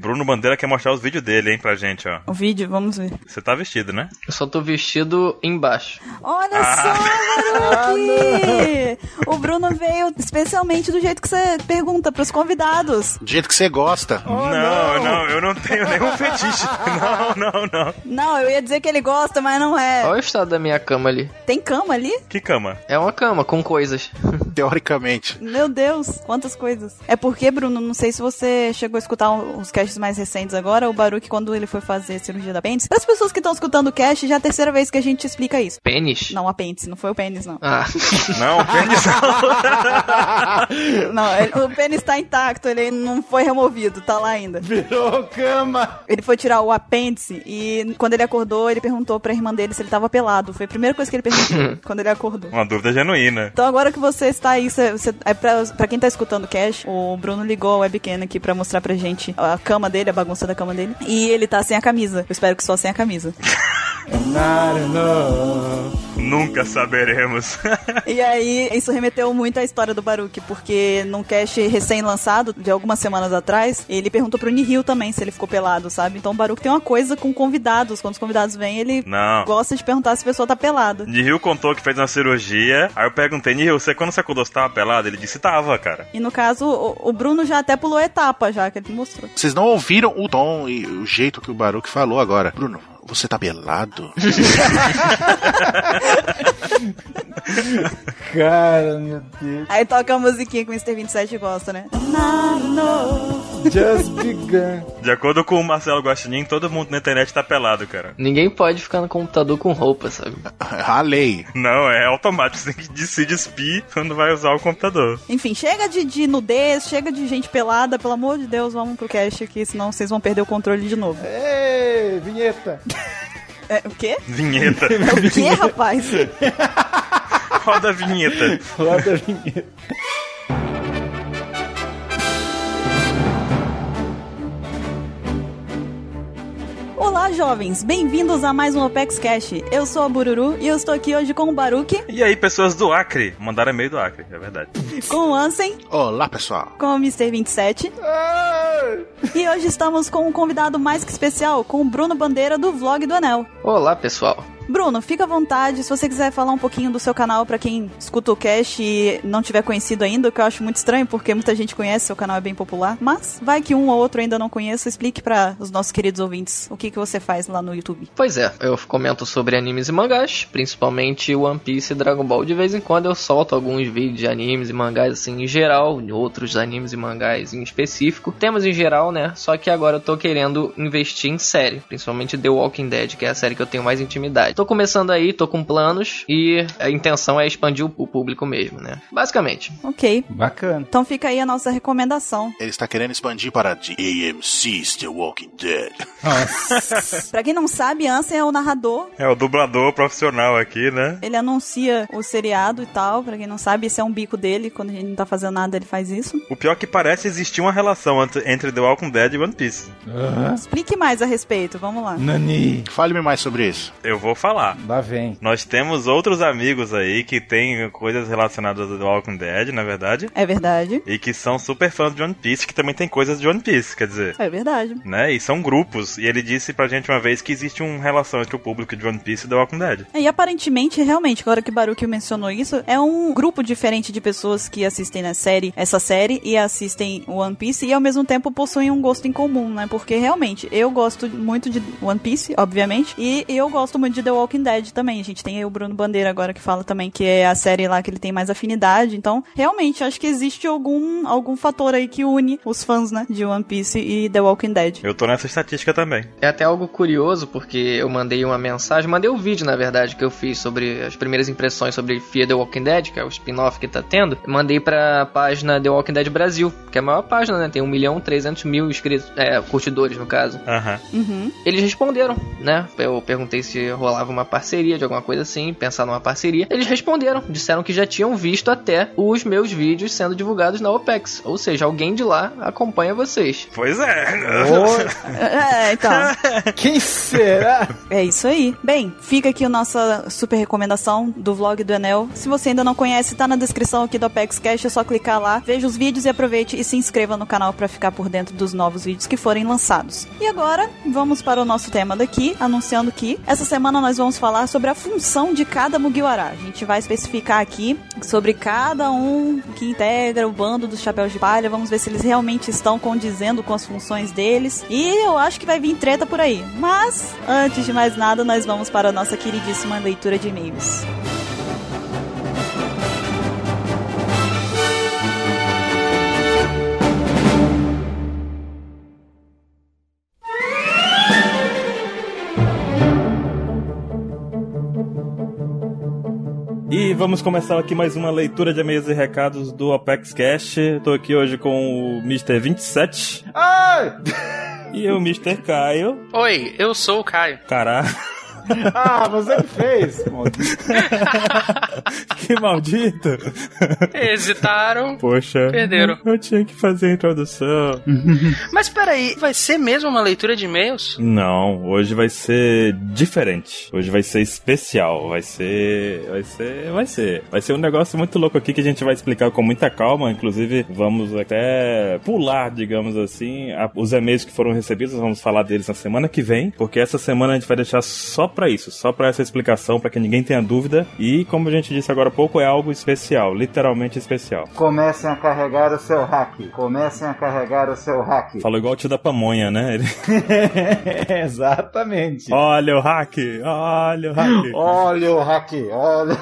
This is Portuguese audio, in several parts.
Bruno Bandeira quer mostrar os vídeos dele, hein, pra gente, ó. O vídeo, vamos ver. Você tá vestido, né? Eu só tô vestido embaixo. Olha Ah. só, Baruque! o Bruno veio especialmente do jeito que você pergunta pros convidados. Do jeito que você gosta. não, não, eu não tenho nenhum fetiche. Não, não, não. Não, eu ia dizer que ele gosta, mas não é. Olha o estado da minha cama ali. Tem cama ali? Que cama? É uma cama com coisas. Teoricamente. Meu Deus, quantas coisas. É porque, Bruno, não sei se você chegou a escutar um- os casts mais recentes agora, o Baruque, quando ele foi fazer cirurgia da apêndice. Para as pessoas que estão escutando o cast, já é a terceira vez que a gente explica isso. Pênis? Não, apêndice, não foi o pênis, não. Ah, Não, pênis Não, ele- o pênis tá intacto, ele não foi removido, tá lá ainda. Virou cama. Ele foi tirar o apêndice e quando ele acordou, ele perguntou pra irmã dele se ele tava pelado. Foi a primeira coisa que ele perguntou quando ele acordou. Uma dúvida genuína. Então agora que você está aí, você, você- é pra, pra quem tá escutando o Cash, o Bruno ligou a webcam aqui pra mostrar pra gente a cama dele, a bagunça da cama dele. E ele tá sem a camisa. Eu espero que só sem a camisa. Not enough. Nunca saberemos. E aí, isso remeteu muito à história do Baruque, porque num cast recém-lançado, de algumas semanas atrás, ele perguntou pro Nihil também se ele ficou pelado, sabe? Então o Baruque tem uma coisa com convidados. Quando os convidados vêm, ele Não. gosta de perguntar se a pessoa tá pelada. Nihil contou que fez uma cirurgia. Aí eu perguntei, Nihil, você quando você acordou, você tava pelado? Ele disse, tava, cara. E no caso, o, o Bruno já até pulou a etapa, já que ele mostrou. Vocês não ouviram o tom e o jeito que o Baruque falou agora. Bruno, você tá pelado? Cara, meu Deus. Aí toca a musiquinha que o Mr. 27 gosta, né? Just begun. De acordo com o Marcelo Guaxinim, todo mundo na internet tá pelado, cara. ninguém pode ficar no computador com roupa, sabe? Ralei. Não, é automático. Você tem que se despir quando vai usar o computador. Enfim, chega de, de nudez, chega de gente pelada, pelo amor de Deus, vamos pro cast aqui, senão vocês vão perder o controle de novo. Ei, vinheta. É, o quê? Vinheta. É o quê, rapaz? Roda a vinheta. Roda a vinheta. Olá, jovens! Bem-vindos a mais um Opex Cash. Eu sou a Bururu e eu estou aqui hoje com o Baruque, E aí, pessoas do Acre. Mandaram e-mail do Acre, é verdade. com o Ansem, Olá, pessoal. com o Mr. 27 Ai. e hoje estamos com um convidado mais que especial, com o Bruno Bandeira do Vlog do Anel. Olá, pessoal. Bruno, fica à vontade, se você quiser falar um pouquinho do seu canal pra quem escuta o cast e não tiver conhecido ainda, o que eu acho muito estranho, porque muita gente conhece, seu canal é bem popular. Mas vai que um ou outro ainda não conheça, explique pra os nossos queridos ouvintes o que, que você faz lá no YouTube. Pois é, eu comento sobre animes e mangás, principalmente One Piece e Dragon Ball. De vez em quando eu solto alguns vídeos de animes e mangás assim em geral, outros animes e mangás em específico. Temas em geral, né? Só que agora eu tô querendo investir em série, principalmente The Walking Dead, que é a série que eu tenho mais intimidade. Tô começando aí, tô com planos e a intenção é expandir o o público mesmo, né? Basicamente. Ok. Bacana. Então fica aí a nossa recomendação. Ele está querendo expandir para The AMC's The Walking Dead. Pra quem não sabe, Ansem é o narrador. É o dublador profissional aqui, né? Ele anuncia o seriado e tal. Pra quem não sabe, esse é um bico dele. Quando a gente não tá fazendo nada, ele faz isso. O pior é que parece existir uma relação ant- entre The Walking Dead e One Piece. Aham. Explique mais a respeito, vamos Hum. lá. Nani. Fale-me mais sobre isso. Eu vou falar. Lá vem. Nós temos outros amigos aí que têm coisas relacionadas ao The Walking Dead, na verdade. É verdade. E que são super fãs de One Piece, que também tem coisas de One Piece, quer dizer. É verdade. Né? E são grupos. E ele disse pra gente uma vez que existe uma relação entre o público de One Piece e The Walking Dead. É, E aparentemente, realmente, agora que Baruch mencionou isso, é um grupo diferente de pessoas que assistem a série, essa série e assistem One Piece e ao mesmo tempo possuem um gosto em comum, né? Porque realmente, eu gosto muito de One Piece, obviamente, e eu gosto muito de The Walking Dead também. A gente tem aí o Bruno Bandeira agora que fala também que é a série lá que ele tem mais afinidade. Então, realmente, acho que existe algum, algum fator aí que une os fãs, né? De One Piece e The Walking Dead. Eu tô nessa estatística também. É até algo curioso, porque eu mandei uma mensagem, mandei o vídeo, na verdade, que eu fiz sobre as primeiras impressões sobre Fear the Walking Dead, que é o spin-off que tá tendo. Mandei pra página The Walking Dead Brasil, que é a maior página, né? Tem 1 milhão 300 mil inscritos, é, curtidores, no caso. Aham. Uhum. Eles responderam, né? Eu perguntei se rolava precisava uma parceria de alguma coisa assim, pensar numa parceria, eles responderam, disseram que já tinham visto até os meus vídeos sendo divulgados na OPEX, ou seja, alguém de lá acompanha vocês. Pois é. Oi. É, então, Quem será? é isso aí. Bem, fica aqui a nossa super recomendação do vlog do Enel. Se você ainda não conhece, tá na descrição aqui do Apex Cash, é só clicar lá, veja os vídeos e aproveite e se inscreva no canal pra ficar por dentro dos novos vídeos que forem lançados. E agora, vamos para o nosso tema daqui, anunciando que essa semana nós vamos falar sobre a função de cada Mugiwara. A gente vai especificar aqui sobre cada um que integra o bando dos chapéus de palha. Vamos ver se eles realmente estão condizendo com as funções deles. E eu acho que vai vir treta por aí. Mas, antes de mais nada, nós vamos para a nossa queridíssima leitura de e-mails. E vamos começar aqui mais uma leitura de e-mails e recados do Apex Cash. Tô aqui hoje com o Mr. 27 Ai! e o Mr. Caio. Oi, eu sou o Caio. Caralho, Ah, você que fez. maldito. que maldito! Hesitaram. Poxa. Perderam. Eu tinha que fazer a introdução. Mas peraí, vai ser mesmo uma leitura de e-mails? Não, hoje vai ser diferente. Hoje vai ser especial. Vai ser. Vai ser. Vai ser. Vai ser um negócio muito louco aqui que a gente vai explicar com muita calma. Inclusive, vamos até pular, digamos assim, a- os e-mails que foram recebidos. Vamos falar deles na semana que vem. Porque essa semana a gente vai deixar só pra isso, só pra essa explicação, pra que ninguém tenha dúvida. E como a gente disse agora há pouco, é algo especial, literalmente especial. Comecem a carregar o seu hack. Comecem a carregar o seu hack. Falou igual o tio da pamonha, né? Ele, Exatamente. olha o hack! Olha o hack! Olha o hack, olha.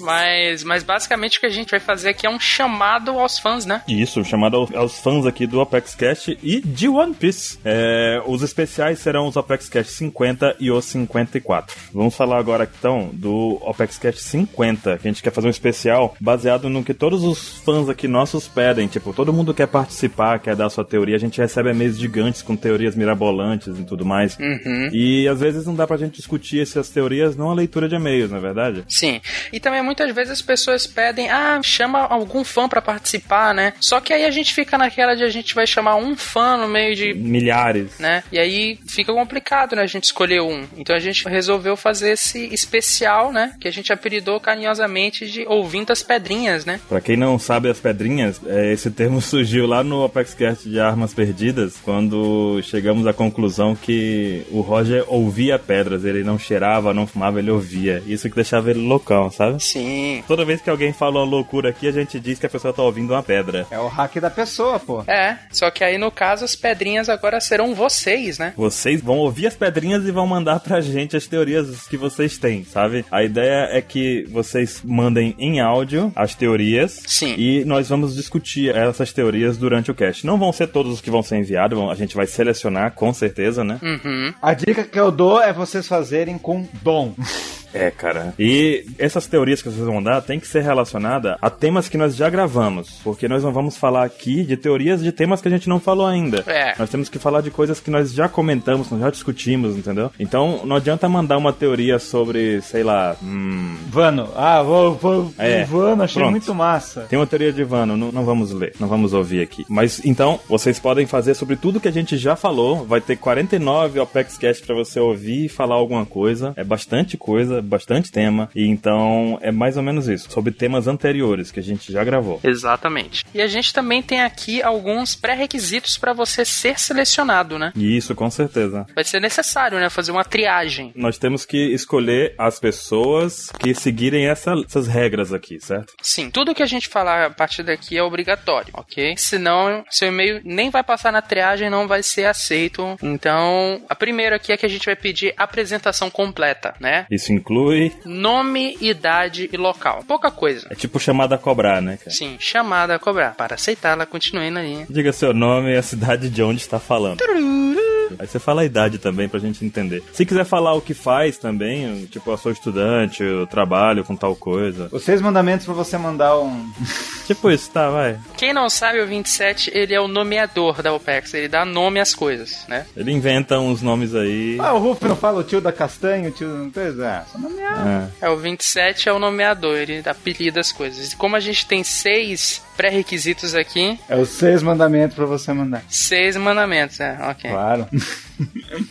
Mas, mas basicamente o que a gente vai fazer aqui é um chamado aos fãs, né? Isso, chamado ao- aos fãs aqui do Apex Cash e de One Piece. É, os especiais serão os Apex Cash 50 e os 54. Vamos falar agora então do Apex Cash 50, que a gente quer fazer um especial baseado no que todos os fãs aqui nossos pedem. Tipo, todo mundo quer participar, quer dar sua teoria. A gente recebe e-mails gigantes com teorias mirabolantes e tudo mais. Uhum. E às vezes não dá pra gente discutir essas teorias numa leitura de e-mails, não é verdade? Sim. E também muitas vezes as pessoas pedem, ah, chama algum fã pra participar, né? Só que aí a gente fica naquela de a gente vai chamar um fã no meio de Milhares. né? E aí fica complicado, né? A gente escolher um. Então a gente resolveu fazer esse especial, né? Que a gente apelidou carinhosamente de Ouvindo as Pedrinhas, né? Pra quem não sabe as pedrinhas, é, esse termo surgiu lá no ApexCast de Armas Perdidas, quando chegamos à conclusão que o Roger ouvia pedras, ele não cheirava, não fumava, ele ouvia. Isso que deixava ele loucão, sabe? Sim. Toda vez que alguém fala uma loucura aqui, a gente diz que a pessoa tá ouvindo uma pedra. É o hack da pessoa, pô. É, só que aí no caso as pedrinhas agora serão vocês, né? Vocês vão ouvir as pedrinhas e vão mandar pra gente as teorias que vocês têm, sabe? A ideia é que vocês mandem em áudio as teorias. Sim. E nós vamos discutir essas teorias durante o cast. Não vão ser todos os que vão ser enviados, vão- a gente vai selecionar, com certeza, né? Uhum. A dica que eu dou é vocês fazerem com dom. É, cara. E essas teorias que vocês vão dar tem que ser relacionada a temas que nós já gravamos. Porque nós não vamos falar aqui de teorias de temas que a gente não falou ainda. É. Nós temos que falar de coisas que nós já comentamos, nós já discutimos, entendeu? Então não adianta mandar uma teoria sobre, sei lá, hum, Vano. Ah, vou, vou, É. Vano, achei Pronto. muito massa. Tem uma teoria de Vano, não, não vamos ler, não vamos ouvir aqui. Mas então, vocês podem fazer sobre tudo que a gente já falou. Vai ter 49 Opex Cast pra você ouvir e falar alguma coisa. É bastante coisa, bastante tema. E então, é mais ou menos isso. Sobre temas anteriores que a gente já gravou. Exatamente. E a gente também tem aqui alguns pré-requisitos pra você ser selecionado, né? E isso, com certeza. Vai ser necessário, né? Fazer uma triagem. Nós temos que escolher as pessoas que seguirem essa- essas regras aqui, certo? Sim, tudo que a gente falar a partir daqui é obrigatório, ok? Senão, seu e-mail nem vai passar na triagem, não vai ser aceito. Então, a primeira aqui é que a gente vai pedir apresentação completa, né? Isso inclui. Nome, idade e local. Pouca coisa. É tipo chamada a cobrar, né, cara? Sim, chamada a cobrar. Para aceitá-la, continuando aí. Diga seu nome e a cidade de onde está falando. Aí você fala a idade também pra gente entender. Se quiser falar o que faz também, tipo, eu sou estudante, eu trabalho com tal coisa. Os seis mandamentos pra você mandar um. Tipo isso, tá, vai. Quem não sabe, o 27, ele é o nomeador da OPEX. Ele dá nome às coisas, né? Ele inventa uns nomes aí. Ah, o Rufo não fala o tio da castanha, o tio da coisa? É, só nomear. É. É, o 27 é o nomeador, ele apelida as coisas. E como a gente tem seis pré-requisitos aqui, É os seis mandamentos pra você mandar. seis mandamentos, é, ok. Claro.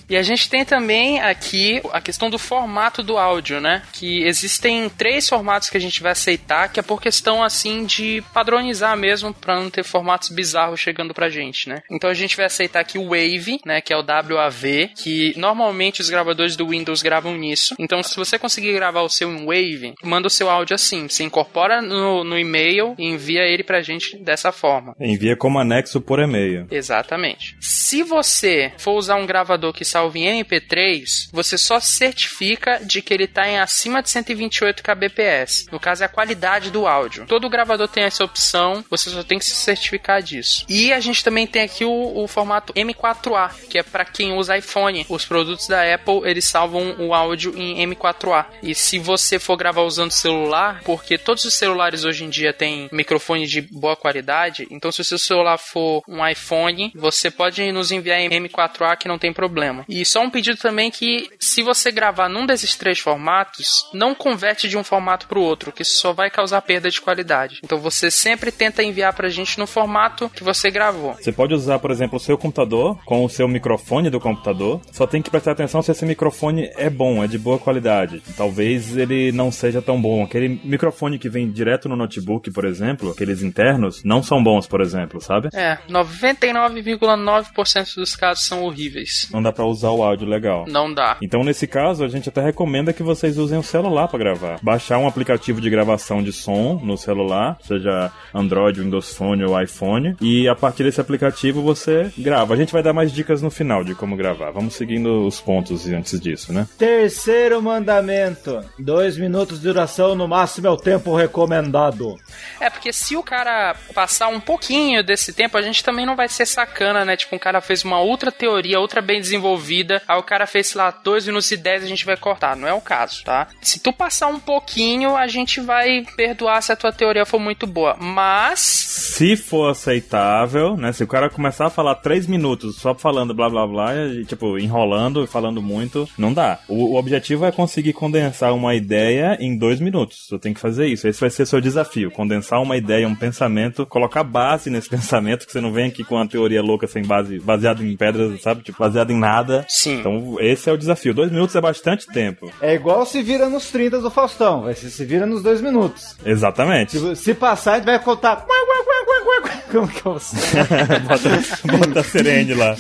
E a gente tem também aqui a questão do formato do áudio, né? Que existem três formatos que a gente vai aceitar, que é por questão assim de padronizar mesmo pra não ter formatos bizarros chegando pra gente, né? Então a gente vai aceitar aqui o Wave, né, que é o WAV, que normalmente os gravadores do Windows gravam nisso. Então se você conseguir gravar o seu em Wave, manda o seu áudio assim, se incorpora no, no e-mail e envia ele pra gente dessa forma. Envia como anexo por e-mail. Exatamente. Se você for usar um gravador que salve em MP3, você só certifica de que ele está em acima de 128 kbps. No caso, é a qualidade do áudio. Todo gravador tem essa opção, você só tem que se certificar disso. E a gente também tem aqui o, o formato M4A, que é para quem usa iPhone. Os produtos da Apple, eles salvam o áudio em M4A. E se você for gravar usando celular, porque todos os celulares hoje em dia têm microfone de boa qualidade, então se o seu celular for um iPhone, você pode nos enviar em M4A que não tem problema. E só um pedido também que se você gravar num desses três formatos, não converte de um formato para o outro, que isso só vai causar perda de qualidade. Então você sempre tenta enviar pra gente no formato que você gravou. Você pode usar, por exemplo, o seu computador com o seu microfone do computador. Só tem que prestar atenção se esse microfone é bom, é de boa qualidade. Talvez ele não seja tão bom. Aquele microfone que vem direto no notebook, por exemplo, aqueles internos, não são bons, por exemplo, sabe? É, 99,9% dos casos são horríveis. Não dá pra usar o áudio legal. Não dá. Então, nesse caso, a gente até recomenda que vocês usem o celular para gravar. Baixar um aplicativo de gravação de som no celular, seja Android, Windows Phone ou iPhone, e a partir desse aplicativo você grava. A gente vai dar mais dicas no final de como gravar. Vamos seguindo os pontos antes disso, né? Terceiro mandamento. Dois minutos de duração, no máximo é o tempo recomendado. É, porque se o cara passar um pouquinho desse tempo, a gente também não vai ser sacana, né? Tipo, um cara fez uma outra teoria, outra bem desenvolvida, aí o cara fez, sei lá, 2 minutos e 10 a gente vai cortar. Não é o caso, tá? Se tu passar um pouquinho, a gente vai perdoar se a tua teoria for muito boa. Mas. Se for aceitável, né? Se o cara começar a falar três minutos só falando blá blá blá, e, tipo, enrolando e falando muito, não dá. O, o objetivo é conseguir condensar uma ideia em dois minutos. Você tem que fazer isso. Esse vai ser seu desafio. Condensar uma ideia, um pensamento, colocar base nesse pensamento, que você não vem aqui com uma teoria louca sem base, baseada em pedras, sabe? Tipo, baseada em nada. Sim. Então, esse é o desafio. Dois minutos é bastante tempo. É igual se vira nos 30 do Faustão. Vai ser se vira nos dois minutos. Exatamente. Se, se passar, a gente vai contar. Como que é o som? bota, bota a sirene lá.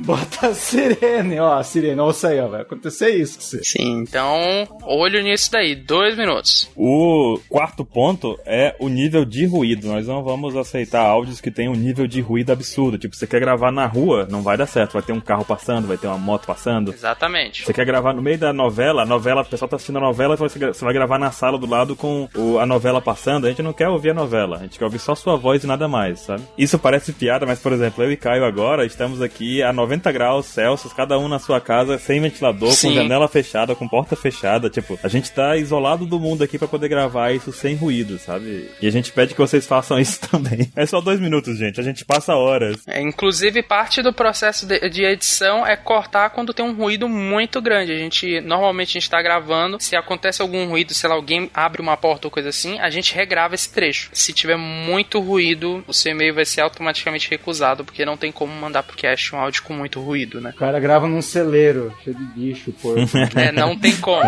Bota a sirene, ó, a sirene, ouça aí, ó, vai acontecer isso com você. Sim, então, olho nisso daí, dois minutos. O quarto ponto é o nível de ruído. Nós não vamos aceitar áudios que tem um nível de ruído absurdo. Tipo, você quer gravar na rua, não vai dar certo. Vai ter um carro passando, vai ter uma moto passando. Exatamente. Você quer gravar no meio da novela, a novela, o pessoal tá assistindo a novela, você gra- você vai gravar na sala do lado com o- a novela passando. A gente não quer ouvir a novela, a gente quer ouvir só sua voz e nada mais, sabe? Isso parece piada, mas por exemplo, eu e Caio agora estamos aqui a 90 graus Celsius, cada um na sua casa, sem ventilador, Sim. com janela fechada, com porta fechada. Tipo, a gente tá isolado do mundo aqui pra poder gravar isso sem ruído, sabe? E a gente pede que vocês façam isso também. É só dois minutos, gente, a gente passa horas. É, inclusive, parte do processo de, de edição é cortar quando tem um ruído muito grande. A gente normalmente a gente tá gravando, se acontece algum ruído, sei lá, alguém abre uma porta ou coisa assim, a gente regrava esse trecho. Se tiver muito ruído, o seu e-mail vai ser automaticamente recusado, porque não tem como mandar pro cache um áudio com muito ruído, né? O cara grava num celeiro, cheio de bicho, porco. É, não tem como.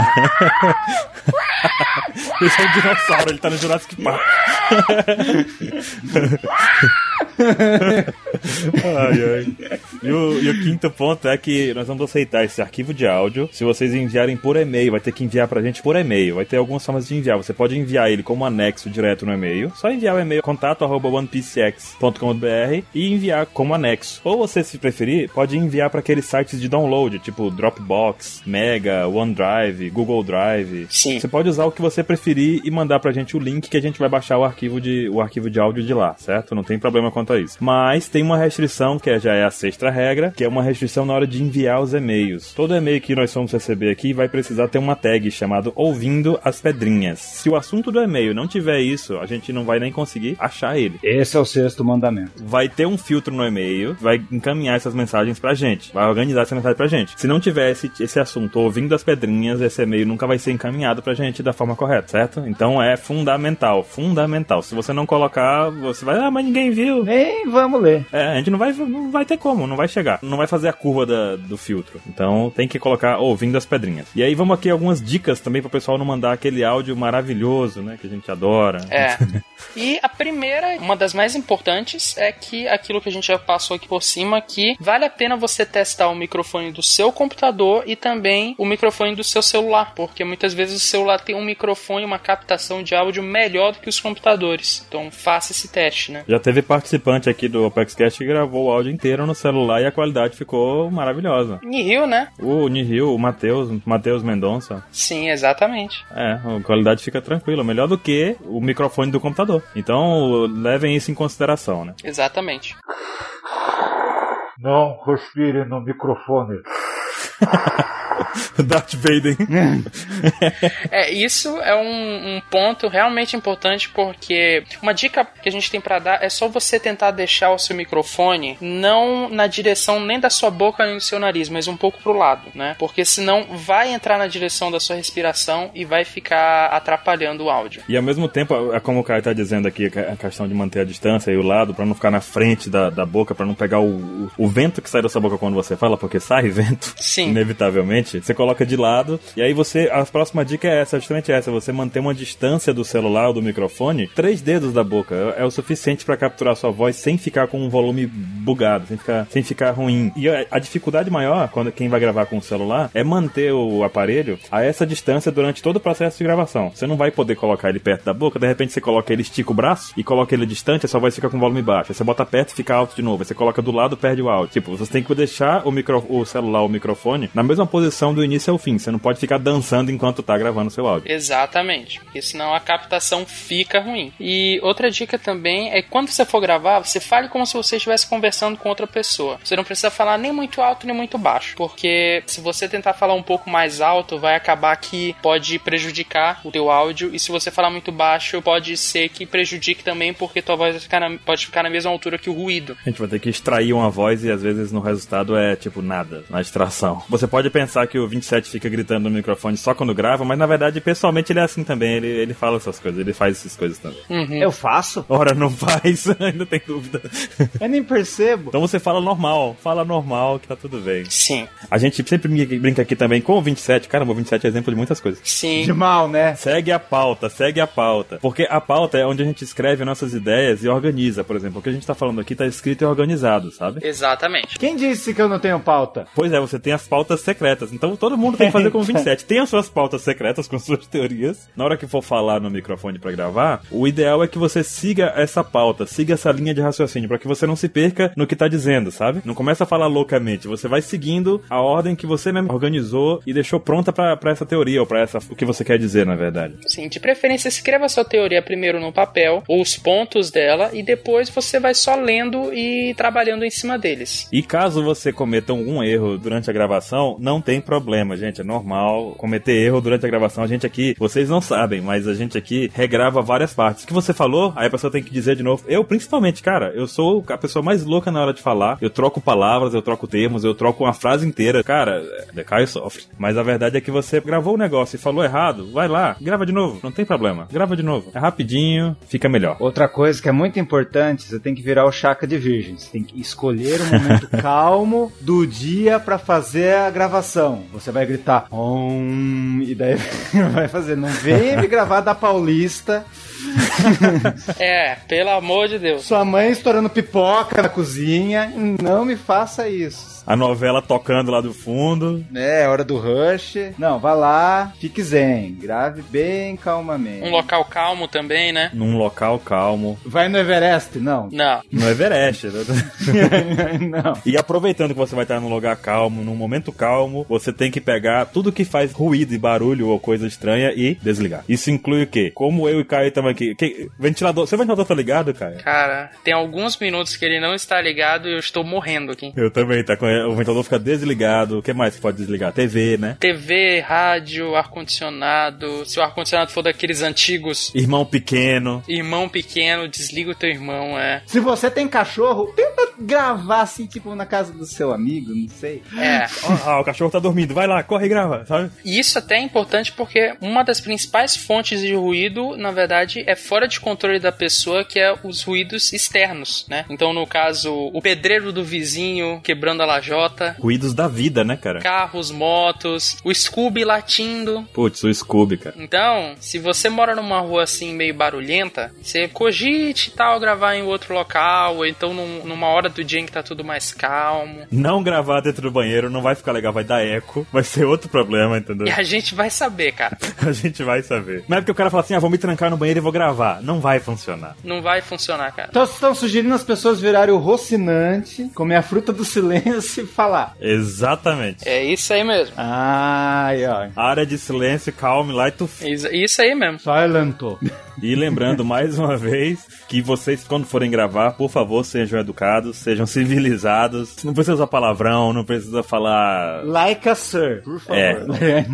Esse é um dinossauro, ele tá no Jurassic Park. ai, ai. E o, e o quinto ponto é que nós vamos aceitar esse arquivo de áudio. Se vocês enviarem por e-mail, vai ter que enviar pra gente por e-mail. Vai ter algumas formas de enviar. Você pode enviar ele como anexo direto no e-mail. Só enviar o e-mail contato arroba onepcx.com.br e enviar como anexo. Ou você, se preferir, pode enviar pra aqueles sites de download, tipo Dropbox, Mega, OneDrive, Google Drive. Sim. Você pode usar o que você preferir e mandar pra gente o link que a gente vai baixar o arquivo de, o arquivo de áudio de lá, certo? Não tem problema quanto quanto a isso. Mas tem uma restrição, que é- já é a sexta regra, que é uma restrição na hora de enviar os e-mails. Todo e-mail que nós vamos receber aqui vai precisar ter uma tag chamado Ouvindo as Pedrinhas. Se o assunto do e-mail não tiver isso, a gente não vai nem conseguir achar ele Esse é o sexto mandamento. vai ter um filtro no e-mail, vai encaminhar essas mensagens pra gente, vai organizar essa mensagem pra gente. Se não tiver esse, esse assunto ouvindo as pedrinhas, esse e-mail nunca vai ser encaminhado pra gente da forma correta, certo? Então é fundamental, fundamental. Se você não colocar, você vai, ah, mas ninguém viu. Nem vamos ler. É, a gente não vai, não vai ter como, não vai chegar. Não vai fazer a curva da- do filtro. Então tem que colocar ouvindo as pedrinhas. E aí vamos aqui algumas dicas também pro pessoal não mandar aquele áudio maravilhoso, né? Que a gente adora. É. E a primeira, uma das mais importantes, é que aquilo que a gente já passou aqui por cima, que vale a pena você testar o microfone do seu computador e também o microfone do seu celular, porque muitas vezes o celular tem um microfone, uma captação de áudio melhor do que os computadores. Então faça esse teste, né? Já teve participante aqui do OpexCast que gravou o áudio inteiro no celular e a qualidade ficou maravilhosa. Nihil, né? O Nihil, o Matheus, Matheus Mendonça, Sim, exatamente. é, a qualidade fica tranquila, melhor do que o microfone do computador. Então, levem isso em consideração, né? Exatamente. Não respire no microfone. Darth Vader. É, isso é um, um ponto realmente importante porque uma dica que a gente tem pra dar é só você tentar deixar o seu microfone não na direção nem da sua boca nem do seu nariz, mas um pouco pro lado, né? Porque senão vai entrar na direção da sua respiração e vai ficar atrapalhando o áudio. E ao mesmo tempo, é como o Caio tá dizendo aqui, a questão de manter a distância e o lado, pra não ficar na frente da, da boca, pra não pegar o, o, o vento que sai da sua boca quando você fala, porque sai vento. Sim. inevitavelmente, você coloca de lado e aí você, a próxima dica é essa, justamente essa, você manter uma distância do celular ou do microfone, três dedos da boca é é o suficiente pra capturar sua voz sem ficar com um volume bugado, sem ficar, sem ficar ruim. E a, a dificuldade maior, quando quem vai gravar com o celular, é manter o aparelho a essa distância durante todo o processo de gravação. Você não vai poder colocar ele perto da boca, de repente você coloca ele, estica o braço e coloca ele distante, a sua voz fica com volume baixo. Aí você bota perto e fica alto de novo. Aí você coloca do lado, perde o áudio. Tipo, você tem que deixar o, micro, o celular, o microfone, na mesma posição do início ao fim. Você não pode ficar dançando enquanto tá gravando seu áudio. Exatamente, porque senão a captação fica ruim. E outra dica também é que quando você for gravar, você fale como se você estivesse conversando com outra pessoa. Você não precisa falar nem muito alto nem muito baixo, porque se você tentar falar um pouco mais alto, vai acabar que pode prejudicar o teu áudio, e se você falar muito baixo, pode ser que prejudique também, porque tua voz vai ficar na- pode ficar na mesma altura que o ruído. A gente vai ter que extrair uma voz e às vezes no resultado é tipo nada, na extração. Você pode pensar que o 27 fica gritando no microfone só quando grava, mas na verdade, pessoalmente, ele é assim também. Ele, ele fala essas coisas, ele faz essas coisas também. Uhum. Eu faço? Ora, não faz, ainda tem dúvida. Eu nem percebo. Então você fala normal, fala normal que tá tudo bem. Sim, A gente sempre brinca- brinca aqui também com o 27. Caramba, o 27 é exemplo de muitas coisas. sim. De mal, né? Segue a pauta, segue a pauta. Porque a pauta é onde a gente escreve nossas ideias e organiza, por exemplo. O que a gente tá falando aqui tá escrito e organizado, sabe? Exatamente. Quem disse que eu não tenho pauta? Pois é, você tem as pautas secretas. Então todo mundo tem que fazer com o 27. Tem as suas pautas secretas com suas teorias. Na hora que for falar no microfone pra gravar, o ideal é que você siga essa pauta, siga essa linha de raciocínio, pra que você não se perca no que tá dizendo, sabe? Não começa a falar loucamente. Você vai seguindo a ordem que você mesmo organizou e deixou pronta pra pra essa teoria ou pra essa o que você quer dizer, na verdade. Sim, de preferência escreva sua teoria primeiro no papel, ou os pontos dela, e depois você vai só lendo e trabalhando em cima deles. E caso você cometa algum erro durante a gravação, não tem problema, gente. É normal cometer erro durante a gravação. A gente aqui, vocês não sabem, mas a gente aqui regrava várias partes. O que você falou, aí a pessoa tem que dizer de novo. Eu, principalmente, cara, eu sou a pessoa mais louca na hora de falar. Eu troco palavras, eu troco termos, eu troco uma frase inteira. Cara, é, Caio sofre. Mas a verdade é que você gravou o negócio e falou errado. Vai lá, grava de novo. Não tem problema. Grava de novo. É rapidinho, fica melhor. Outra coisa que é muito importante, você tem que virar o chaca de virgem. Você tem que escolher um momento calmo do dia pra fazer a gravação. Você vai gritar "Om", e daí vai fazer. Não vem me gravar da Paulista, É, pelo amor de Deus. sua mãe estourando pipoca na cozinha. Não me faça isso. A novela tocando lá do fundo. É, hora do rush. Não, vá lá, fique zen, grave bem calmamente. Um local calmo também, né? Num local calmo. Vai no Everest? Não. Não. No Everest. né? não. E aproveitando que você vai estar num lugar calmo, num momento calmo, você você tem que pegar tudo que faz ruído e barulho ou coisa estranha e desligar. Isso inclui o quê? Como eu e Caio estamos aqui. que- ventilador. Seu ventilador tá ligado, Caio? Cara, tem alguns minutos que ele não está ligado e eu estou morrendo aqui. Eu também, tá com. O ventilador fica desligado. O que mais que pode desligar? TV, né? TV, rádio, ar-condicionado. Se o ar-condicionado for daqueles antigos, Irmão pequeno. irmão pequeno, desliga o teu irmão, é. Se você tem cachorro, tenta gravar assim, tipo, na casa do seu amigo, não sei. É. Ah, o cachorro tá dormindo. Vai lá, corre e grava, sabe? E isso até é importante porque uma das principais fontes de ruído, na verdade, é fora de controle da pessoa, que é os ruídos externos, né? Então, no caso, o pedreiro do vizinho quebrando a lajota, Ruídos da vida, né, cara? carros, motos, o Scooby latindo. Putz, o Scooby, cara. Então, se você mora numa rua assim meio barulhenta, você cogite e tal gravar em outro local, ou então num- numa hora do dia em que tá tudo mais calmo. Não gravar dentro do banheiro não vai ficar legal, vai dar eco. Vai ser outro problema, entendeu? E a gente vai saber, cara. A gente vai saber. Não é porque o cara fala assim, ah, vou me trancar no banheiro e vou gravar. Não vai funcionar. Não vai funcionar, cara. Então vocês estão sugerindo as pessoas virarem o rocinante, comer a fruta do silêncio e falar. Exatamente. É isso aí mesmo. Ai, ai. Área de silêncio, calme lá e tu. f- Is- Isso aí mesmo. Silentou. E lembrando mais uma vez que vocês, quando forem gravar, por favor, sejam educados, sejam civilizados. Não precisa usar palavrão, não precisa falar Like a sir, por favor. É.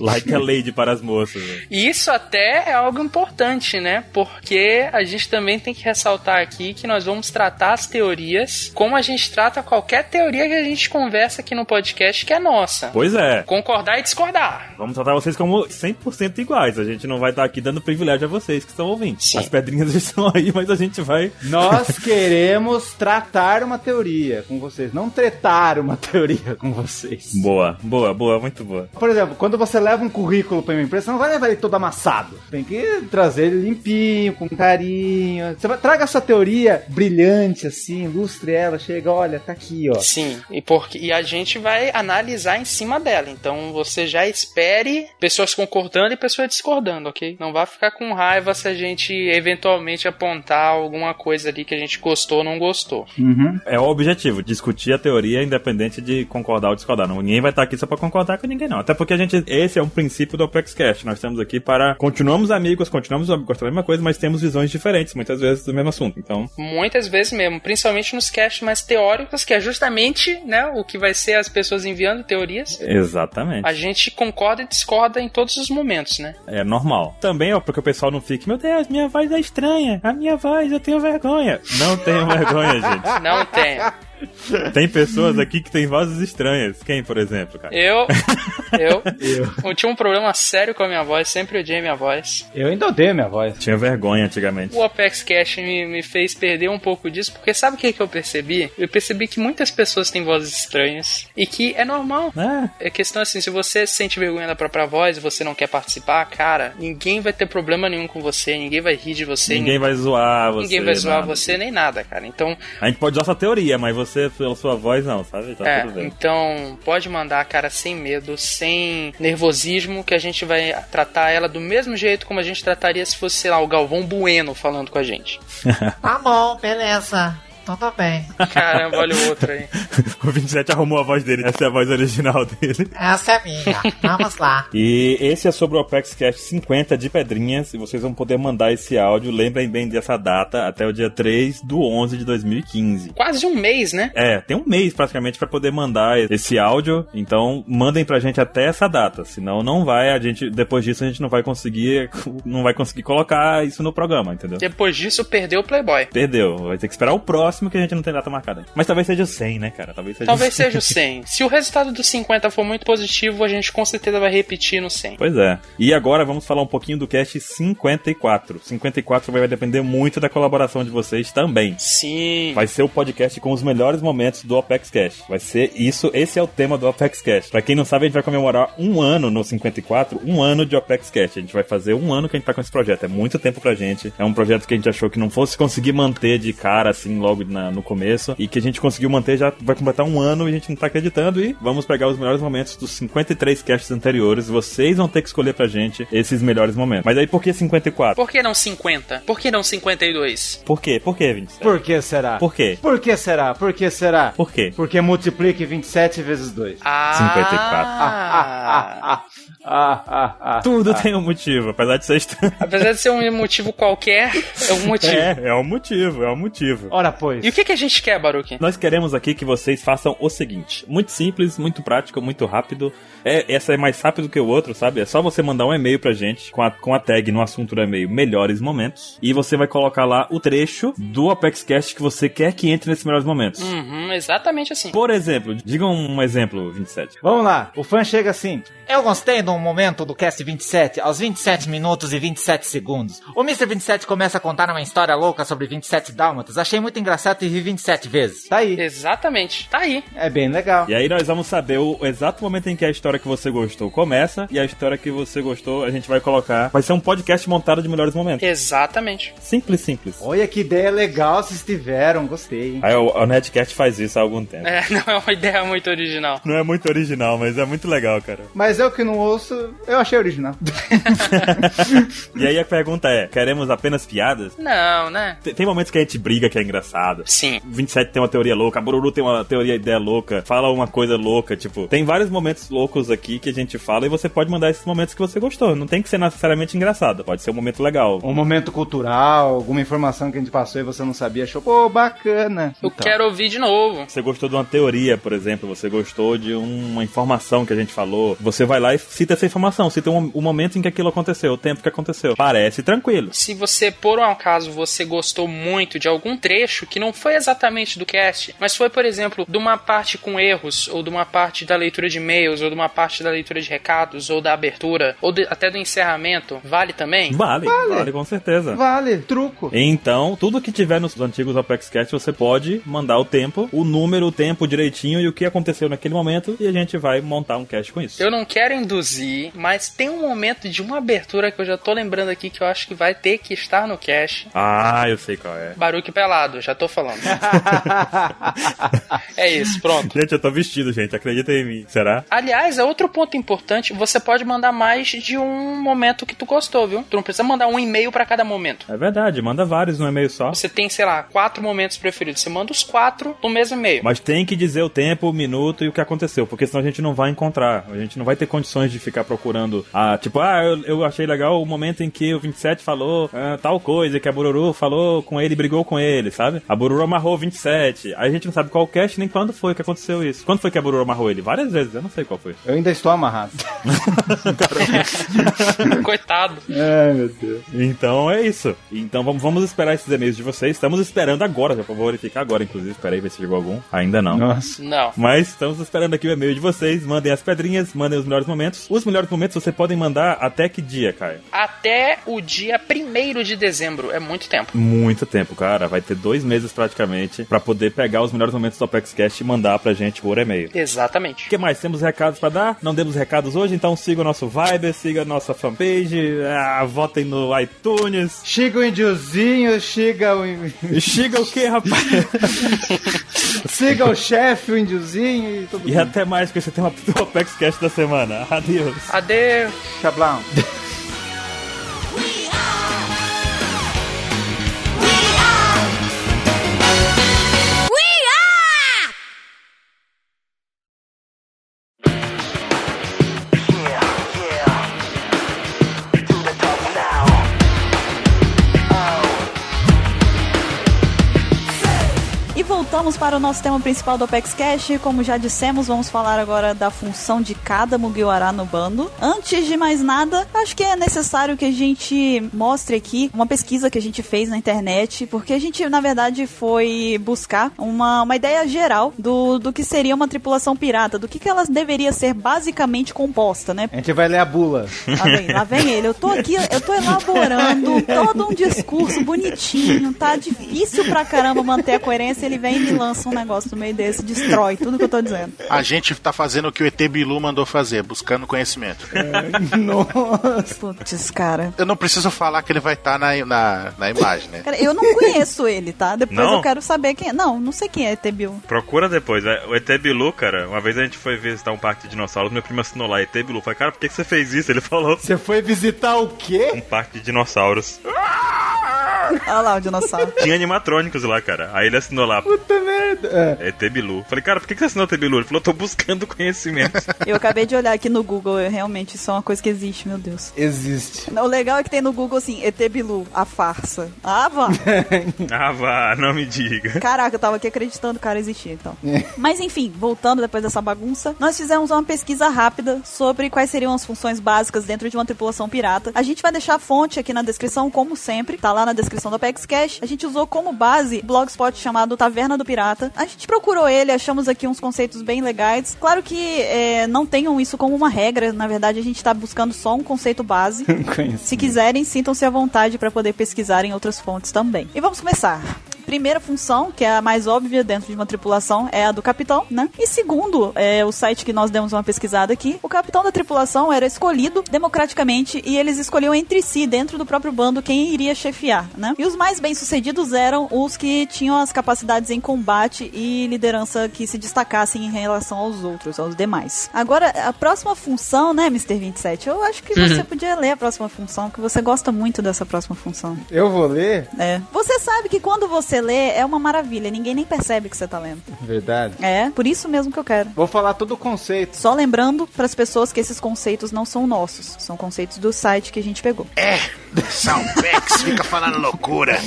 like a lady para as moças. né? E isso até é algo importante, né? Porque a gente também tem que ressaltar aqui que nós vamos tratar as teorias como a gente trata qualquer teoria que a gente conversa aqui no podcast que é nossa. Pois é. Concordar e discordar. Vamos tratar vocês como 100% iguais. A gente não vai estar aqui dando privilégio a vocês que estão ouvintes. Sim. As pedrinhas estão aí, mas a gente vai Nós queremos tratar uma teoria com vocês, não tretar uma teoria com vocês. Boa, boa, boa, muito boa. Por exemplo, quando você leva um currículo pra uma empresa, você não vai levar ele todo amassado. Tem que trazer ele limpinho, com carinho. Você vai, traga a sua teoria brilhante, assim, ilustre ela, chega, olha, tá aqui, ó. Sim, e, porque, e a gente vai analisar em cima dela. Então você já espere pessoas concordando e pessoas discordando, ok? Não vá ficar com raiva se a gente eventualmente apontar alguma coisa ali que a gente gostou ou não gostou. É o objetivo, discutir a teoria independente de concordar ou discordar. Não- Ninguém vai estar aqui só pra concordar com ninguém, não. Até porque a gente. Esse é um princípio do Opex Cash. Nós estamos aqui para. Continuamos amigos, continuamos gostando da mesma coisa, mas temos visões diferentes, muitas vezes, do mesmo assunto. Então, Muitas vezes mesmo, principalmente nos casts mais teóricos, que é justamente né, o que vai ser as pessoas enviando teorias. exatamente. A gente concorda e discorda em todos os momentos, né? É normal. Também, ó, porque o pessoal não fique, meu Deus, minha voz é estranha. A minha voz, eu tenho vergonha. Não tenho vergonha, gente. Não tem. Tem pessoas aqui que têm vozes estranhas. Quem, por exemplo, cara? Eu, eu, eu tinha um problema sério com a minha voz, sempre odiei minha voz. Eu ainda odeio minha voz. Tinha vergonha antigamente. O Opex Cash me, me fez perder um pouco disso, porque sabe o que, que eu percebi? Eu percebi que muitas pessoas têm vozes estranhas e que é normal. É, É questão assim, se você sente vergonha da própria voz e você não quer participar, cara, ninguém vai ter problema nenhum com você, ninguém vai rir de você, ninguém vai zoar você. ninguém vai zoar nada. você nem nada, cara. Então, A gente pode usar sua teoria, mas você, pela sua voz, não, sabe? Tá tudo é, bem. então pode mandar, cara, sem medo, sem nervosismo, que a gente vai tratar ela do mesmo jeito como a gente trataria se fosse, sei lá, o Galvão Bueno falando com a gente. Tá bom, beleza. Então tá bem. Caramba, olha o outro aí. o 27 arrumou a voz dele, essa é a voz original dele. Essa é a minha. Vamos lá. E esse é sobre o Opex Cash 50 de pedrinhas, e vocês vão poder mandar esse áudio. Lembrem bem dessa data, até o dia 3 do 11 de 2015. Quase um mês, né? É, tem um mês praticamente pra poder mandar esse áudio, então mandem pra gente até essa data, senão não vai, a gente depois disso a gente não vai conseguir não vai conseguir colocar isso no programa, entendeu? Depois disso, perdeu o Playboy. Perdeu, vai ter que esperar o próximo que a gente não tem data marcada. Mas talvez seja o 100, né, cara? Talvez seja Talvez o 100. seja o 100. Se o resultado do 50 for muito positivo, a gente com certeza vai repetir no 100. Pois é. E agora vamos falar um pouquinho do cast 54. 54 vai depender muito da colaboração de vocês também. Sim. Vai ser o podcast com os melhores momentos do Apex Cash. Vai ser isso, esse é o tema do Apex Cash. Pra quem não sabe, a gente vai comemorar um ano no 54, um ano de Apex Cash. A gente vai fazer um ano que a gente tá com esse projeto. É muito tempo pra gente. É um projeto que a gente achou que não fosse conseguir manter de cara, assim, logo logo na- no começo e que a gente conseguiu manter já vai completar um ano e a gente não tá acreditando e vamos pegar os melhores momentos dos 53 casts anteriores. Vocês vão ter que escolher pra gente esses melhores momentos. Mas aí por que 54? Por que não 50? Por que não 52? Por quê? Por quê, Vinícius? Por que será? Por quê? Por que será? Por que será? Por quê? Porque multiplique 27 vezes 2. Ah, 54. Ah, ah, ah, ah. Tudo tem um motivo, apesar de ser estranho. Apesar de ser um motivo qualquer, é um motivo. É, é um motivo, é um motivo. Ora, pois. E o que, que a gente quer, Baruque? Nós queremos aqui que vocês façam o seguinte: muito simples, muito prático, muito rápido. É, essa é mais rápido que o outro, sabe? É só você mandar um e-mail pra gente com a, com a tag no assunto do e-mail Melhores Momentos. E você vai colocar lá o trecho do ApexCast que você quer que entre nesses melhores momentos. Uhum, exatamente assim. Por exemplo, diga um exemplo, 27. Vamos lá. O fã chega assim. Eu gostei do momento do cast 27, aos 27 minutos e 27 segundos. O Mr. 27 começa a contar uma história louca sobre 27 dálmatas. Achei muito engraçado e vi 27 vezes. Tá aí. Exatamente. Tá aí. É bem legal. E aí nós vamos saber o, o exato momento em que a história que você gostou começa e a história que você gostou a gente vai colocar. Vai ser um podcast montado de melhores momentos. Exatamente. Simples, simples. Olha que ideia legal vocês tiveram. Gostei, hein? Aí o, o Netcast faz isso há algum tempo. É, não é uma ideia muito original. Não é muito original, mas é muito legal, cara. Mas eu que não ouço, eu achei original. E aí a pergunta é: queremos apenas piadas? Não, né? Tem, tem momentos que a gente briga que é engraçado. Sim. 27 tem uma teoria louca, a Bururu tem uma teoria ideia louca, fala uma coisa louca, tipo, tem vários momentos loucos aqui que a gente fala e você pode mandar esses momentos que você gostou. Não tem que ser necessariamente engraçado, pode ser um momento legal. Um momento cultural, alguma informação que a gente passou e você não sabia, achou, pô, bacana. Eu Então, quero ouvir de novo. Você gostou de uma teoria, por exemplo, você gostou de uma informação que a gente falou, você vai lá e cita essa informação, cita um- o momento em que aquilo aconteceu, o tempo que aconteceu. Parece tranquilo. Se você, por um acaso, você gostou muito de algum trecho que não foi exatamente do cast, mas foi, por exemplo, de uma parte com erros, ou de uma parte da leitura de e-mails, ou de uma parte da leitura de recados, ou da abertura, ou de- até do encerramento, vale também? Vale, vale, com certeza. Vale, truco. Então, tudo que tiver nos antigos ApexCast, você pode mandar o tempo, o número, o tempo direitinho e o que aconteceu naquele momento, e a gente vai montar um cast com isso. Eu não quero induzir, mas tem um momento de uma abertura que eu já tô lembrando aqui que eu acho que vai ter que estar no cast. Ah, eu sei qual é. Baruque pelado, já tô falando. é isso, pronto. Gente, eu tô vestido, gente, acredita em mim. Será? Aliás, é outro ponto importante, você pode mandar mais de um momento que tu gostou, viu? Tu não precisa mandar um e-mail pra cada momento. É verdade, manda vários no e-mail só. Você tem, sei lá, quatro momentos preferidos. Você manda os quatro no mesmo e-mail. Mas tem que dizer o tempo, o minuto e o que aconteceu, porque senão a gente não vai encontrar. A gente não vai ter condições de ficar procurando. Ah, tipo, ah, eu, eu achei legal o momento em que o 27 falou ah, tal coisa, que a Bururu falou com ele, brigou com ele, sabe? A Bururu amarrou o 27. Aí a gente não sabe qual cast nem quando foi que aconteceu isso. Quando foi que a Bururu amarrou ele? Várias vezes, eu não sei qual foi. Eu ainda estou amarrado. Coitado. Ai, meu Deus. Então é isso. Então vamos, vamos esperar esses e-mails de vocês. Estamos esperando agora, já vou verificar agora, inclusive. Espera aí, ver se chegou algum. Ainda não. Nossa. Não. Mas estamos esperando aqui o e-mail de vocês. Mandem as pedrinhas, mandem os melhores momentos. Os melhores momentos você podem mandar até que dia, Caio? Até o dia 1 de dezembro. É muito tempo. Muito tempo, cara. Vai ter dois meses praticamente pra poder pegar os melhores momentos do ApexCast e mandar pra gente por e-mail. O Exatamente. que mais? Temos recados pra dar? Não demos recados hoje, então siga o nosso Viber, siga a nossa fanpage, ah, votem no iTunes. Chega o índiozinho, chega o. Chega o que, rapaz? Siga o chefe, o índiozinho e todo e até mais com esse tema do ApexCast da semana. Adeus. Adeus. Xablão. E voltamos para o nosso tema principal do Apex Cash. Como já dissemos, vamos falar agora da função de cada Mugiwara no bando. Antes de mais nada, acho que é necessário que a gente mostre aqui uma pesquisa que a gente fez na internet, porque a gente, na verdade, foi buscar uma, uma ideia geral do, do que seria uma tripulação pirata, do que, que ela deveria ser basicamente composta, né? A gente vai ler a bula. Lá vem, lá vem ele. Eu tô aqui, eu tô elaborando todo um discurso bonitinho, tá difícil pra caramba manter a coerência. Ele vem e me e lança um negócio no meio desse, destrói tudo que eu tô dizendo. A gente tá fazendo o que o ET Bilu mandou fazer, buscando conhecimento. Nossa. Putz, cara. Eu não preciso falar que ele vai estar na, na, na imagem, né? Cara, eu não conheço ele, tá? Depois Não? eu quero saber quem é. Não, não sei quem é ET Bill. Procura depois, vai. O ET Bilu, cara, uma vez a gente foi visitar um parque de dinossauros, meu primo assinou lá, ET Bilu. Falei, cara, por que que você fez isso? Ele falou, Você foi visitar o quê? um parque de dinossauros. Olha lá o dinossauro. Tinha animatrônicos lá, cara. Aí ele assinou lá, Puta merda. É. ET Bilu. Falei, cara, por que que você assinou ET Bilu? Ele falou, tô buscando conhecimento. Eu acabei de olhar aqui no Google, eu- realmente isso é uma coisa que existe, meu Deus. Existe. O legal é que tem no Google assim, ET Bilu, a farsa. Ah, vá. ah, vá, não me diga. Caraca, eu tava aqui acreditando que o cara existia, então. Mas enfim, voltando depois dessa bagunça, nós fizemos uma pesquisa rápida sobre quais seriam as funções básicas dentro de uma tripulação pirata. A gente vai deixar a fonte aqui na descrição, como sempre, tá lá na descrição do Apex Cash. A gente usou como base um blogspot chamado Taverna do Pirata. A gente procurou ele, achamos aqui uns conceitos bem legais. Claro que é, não tenham isso como uma regra, na verdade a gente tá buscando só um conceito base. Conheço. Se quiserem, sintam-se à vontade para poder pesquisar em outras fontes também. E vamos começar. Primeira função, que é a mais óbvia dentro de uma tripulação, é a do capitão, né? E segundo, é, o site que nós demos uma pesquisada aqui, o capitão da tripulação era escolhido democraticamente e eles escolhiam entre si, dentro do próprio bando, quem iria chefiar, né? E os mais bem-sucedidos eram os que tinham as capacidades em combate e liderança que se destacassem em relação aos outros, aos demais. Agora, a próxima função, né, Mr. 27? Eu acho que você podia ler a próxima função, que você gosta muito dessa próxima função. Eu vou ler? É. Você sabe que quando você lê é uma maravilha, ninguém nem percebe que você tá lendo. Verdade. É, por isso mesmo que eu quero. Vou falar todo o conceito. Só lembrando para as pessoas que esses conceitos não são nossos, são conceitos do site que a gente pegou. É. Salpex, fica falando loucura.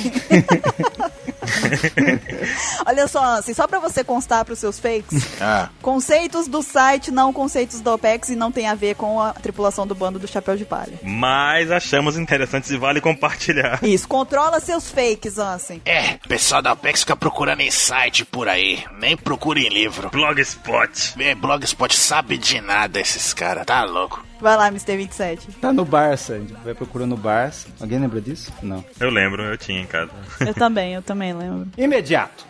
Olha só, assim, só para você constar para os seus fakes, Ah, conceitos do site, não conceitos da OPEX e não tem a ver com a tripulação do bando do chapéu de palha. Mas achamos interessantes e vale compartilhar. Isso, controla seus fakes, Ansem. é, pessoal da Apex fica procurando em site por aí. Nem procura em livro. Blogspot. É, Blogspot sabe de nada esses caras. Tá louco. Vai lá, Mr. 27. Tá no Barça. A gente vai procurando o Barça. Alguém lembra disso? Não. Eu lembro, eu tinha em casa. Eu também, eu também lembro. Imediato.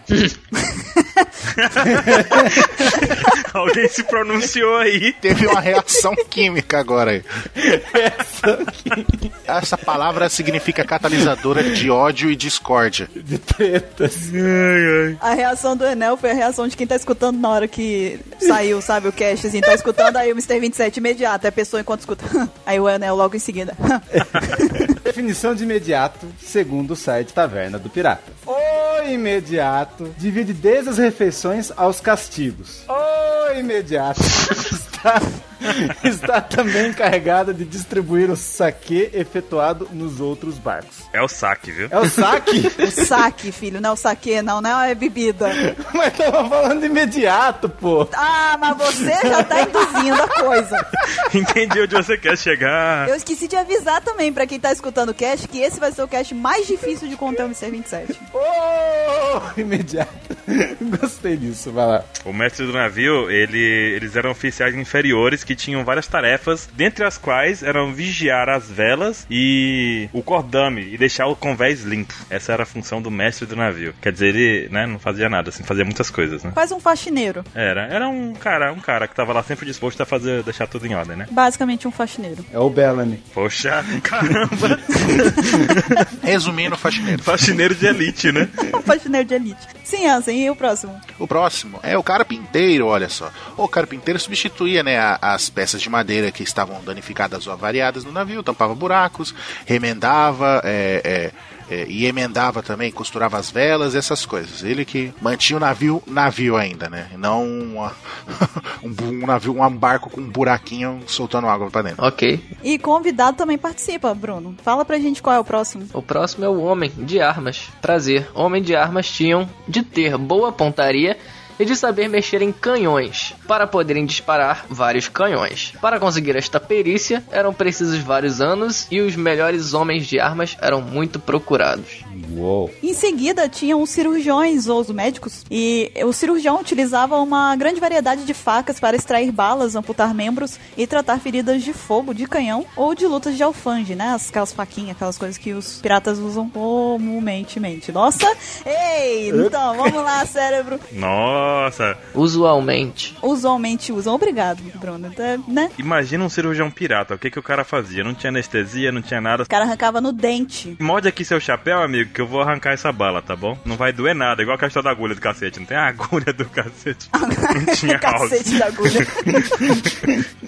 Alguém se pronunciou aí. Teve uma reação química agora aí. Essa palavra significa catalisadora de ódio e discórdia. De tretas. A reação do Enel foi a reação de quem tá escutando na hora que saiu, sabe, o cast, assim, tá escutando, aí o Mr. 27 imediato, é a pessoa enquanto escuta. Aí o Enel logo em seguida. Definição de imediato, segundo o site Taverna do Pirata. O imediato divide desde as refeições aos castigos. O imediato está, está também encarregado de distribuir o saque efetuado nos outros barcos. É o saque, viu? É o saque? O saque, filho, não é o saque, não, não é bebida. Mas tava falando de imediato, pô. Ah, mas você já tá induzindo a coisa. Entendi onde você quer chegar. Eu esqueci de avisar também pra quem tá escutando o cast que esse vai ser o cast mais difícil de conter o Mr. 27. O imediato. Gostei disso, vai lá. O mestre do navio, ele, eles eram oficiais inferiores que tinham várias tarefas, dentre as quais eram vigiar as velas e o cordame e deixar o convés limpo. Essa era a função do mestre do navio. Quer dizer, ele, né, não fazia nada, assim, fazia muitas coisas, né? Quase um faxineiro. Era, era um cara, um cara que tava lá sempre disposto a fazer, deixar tudo em ordem, né? Basicamente um faxineiro. É o Bellamy. Poxa, caramba, Resumindo, faxineiro. faxineiro de elite, né? Um faxineiro de elite. Sim, Ansem, e o próximo? O próximo é o carpinteiro, olha só. O carpinteiro substituía né, a- as peças de madeira que estavam danificadas ou avariadas no navio, tampava buracos, remendava é, é, é, e emendava também, costurava as velas, essas coisas. Ele que mantinha o navio navio ainda, né? E Não uma- um, bu- um navio, um barco com um buraquinho soltando água pra dentro. Ok. E convidado também participa, Bruno. Fala pra gente qual é o próximo. O próximo é o Homem de Armas. Prazer. Homem de Armas tinham de ter boa pontaria e de saber mexer em canhões, para poderem disparar vários canhões. Para conseguir esta perícia, eram precisos vários anos e os melhores homens de armas eram muito procurados. Uou. Em seguida, tinham os cirurgiões ou os médicos, e o cirurgião utilizava uma grande variedade de facas para extrair balas, amputar membros e tratar feridas de fogo, de canhão ou de lutas de alfange, né? As- Aquelas faquinhas, aquelas coisas que os piratas usam comumente. Nossa! Ei! Então, vamos lá, cérebro. Nossa! Usualmente, Usualmente usam. Obrigado, Bruno. Tá, né? Imagina um cirurgião pirata, o que, que o cara fazia? Não tinha anestesia, não tinha nada. O cara arrancava no dente. Morde aqui seu chapéu, amigo, que eu vou arrancar essa bala, tá bom? Não vai doer nada, igual a questão da agulha do cacete. Não tem a agulha do cacete. Não tinha alça. Cacete da agulha.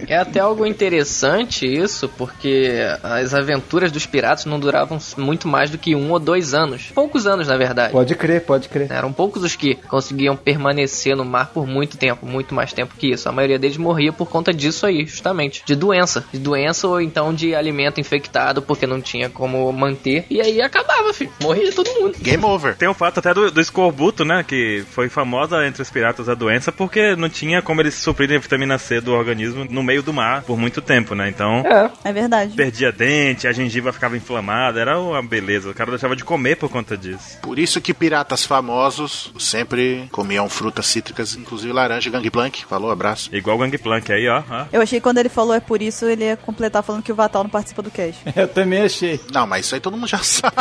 É até algo interessante isso, porque as aventuras dos piratas não duravam muito mais do que um ou dois anos. Poucos anos, na verdade. Pode crer, pode crer. né? Eram poucos os que conseguiam permanecer no mar por muito tempo, muito mais tempo que isso. A maioria deles morria por conta disso aí, justamente. De doença. De doença ou então de alimento infectado, porque não tinha como manter. E aí acabava, filho. Morria todo mundo. Game over. Tem o fato até do, do escorbuto, né? Que foi famosa entre os piratas a doença, porque não tinha como eles suprirem a vitamina C do organismo no meio do mar por muito tempo, né? Então. É. É verdade. Perdia dente, a gengiva ficava inflamada, era uma beleza. O cara deixava de comer por conta disso. Por isso que piratas famosos sempre comiam frutas cítricas, inclusive laranja, Gangplank. Falou, abraço. Igual o Gangplank aí, ó. ó. Eu achei que quando ele falou é por isso, ele ia completar falando que o Vatal não participa do cast. Eu também achei. Não, mas isso aí todo mundo já sabe.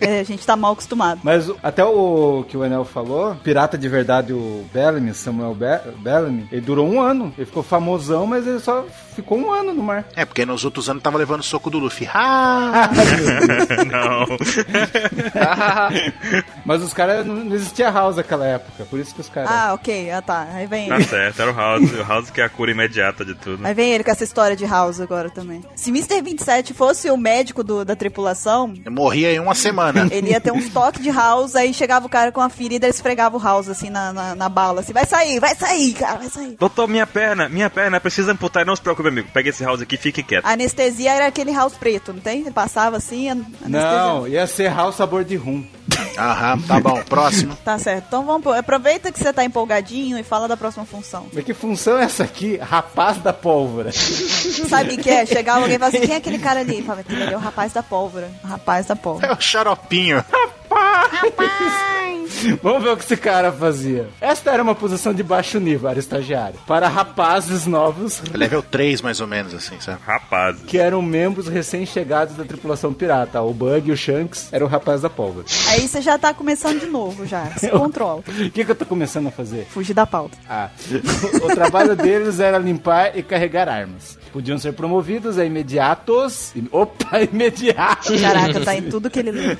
É, a gente tá mal acostumado. Mas o- até o que o Enel falou, pirata de verdade, o Bellamy, Samuel Be- Bellamy, ele durou um ano. Ele ficou famosão, mas ele só ficou um ano no mar. É, porque nos outros anos tava levando soco do Luffy. Ah! não. Mas os caras não não existia house naquela época. Por isso que os caras. Ah, ok. Ah, tá. Aí vem Tá ele. certo, era o House. O House que é a cura imediata de tudo. Aí vem ele com essa história de House agora também. Se Mr. 27 fosse o médico do- da tripulação, Eu morria em uma semana. ele ia ter um toque de House, aí chegava o cara com a ferida, ele esfregava o House assim na, na, na bala, assim, vai sair, vai sair, cara, vai sair. Doutor, minha perna, minha perna, precisa amputar, não se preocupe, amigo. Pega esse House aqui e fique quieto. A anestesia era aquele House preto, não tem? Ele passava assim, an- anestesia. não, ia ser house sabor de rum. Aham, tá bom, próximo. Tá certo. Então vamos, pro- aproveita que você tá empolgadinho e fala da próxima função. Mas que função é essa aqui? Rapaz da pólvora. Sabe o que é? Chegar alguém e falar assim, quem é aquele cara ali? Fala, aquele ali é o rapaz da pólvora. O rapaz da pólvora. É o xaropinho. Vamos ver o que esse cara fazia. Esta era uma posição de baixo nível, era estagiário. Para rapazes novos Level 3, mais ou menos, assim, sabe? Rapaz. que eram membros recém-chegados da tripulação pirata. O Bug e o Shanks era o rapaz da pólvora. Aí você já tá começando de novo, já. Se controla. O que, que eu tô começando a fazer? Fugir da pauta. Ah, o trabalho deles era limpar e carregar armas. Podiam ser promovidos a imediatos. Opa, imediatos! Caraca, tá em tudo que ele lê.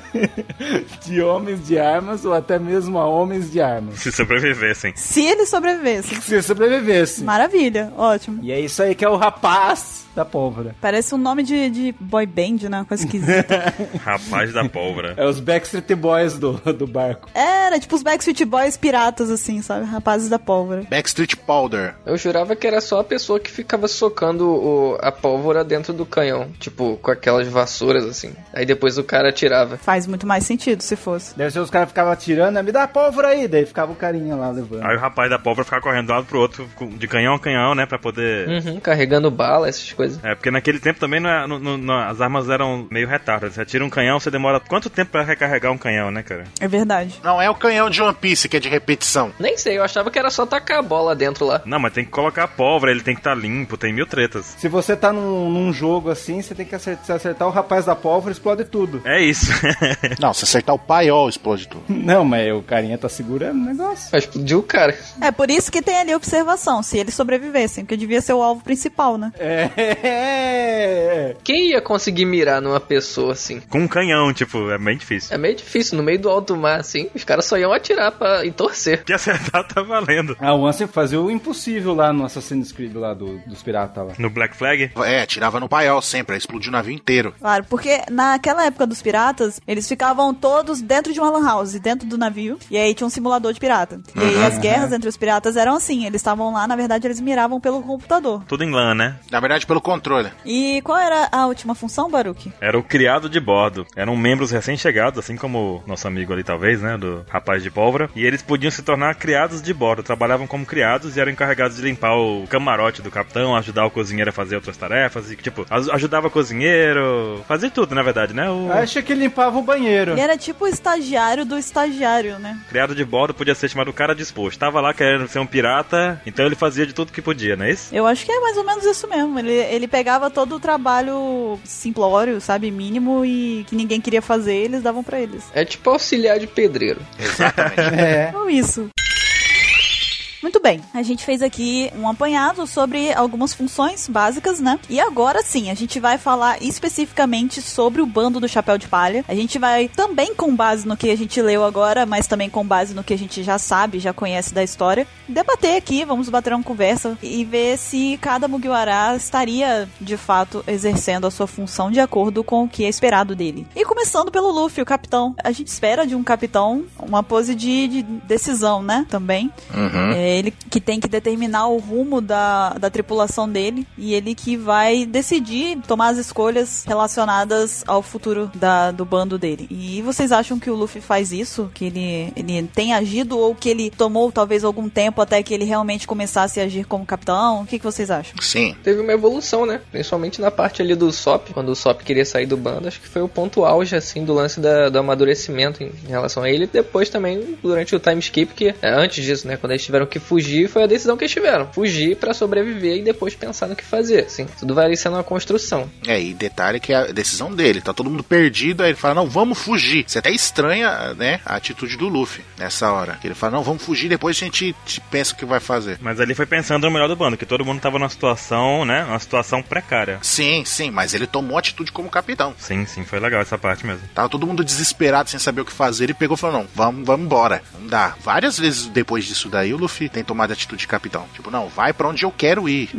De homens de armas ou até mesmo a homens de armas. Se sobrevivessem. Se ele sobrevivesse. Se sobrevivesse. Maravilha, ótimo. E é isso aí que é o rapaz da pólvora. Parece um nome de, de boy band, né? Uma coisa esquisita. Rapaz da pólvora. É os Backstreet Boys do, do barco. Era tipo os Backstreet Boys piratas, assim, sabe? Rapazes da pólvora. Backstreet Powder. Eu jurava que era só a pessoa que ficava socando o- a pólvora dentro do canhão. Tipo, com aquelas vassouras assim. Aí depois o cara atirava. Faz muito mais sentido se fosse. Deve ser os caras ficavam atirando, "Ah, me dá a pólvora aí. Daí ficava o carinha lá levando. Aí o rapaz da pólvora ficava correndo de um lado pro outro, com- de canhão a canhão, né? Pra poder. Uhum, carregando bala, essas coisas. É, porque naquele tempo também não é- não- não- não- as armas eram meio retardas. Você atira um canhão, você demora quanto tempo pra recarregar um canhão, né, cara? É verdade. Não, é o canhão de One Piece, que é de repetição. Nem sei, eu achava que era só tacar a bola dentro lá. Não, mas tem que colocar a pólvora, ele tem que estar limpo, tem mil tretas. Se você tá num, num jogo assim, você tem que acertar, se acertar o rapaz da pólvora, explode tudo. É isso. Não, se acertar o paiol, explode tudo. Não, mas o carinha tá segurando o negócio. Mas explodiu o cara. É por isso que tem ali a observação, se eles sobrevivessem, porque devia ser o alvo principal, né? É. Quem ia conseguir mirar numa pessoa assim? com um canhão, tipo, é bem difícil. É meio difícil, no meio do alto mar, assim, os caras só iam atirar pra... e torcer. Que acertar tá valendo. A Once fazia o impossível lá no Assassin's Creed lá do, dos piratas lá. No Black Flag? É, tirava no paiol sempre, aí explodiu o navio inteiro. Claro, porque naquela época dos piratas, eles ficavam todos dentro de uma lan house, dentro do navio, e aí tinha um simulador de pirata. E aí as guerras entre os piratas eram assim, eles estavam lá, na verdade eles miravam pelo computador. Tudo em LAN, né? Na verdade, pelo controle. E qual era a última função, Baruque? Era o criado de bordo. Eram membros recém-chegados, assim como o nosso amigo ali, talvez, né? Do rapaz de pólvora. E eles podiam se tornar criados de bordo. Trabalhavam como criados e eram encarregados de limpar o camarote do capitão, ajudar o cozinheiro a fazer outras tarefas. E, tipo, aj- ajudava o cozinheiro. Fazia tudo, na verdade, né? O Acha que limpava o banheiro. Ele era tipo o estagiário do estagiário, né? criado de bordo podia ser chamado cara disposto. Tava lá querendo ser um pirata, então ele fazia de tudo que podia, não é isso? Eu acho que é mais ou menos isso mesmo. Ele, ele pegava todo o trabalho simplório, sabe, mínimo e que ninguém queria fazer, eles davam pra eles. É tipo auxiliar de pedreiro. Exatamente. É. Então isso. Muito bem, a gente fez aqui um apanhado sobre algumas funções básicas, né? E agora sim, a gente vai falar especificamente sobre o bando do Chapéu de Palha. A gente vai também com base no que a gente leu agora, mas também com base no que a gente já sabe, já conhece da história, debater aqui, vamos bater uma conversa e ver se cada Mugiwara estaria de fato exercendo a sua função de acordo com o que é esperado dele. E começando pelo Luffy, o capitão. A gente espera de um capitão uma pose de- de decisão, né? Também. Uhum. É ele que tem que determinar o rumo da, da tripulação dele e ele que vai decidir tomar as escolhas relacionadas ao futuro da, do bando dele. E vocês acham que o Luffy faz isso? Que ele, ele tem agido ou que ele tomou talvez algum tempo até que ele realmente começasse a agir como capitão? O que, que vocês acham? Sim. Teve uma evolução, né? Principalmente na parte ali do Sop, quando o Sop queria sair do bando, acho que foi o ponto auge, assim, do lance da- do amadurecimento em em relação a ele. Depois também, durante o time skip, que é, antes disso, né? Quando eles tiveram que fugir, foi a decisão que eles tiveram. Fugir pra sobreviver e depois pensar no que fazer, assim. Tudo vai ali sendo uma construção. É, e detalhe que é a decisão dele. Tá todo mundo perdido, aí ele fala, não, vamos fugir. Você até estranha, né, a atitude do Luffy nessa hora. Ele fala, não, vamos fugir, depois a gente te pensa o que vai fazer. Mas ali foi pensando no melhor do bando, que todo mundo tava numa situação, né? Uma situação precária. Sim, sim, mas ele tomou atitude como capitão. Sim, sim, foi legal essa parte mesmo. Tava todo mundo desesperado, sem saber o que fazer. Ele pegou e falou: Não, vamos, vamos embora. Não dá. Várias vezes depois disso daí, o Luffy tem tomado a atitude de capitão. Tipo, não, vai pra onde eu quero ir.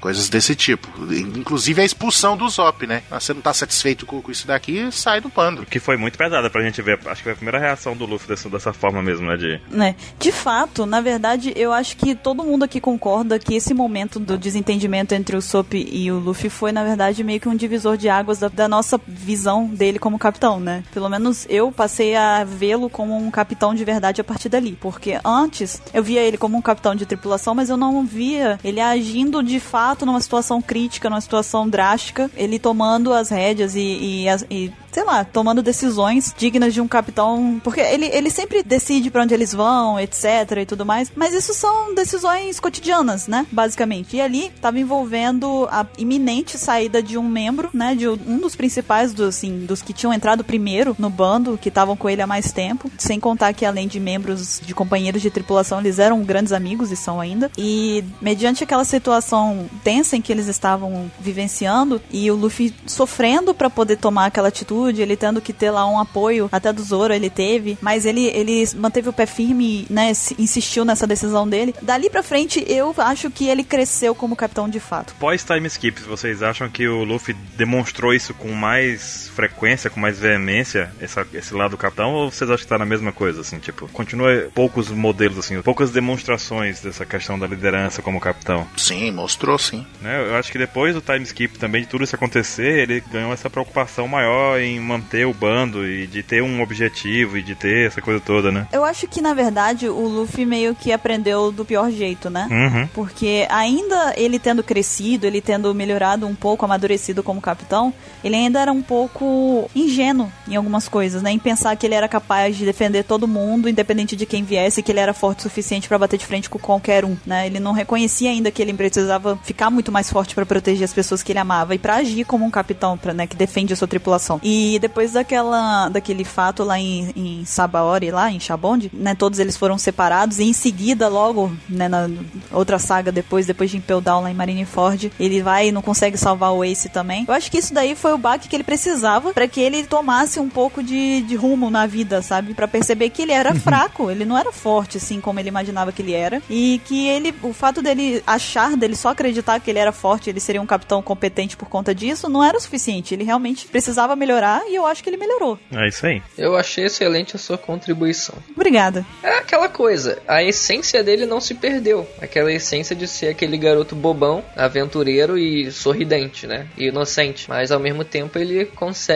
Coisas desse tipo. Inclusive a expulsão do Zop, né? Ah, Você não tá satisfeito com, com isso daqui, sai do bando. O que foi muito pesada pra gente ver. Acho que foi a primeira reação do Luffy dessa, dessa forma mesmo, né? De né? De fato, na verdade, eu acho que todo mundo aqui concorda que esse momento do desentendimento entre o Sop e o Luffy foi, na verdade, meio que um divisor de águas da, da nossa visão dele como capitão, né? Pelo menos eu passei a vê-lo como um capitão de verdade a partir dali. Porque antes eu via ele como um capitão de tripulação, mas eu não via ele agindo de fato numa situação crítica, numa situação drástica, ele tomando as rédeas e- e as- e sei lá, tomando decisões dignas de um capitão, porque ele, ele sempre decide pra onde eles vão, etc e tudo mais, mas isso são decisões cotidianas, né, basicamente. E ali tava envolvendo a iminente saída de um membro, né, de um dos principais dos, assim, dos que tinham entrado primeiro no bando, que estavam com ele há mais tempo, sem contar que além de membros de companheiros de tripulação, eles eram grandes amigos e são ainda. E mediante aquela situação tensa em que eles estavam vivenciando e o Luffy sofrendo pra poder tomar aquela atitude, ele tendo que ter lá um apoio até do Zoro, ele teve, mas ele ele manteve o pé firme, né, se- insistiu nessa decisão dele. Dali pra frente, eu acho que ele cresceu como capitão de fato. pós-time skips, vocês acham que o Luffy demonstrou isso com mais frequência, com mais veemência, essa- esse lado do capitão, ou vocês acham que tá na mesma coisa, assim, tipo, continua poucos modelos, assim, poucas demonstrações dessa questão da liderança como capitão, Sim, mostrou sim. né? Eu acho que depois do time skip também, de tudo isso acontecer, ele ganhou essa preocupação maior em manter o bando e de ter um objetivo e de ter essa coisa toda, né? Eu acho que na verdade o Luffy meio que aprendeu do pior jeito, né? Uhum. Porque ainda ele tendo crescido, ele tendo melhorado um pouco, amadurecido como capitão, ele ainda era um pouco ingênuo em algumas coisas, né? Em pensar que ele era capaz de defender todo mundo, independente de quem viesse, que ele era forte o suficiente pra bater de frente com qualquer um, né? Ele não reconhecia ainda que ele precisava ficar muito mais forte pra proteger as pessoas que ele amava e pra agir como um capitão, pra, né, que defende a sua tripulação. E depois daquela, daquele fato lá em, em Sabaori, lá em Shabond, né, todos eles foram separados e em seguida logo, né, na outra saga depois, depois de Impel Down lá em Marineford, ele vai e não consegue salvar o Ace também. Eu acho que isso daí foi o baque que ele precisava pra que ele tomasse um pouco de, de rumo na vida, sabe? Pra perceber que ele era fraco, ele não era forte assim como ele imaginava que ele era e que ele, o fato dele achar, dele só acreditar que ele era forte, ele seria um capitão competente por conta disso, não era o suficiente. Ele realmente precisava melhorar melhorar e eu acho que ele melhorou. É isso aí. Eu achei excelente a sua contribuição. Obrigada. É aquela coisa, a essência dele não se perdeu. Aquela essência de ser aquele garoto bobão, aventureiro e sorridente, né? E inocente. Mas ao mesmo tempo ele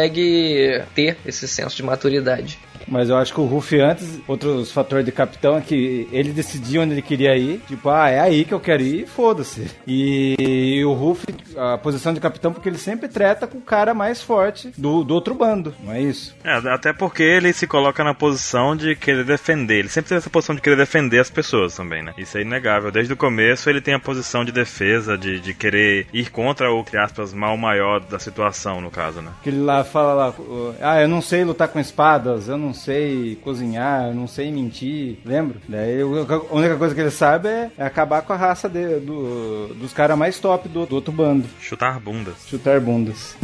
consegue ter esse senso de maturidade. Mas eu acho que o Ruff antes, outros fatores de capitão é que ele decidia onde ele queria ir. Tipo, ah, é aí que eu quero ir, foda-se. E, e o Ruff, a posição de capitão, porque ele sempre treta com o cara mais forte do, do outro bando, não é isso? É, até porque ele se coloca na posição de querer defender. Ele sempre teve essa posição de querer defender as pessoas também, né? Isso é inegável. Desde o começo ele tem a posição de defesa, de, de querer ir contra o, entre aspas, mal maior da situação, no caso, né? Que ele lá fala lá, ah, eu não sei lutar com espadas, eu não sei cozinhar, eu não sei mentir, lembra? Daí o- a única coisa que ele sabe é, é acabar com a raça de- do- dos caras mais top do, do outro bando. Chutar bundas. Chutar bundas.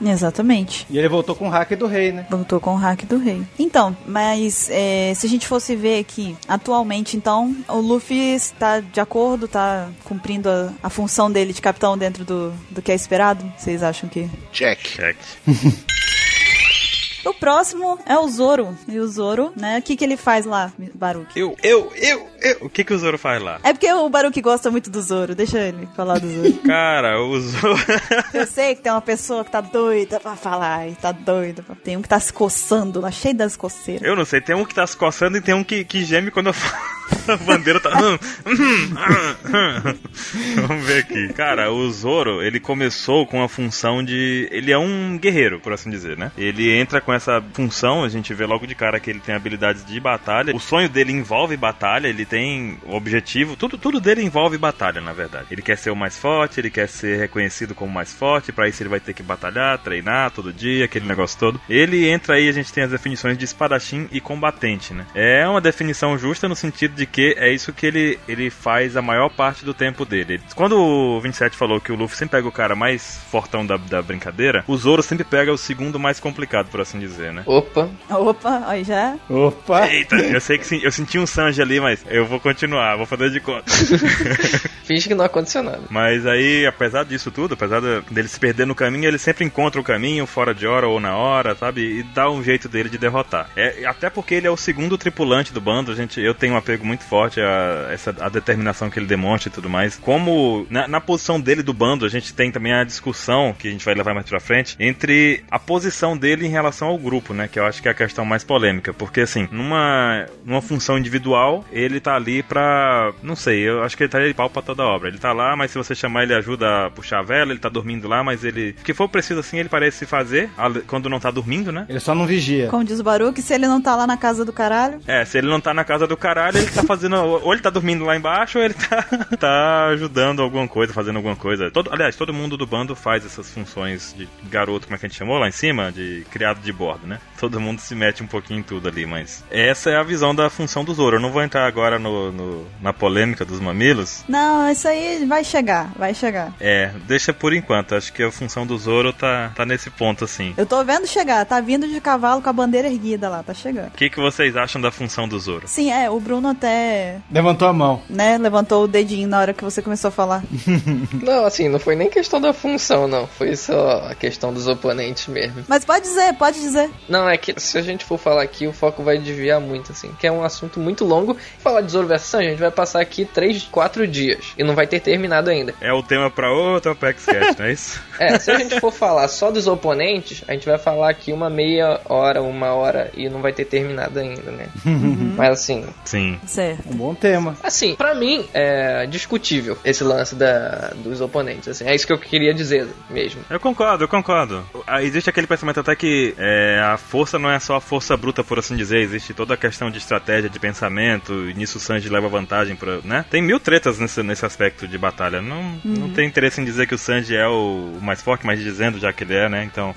Exatamente. E ele voltou com o hack do rei, né? Voltou com o hack do rei. Então, mas é, se a gente fosse ver aqui, atualmente, então, o Luffy está de acordo, está cumprindo a, a função dele de capitão dentro do, do que é esperado? Vocês acham que. Check. Check. O próximo é o Zoro. E o Zoro, né? O que, que ele faz lá, Baruque? Eu, eu, eu, eu. O que, que o Zoro faz lá? É porque o Baruque gosta muito do Zoro, deixa ele falar do Zoro. Cara, o Zoro. Eu sei que tem uma pessoa que tá doida pra falar e tá doida. Pra... Tem um que tá se coçando lá, cheio das coceiras. Eu não sei, tem um que tá se coçando e tem um que, que geme quando eu falo. A bandeira tá. Hum, hum, hum, hum. Vamos ver aqui. Cara, o Zoro, ele começou com a função de. Ele é um guerreiro, por assim dizer, né? Ele entra com essa função, a gente vê logo de cara que ele tem habilidades de batalha. O sonho dele envolve batalha, ele tem objetivo, tudo, tudo dele envolve batalha, na verdade. Ele quer ser o mais forte, ele quer ser reconhecido como mais forte, pra isso ele vai ter que batalhar, treinar todo dia, aquele negócio todo. Ele entra aí, a gente tem as definições de espadachim e combatente, né? É uma definição justa no sentido de que é isso que ele, ele faz a maior parte do tempo dele. Quando o 27 falou que o Luffy sempre pega o cara mais fortão da, da brincadeira, o Zoro sempre pega o segundo mais complicado, por assim dizer, né? Opa, Opa, aí já. é. Opa! Eita, eu sei que sim, eu senti um Sanji ali, mas eu vou continuar, vou fazer de conta. finge que não aconteceu nada. Mas aí, apesar disso tudo, apesar da- dele se perder no caminho, ele sempre encontra o caminho, fora de hora ou na hora, sabe? E dá um jeito dele de derrotar. É, até porque ele é o segundo tripulante do bando, a gente, eu tenho um apego muito forte a, essa, a determinação que ele demonstra e tudo mais. Como na, na posição dele do bando, a gente tem também a discussão, que a gente vai levar mais pra frente, entre a posição dele em relação ao grupo, né? Que eu acho que é a questão mais polêmica. Porque, assim, numa, numa função individual, ele tá ali pra. Não sei, eu acho que ele tá ali de pau pra toda obra. Ele tá lá, mas se você chamar ele ajuda a puxar a vela, ele tá dormindo lá, mas ele. O que for preciso assim, ele parece fazer ale- quando não tá dormindo, né? Ele só não vigia. Como diz o Baruque, se ele não tá lá na casa do caralho. É, se ele não tá na casa do caralho, ele tá fazendo. ou ele tá dormindo lá embaixo, ou ele tá, tá ajudando alguma coisa, fazendo alguma coisa. Todo, aliás, todo mundo do bando faz essas funções de garoto, como é que a gente chamou lá em cima? De criado de bordo, né? Todo mundo se mete um pouquinho em tudo ali, mas. Essa é a visão da função do Zoro. Eu não vou entrar agora no, no- na polêmica dos mamilos. Não, isso aí vai chegar, vai chegar. É, deixa por enquanto. Acho que a função do Zoro tá, tá nesse ponto, assim. Eu tô vendo chegar, tá vindo de cavalo com a bandeira erguida lá, tá chegando. O que, que vocês acham da função do Zoro? Sim, é, o Bruno até, Levantou a mão. né, levantou o dedinho na hora que você começou a falar. Não, assim, não foi nem questão da função, não. Foi só a questão dos oponentes mesmo. Mas pode dizer, pode dizer. Não, é que se a gente for falar aqui, o foco vai desviar muito, assim, que é um assunto muito longo. Falar de Zoro versus Sanji, a gente vai passar aqui 3, 4 dias e não vai ter terminado ainda. É o tema pra outro PaxCast, não é isso? É, se a gente for falar só dos oponentes, a gente vai falar aqui uma meia hora, uma hora e não vai ter terminado ainda, né? Mas assim, Sim. Certo. Um bom tema. assim, pra mim é discutível esse lance da, dos oponentes, assim, é isso que eu queria dizer mesmo. Eu concordo, eu concordo. Ah, Existe aquele pensamento até que é, a força não é só a força bruta, por assim dizer. Existe toda a questão de estratégia, de pensamento. E nisso o Sanji leva vantagem, pra, né? Tem mil tretas nesse, nesse aspecto de batalha. Não, não tem interesse em dizer que o Sanji é o mais forte, mas dizendo já que ele é, né? Então,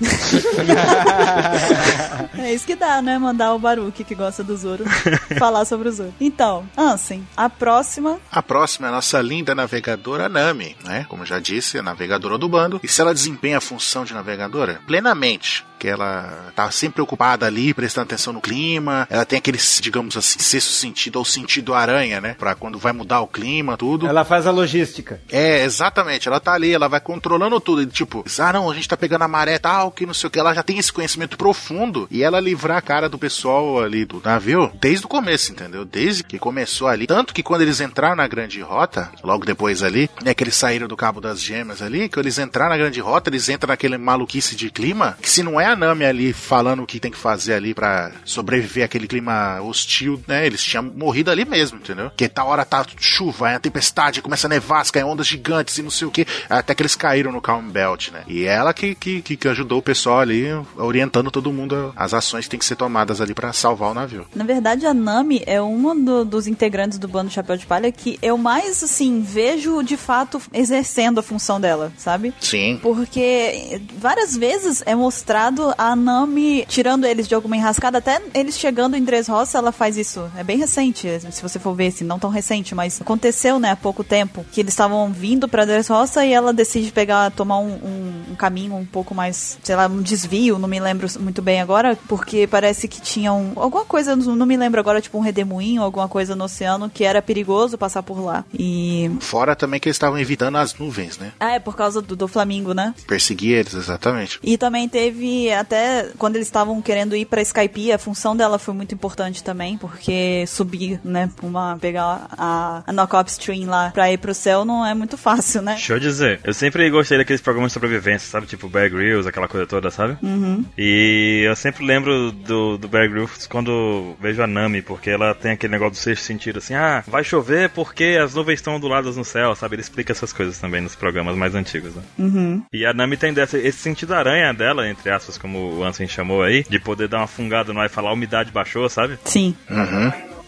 É isso que dá, né? Mandar o Baruque, que gosta do Zoro, falar sobre o Zoro. Então, Ansem, a próxima. A próxima é a nossa linda navegadora Nami, né? Como eu já disse, é a navegadora do bando. E se ela desempenha a função de navegadora? Plenamente. que ela tá sempre ocupada ali, prestando atenção no clima. Ela tem aquele, digamos assim, sexto sentido ou sentido aranha, né? Pra quando vai mudar o clima, tudo. Ela faz a logística. É, exatamente. Ela tá ali, ela vai controlando tudo. E, tipo, ah, não, a gente tá pegando a maré tal, que não sei o que. Ela já tem esse conhecimento profundo e ela livrar a cara do pessoal ali do navio desde o começo, entendeu? Desde que começou ali. Tanto que quando eles entraram na grande rota, logo depois ali, né, que eles saíram do Cabo das Gemas ali, que eles entraram na grande rota, eles entram naquele maluquice de clima, que se não é a Nami ali falando o que tem que fazer ali para sobreviver àquele clima hostil, né, eles tinham morrido ali mesmo, entendeu? Que tá hora tá chuva, é a tempestade, começa a nevasca, é ondas gigantes e não sei o que, até que eles caíram no Calm Belt, né? E ela que, que, que ajudou o pessoal ali, orientando todo mundo as ações que tem que ser tomadas ali para salvar o navio. Na verdade, a Nami é uma do- dos integrantes do bando Chapéu de Palha que eu mais, assim, vejo de fato exercendo a função dela, sabe? Sim. Porque várias vezes é mostrado a Nami tirando eles de alguma enrascada, até eles chegando em Dres Roça, ela faz isso. É bem recente, se você for ver, assim, não tão recente, mas aconteceu, né, há pouco tempo, que eles estavam vindo pra Dres Roça e ela decide pegar, tomar um, um- um caminho um pouco mais, sei lá, um desvio, não me lembro muito bem agora, porque parece que tinham alguma coisa, não me lembro agora, tipo um redemoinho, alguma coisa no oceano que era perigoso passar por lá. E. Fora também que eles estavam evitando as nuvens, né? Ah, é por causa do, do Flamingo, né? Perseguir eles, exatamente. E também teve, até quando eles estavam querendo ir pra Skype, a função dela foi muito importante também, porque subir, né, pra uma, pegar a, a knock-up stream lá pra ir pro céu não é muito fácil, né? Deixa eu dizer, eu sempre gostei daqueles programas de sobrevivência, sabe? Tipo Bear Grylls, aquela coisa toda, sabe? Uhum. E eu sempre lembro do, do Bear Grylls quando vejo a Nami, porque ela tem aquele negócio do sexto sentido, assim, ah, vai chover porque as nuvens estão onduladas no céu, sabe? Ele explica essas coisas também nos programas mais antigos, né? Uhum. E a Nami tem dessa, esse sentido aranha dela, entre aspas, como o Ansem chamou aí, de poder dar uma fungada no ar e falar a umidade baixou, sabe? Sim.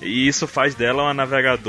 E isso faz dela uma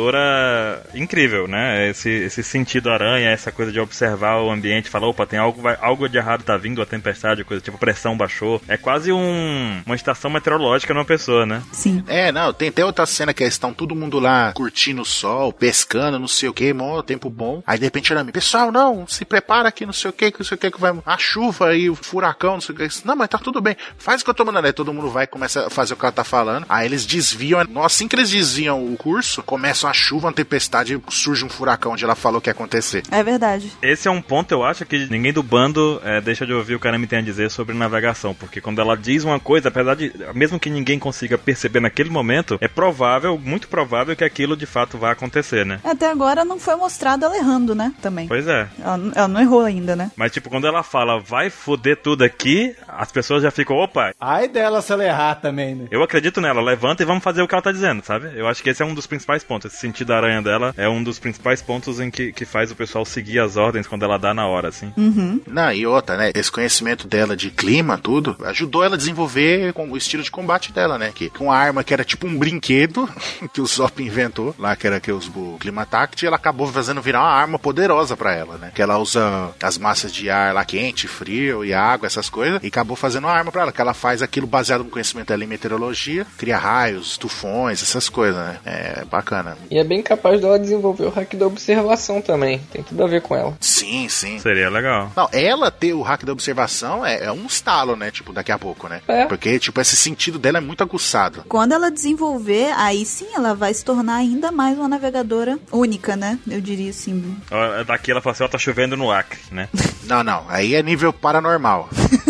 navegadora incrível, né? Esse, esse sentido aranha, essa coisa de observar o ambiente, falar, opa, tem algo, vai- algo de errado, tá vindo a tempestade, coisa tipo, pressão baixou. É quase um- uma estação meteorológica numa pessoa, né? Sim. É, não, tem até outra cena que eles estão todo mundo lá curtindo o sol, pescando, não sei o que, mó tempo bom. Aí de repente ela me, pessoal, não, se prepara aqui, não sei o que, que não sei o que, que vai. A chuva e o furacão, não sei o que. Não, mas tá tudo bem, faz o que eu tô mandando. Aí todo mundo vai, começa a fazer o que ela tá falando. Aí eles desviam, nossa, assim que eles desviam o curso, começa a chuva, uma tempestade, surge um furacão onde ela falou que ia acontecer. É verdade. Esse é um ponto, eu acho, que ninguém do bando é, deixa de ouvir o que a Nami tem a dizer sobre navegação, porque quando ela diz uma coisa, apesar de, mesmo que ninguém consiga perceber naquele momento, é provável, muito provável que aquilo de fato vá acontecer, né? Até agora não foi mostrado ela errando, né? Também. Pois é. Ela, n- ela não errou ainda, né? Mas, tipo, quando ela fala, vai foder tudo aqui, as pessoas já ficam, opa, Ai dela é se ela errar também, né? eu acredito nela, levanta e vamos fazer o que ela tá dizendo, sabe? Eu acho que esse é um dos principais pontos. Esse sentido da aranha dela é um dos principais pontos em que, que faz o pessoal seguir as ordens quando ela dá na hora, assim. Uhum. Não, e outra, né? Esse conhecimento dela de clima, tudo, ajudou ela a desenvolver com- o estilo de combate dela, né? Que com a arma que era tipo um brinquedo que o Zop inventou, lá que era que os, o Climatact, ela acabou fazendo virar uma arma poderosa pra ela, né? Que ela usa as massas de ar lá quente, frio e água, essas coisas, e acabou fazendo uma arma pra ela, que ela faz aquilo baseado no conhecimento dela em meteorologia, cria raios, tufões, essas coisas, né? É bacana. E é bem capaz dela desenvolver o hack da observação também. Tem tudo a ver com ela. Sim, sim. Seria legal. Não, ela ter o hack da observação é, é um estalo, né? Tipo, daqui a pouco, né? É. Porque, tipo, esse sentido dela é muito aguçado. Quando ela desenvolver, aí sim ela vai se tornar ainda mais uma navegadora única, né? Eu diria assim. Ó, Daqui ela fala assim, ó, tá chovendo no Acre, né? Não, não. Aí é nível paranormal.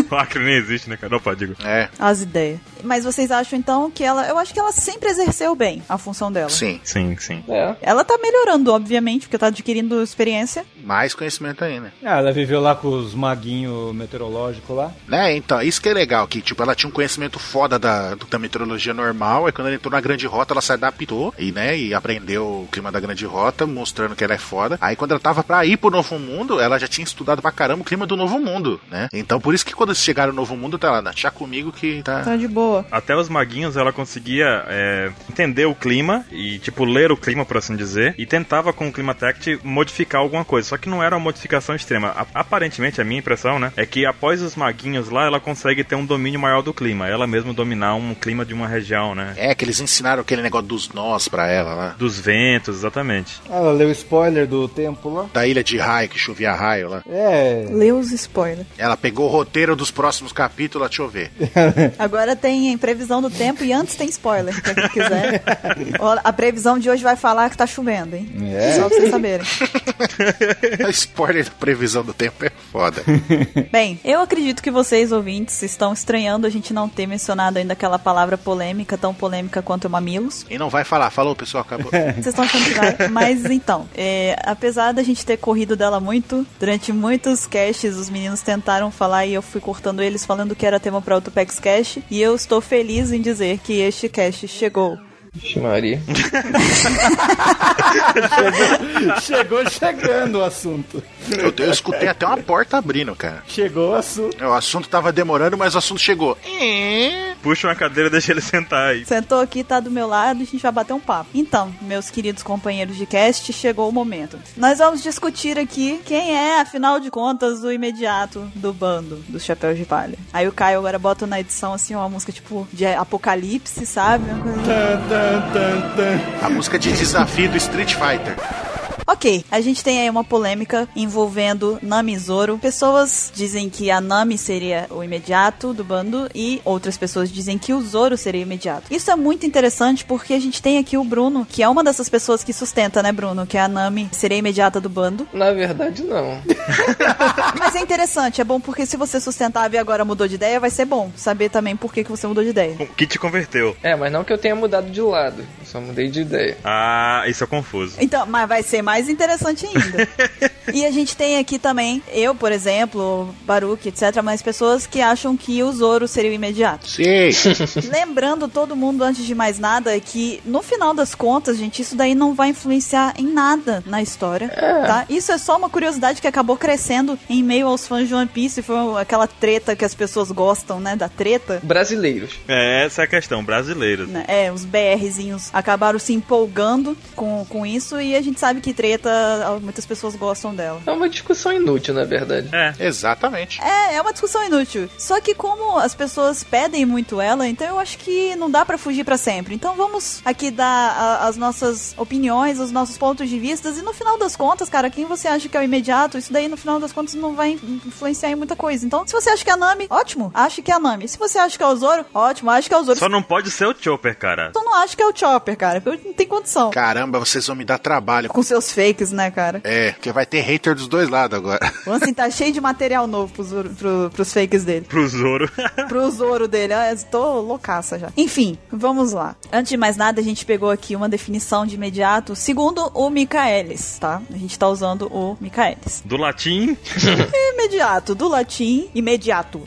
o Acre nem existe, né, cara? Opa, digo. É, As ideias. Mas vocês acham então que ela. Eu acho que ela sempre exerceu bem a função dela. sim. Sim, sim. É. Ela tá melhorando, obviamente, porque tá adquirindo experiência. Mais conhecimento ainda. Ah, ela viveu lá com os maguinhos meteorológicos lá. Né, então, isso que é legal, que, tipo, ela tinha um conhecimento foda da, do- da meteorologia normal, aí quando ela entrou na Grande Rota, ela se adaptou e, né, e aprendeu o clima da Grande Rota, mostrando que ela é foda. Aí quando ela tava pra ir pro Novo Mundo, ela já tinha estudado pra caramba o clima do Novo Mundo, né? Então, por isso que quando eles chegaram no Novo Mundo, tá lá, deixa comigo que tá... Tá de boa. boa. Até os maguinhos ela conseguia é, entender o clima e, tipo, ler o clima, por assim dizer, e tentava com o Climatect modificar alguma coisa. Só que não era uma modificação extrema. A- aparentemente, a minha impressão, né, é que após os maguinhos lá, ela consegue ter um domínio maior do clima. Ela mesma dominar um clima de uma região, né? É, que eles ensinaram aquele negócio dos nós pra ela lá. Dos ventos, exatamente. Ela leu spoiler do tempo lá. Da ilha de raio, que chovia raio lá. É. Leu os spoilers. Ela pegou o roteiro dos próximos capítulos, deixa eu ver. Agora tem previsão do tempo e antes tem spoiler, pra quem quiser. Ó, a previsão de hoje vai falar que tá chovendo, hein? É. Só pra vocês saberem. Spoiler da previsão do tempo é foda. Bem, eu acredito que vocês, ouvintes, estão estranhando a gente não ter mencionado ainda aquela palavra polêmica, tão polêmica quanto mamilos. E não vai falar, falou pessoal, acabou. Vocês estão achando que vai. Mas então, é, apesar da gente ter corrido dela muito, durante muitos caches os meninos tentaram falar e eu fui cortando eles falando que era tema para outro PEX Cache. E eu estou feliz em dizer que este cache chegou. Vixe, Maria. Chegou chegando o assunto. Eu, eu escutei até uma porta abrindo, cara. Chegou o assunto. O assunto tava demorando, mas o assunto chegou. Puxa uma cadeira e deixa ele sentar aí. Sentou aqui, tá do meu lado e a gente vai bater um papo. Então, meus queridos companheiros de cast, chegou o momento. Nós vamos discutir aqui quem é, afinal de contas, o imediato do bando do Chapéu de Palha. Aí o Caio agora bota na edição assim uma música tipo de apocalipse, sabe? Uma coisa... A música de desafio do Street Fighter. Ok, a gente tem aí uma polêmica envolvendo Nami e Zoro. Pessoas dizem que a Nami seria o imediato do bando e outras pessoas dizem que o Zoro seria o imediato. Isso é muito interessante porque a gente tem aqui o Bruno, que é uma dessas pessoas que sustenta, né, Bruno, que a Nami seria a imediata do bando. Na verdade, não. Mas é interessante, é bom porque se você sustentava e agora mudou de ideia, vai ser bom saber também por que, que você mudou de ideia. O que te converteu? É, mas não que eu tenha mudado de lado. Eu só mudei de ideia. Ah, isso é confuso. Então, mas vai ser mais interessante ainda. e a gente tem aqui também, eu, por exemplo, Baruque, etc., mas pessoas que acham que o Zoro seria o imediato. Sei. Lembrando todo mundo, antes de mais nada, que no final das contas, gente, isso daí não vai influenciar em nada na história, tá? Isso é só uma curiosidade que acabou crescendo em meio aos fãs de One Piece, foi aquela treta que as pessoas gostam, né, da treta. Brasileiros. É, essa é a questão, brasileiros. né? É, os BRzinhos acabaram se empolgando com, com isso e a gente sabe que treta, ah, muitas pessoas gostam dela. É uma discussão inútil, na verdade. É. Exatamente. É, é uma discussão inútil. Só que como as pessoas pedem muito ela, então eu acho que não dá pra fugir pra sempre. Então vamos aqui dar a- as nossas opiniões, os nossos pontos de vista e no final das contas, cara, quem você acha que é o imediato, isso daí no final das contas não vai in- influenciar em muita coisa. Então, se você acha que é a Nami, ótimo, acho que é a Nami. Se você acha que é o Zoro, ótimo, acho que é o Zoro. Só não pode ser o Chopper, cara. Então não acho que é o Chopper, cara, porque não tem condição. Caramba, vocês vão me dar trabalho. Com seus fakes, né, cara? É, porque vai ter hater dos dois lados agora. O Ansem tá cheio de material novo pros, pro- pros fakes dele. Pro Zoro. Pro Zoro dele. Ah, eu tô loucaça já. Enfim, vamos lá. Antes de mais nada, a gente pegou aqui uma definição de imediato, segundo o Michaelis, tá? A gente tá usando o Michaelis. Do latim. Imediato, do latim, imediato.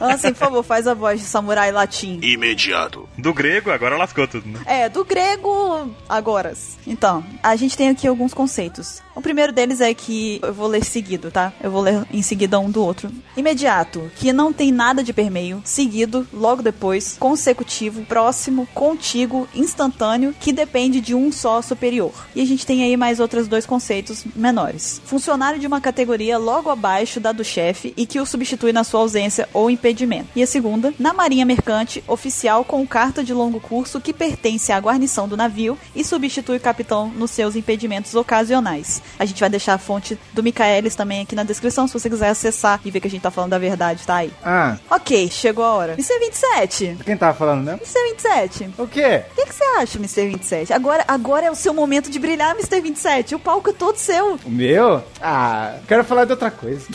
Ansem, por favor, faz a voz de samurai latim. Imediato. Do grego, agora lascou tudo. né? É, do grego agoras. Então, a gente tem aqui alguns conceitos. O primeiro deles é que eu vou ler seguido, tá? Eu vou ler em seguida um do outro. Imediato, que não tem nada de permeio, seguido, logo depois, consecutivo, próximo, contíguo, instantâneo, que depende de um só superior. E a gente tem aí mais outros dois conceitos menores. Funcionário de uma categoria logo abaixo da do chefe e que o substitui na sua ausência ou impedimento. E a segunda, na Marinha Mercante, oficial com carta de longo curso que pertence à guarnição do navio e substitui o capitão nos seus impedimentos ocasionais. A gente vai deixar a fonte do Michaelis também aqui na descrição, se você quiser acessar e ver que a gente tá falando da verdade, tá aí. Ah, Ok, chegou a hora. Mr. 27! quem tava falando, né? Mr. 27, O quê? o que, que você acha, Mr. 27? Agora, agora é o seu momento de brilhar, Mr. 27. O palco é todo seu. O meu? Ah, quero falar de outra coisa.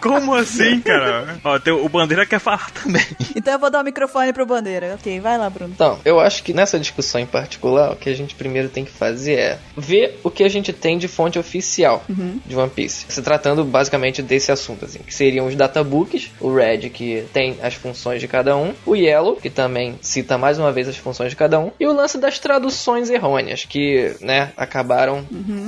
Como assim, cara? Ó, tem o o Bandeira é quer falar também. Então eu vou dar o microfone pro Bandeira. Ok, vai lá, Bruno. Então, eu acho que nessa discussão em particular, o que a gente primeiro tem que fazer é ver o que a gente tem de fonte oficial de One Piece. Se tratando basicamente desse assunto, assim, que seriam os databooks, o Red, que tem as funções de cada um, o Yellow, que também cita mais uma vez as funções de cada um, e o lance das traduções errôneas, que, né, acabaram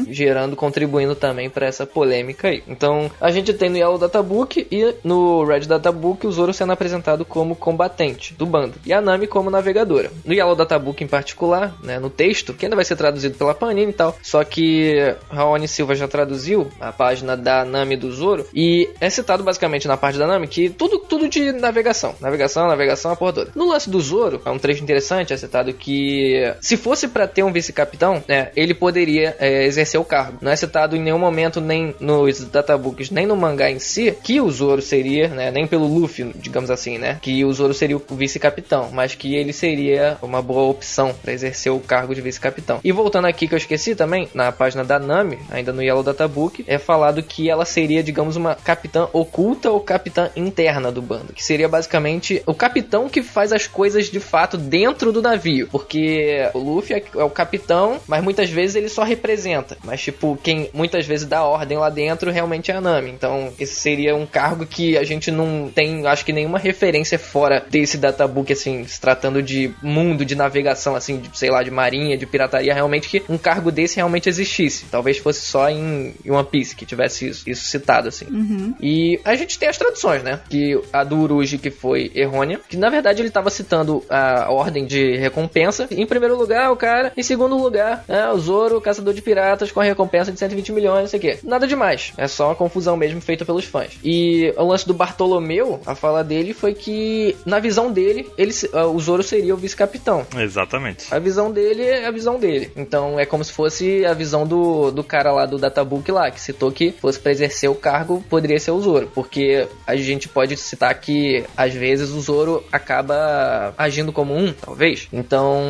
gerando, contribuindo também para essa polêmica aí. Então, a gente tem no Yellow Data Databook e no Red Databook o Zoro sendo apresentado como combatente do bando e a Nami como navegadora. No Yellow Databook em particular, né, no texto, que ainda vai ser traduzido pela Panini e tal, só que Raoni Silva já traduziu a página da Nami do Zoro e é citado basicamente na parte da Nami que tudo, tudo de navegação. Navegação, navegação, a porra toda. No lance do Zoro, é um trecho interessante, é citado que se fosse para ter um vice-capitão, né, ele poderia é, exercer o cargo. Não é citado em nenhum momento, nem nos databooks, nem no mangá em si, que o Zoro seria, né, nem pelo Luffy, digamos assim, né, que o Zoro seria o vice-capitão, mas que ele seria uma boa opção para exercer o cargo de vice-capitão. E voltando aqui que eu esqueci também, na página da Nami, ainda no Yellow Databook, é falado que ela seria, digamos, uma capitã oculta ou capitã interna do bando, que seria basicamente o capitão que faz as coisas de fato dentro do navio, porque o Luffy é o capitão, mas muitas vezes ele só representa, mas tipo, quem muitas vezes dá ordem lá dentro realmente é a Nami. Então, esse seria um cargo que a gente não tem, acho que nenhuma referência fora desse databook assim, se tratando de mundo de navegação assim, de, sei lá, de marinha, de pirataria, realmente que um cargo desse realmente existisse. Talvez fosse só em One Piece que tivesse isso, isso citado assim. Uhum. E a gente tem as traduções, né? Que a do Uruji que foi errônea, que na verdade ele tava citando a ordem de recompensa. Em primeiro lugar, o cara, em segundo lugar, é, o Zoro, caçador de piratas com a recompensa de 120 milhões, não sei o quê. Nada demais, é só uma confusão mesmo feita pelos fãs. E o lance do Bartolomeu, a fala dele foi que na visão dele, ele se- ah, o Zoro seria o vice-capitão. Exatamente. A visão dele é a visão dele. Então é como se fosse a visão do, do cara lá do Databook lá, que citou que fosse pra exercer o cargo, poderia ser o Zoro. Porque a gente pode citar que às vezes o Zoro acaba agindo como um, talvez. Então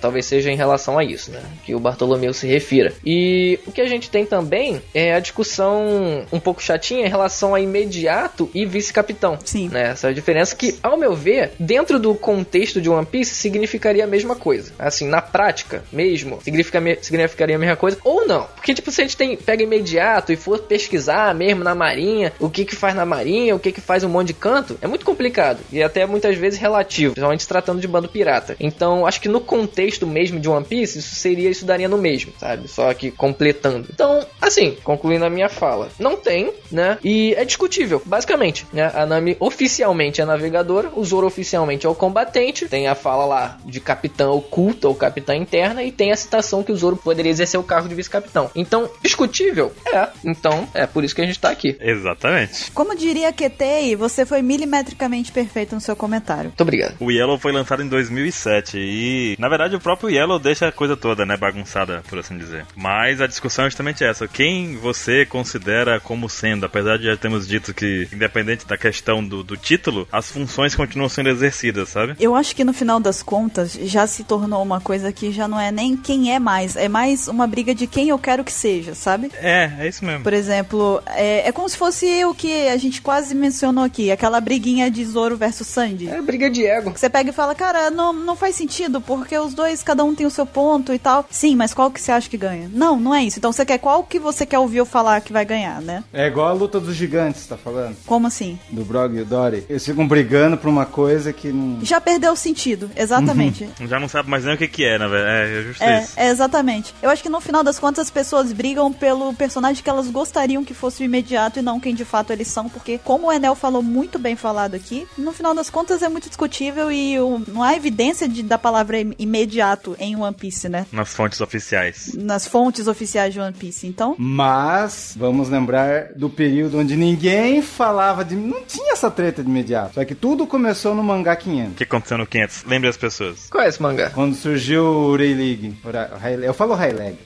talvez seja em relação a isso, né? Que o Bartolomeu se refira. E o que a gente tem também é a discussão um pouco chatinha em relação a imediato e vice-capitão. Sim. Né? Essa diferença que, ao meu ver, dentro do contexto de One Piece, significaria a mesma coisa. Assim, na prática mesmo, significa, me- significaria a mesma coisa ou não. Porque, tipo, se a gente tem, pega imediato e for pesquisar mesmo na marinha, o que que faz na marinha, o que que faz um monte de canto, é muito complicado. E até muitas vezes relativo, principalmente se tratando de bando pirata. Então, acho que no contexto mesmo de One Piece, isso seria, isso daria no mesmo, sabe? Só que completando. Então, assim, concluindo a minha fala, não tem, né? E é discutível, basicamente, né? A Nami oficialmente é navegadora, o Zoro oficialmente é o combatente, tem a fala lá de capitã oculta ou capitã interna e tem a citação que o Zoro poderia exercer o cargo de vice-capitão. Então, discutível? É. Então, é por isso que a gente tá aqui. Exatamente. Como diria Ketei, você foi milimetricamente perfeito no seu comentário. Muito obrigado. O Yellow foi lançado em 2007 e, na verdade, o próprio Yellow deixa a coisa toda, né, bagunçada, por assim dizer. Mas a discussão é justamente essa. Quem você considera como sendo? Apesar de já termos dito que, independente da questão do, do título, as funções continuam sendo exercidas, sabe? Eu acho que no final das contas já se tornou uma coisa que já não é nem quem é mais, é mais uma briga de quem eu quero que seja, sabe? É, é isso mesmo. Por exemplo, é, é como se fosse o que a gente quase mencionou aqui, aquela briguinha de Zoro versus Sandy. É briga de ego. Que Você pega e fala, cara, não, não faz sentido, porque os dois, cada um tem o seu ponto e tal. Sim, mas qual que você acha que ganha? Não, não é isso. Então você quer qual que você quer ouvir eu falar que vai ganhar, né? É igual a luta dos gigantes, tá falando? Como assim? Do Brog e o Dory. Eles ficam brigando por uma coisa que não. Já perdeu o sentido, exatamente. Uhum. Já não sabe mais nem o que, que é, na verdade. É, é justo É, isso. é, exatamente. Eu acho que no final das contas as pessoas brigam pelo personagem que elas gostariam que fosse o imediato e não quem de fato eles são, porque como o Enel falou muito bem falado aqui, no final das contas é muito discutível e o- não há evidência de- da palavra im- imediato em One Piece, né? Nas fontes oficiais. Nas fontes oficiais de One Piece. Então, Mas vamos lembrar do período onde ninguém falava de. Não tinha essa treta de imediato. Só que tudo começou no mangá 500. O que aconteceu no 500? Lembre as pessoas. Qual é esse mangá? Quando surgiu o Ray League. Ora- Ray- Eu falo Ray Leg.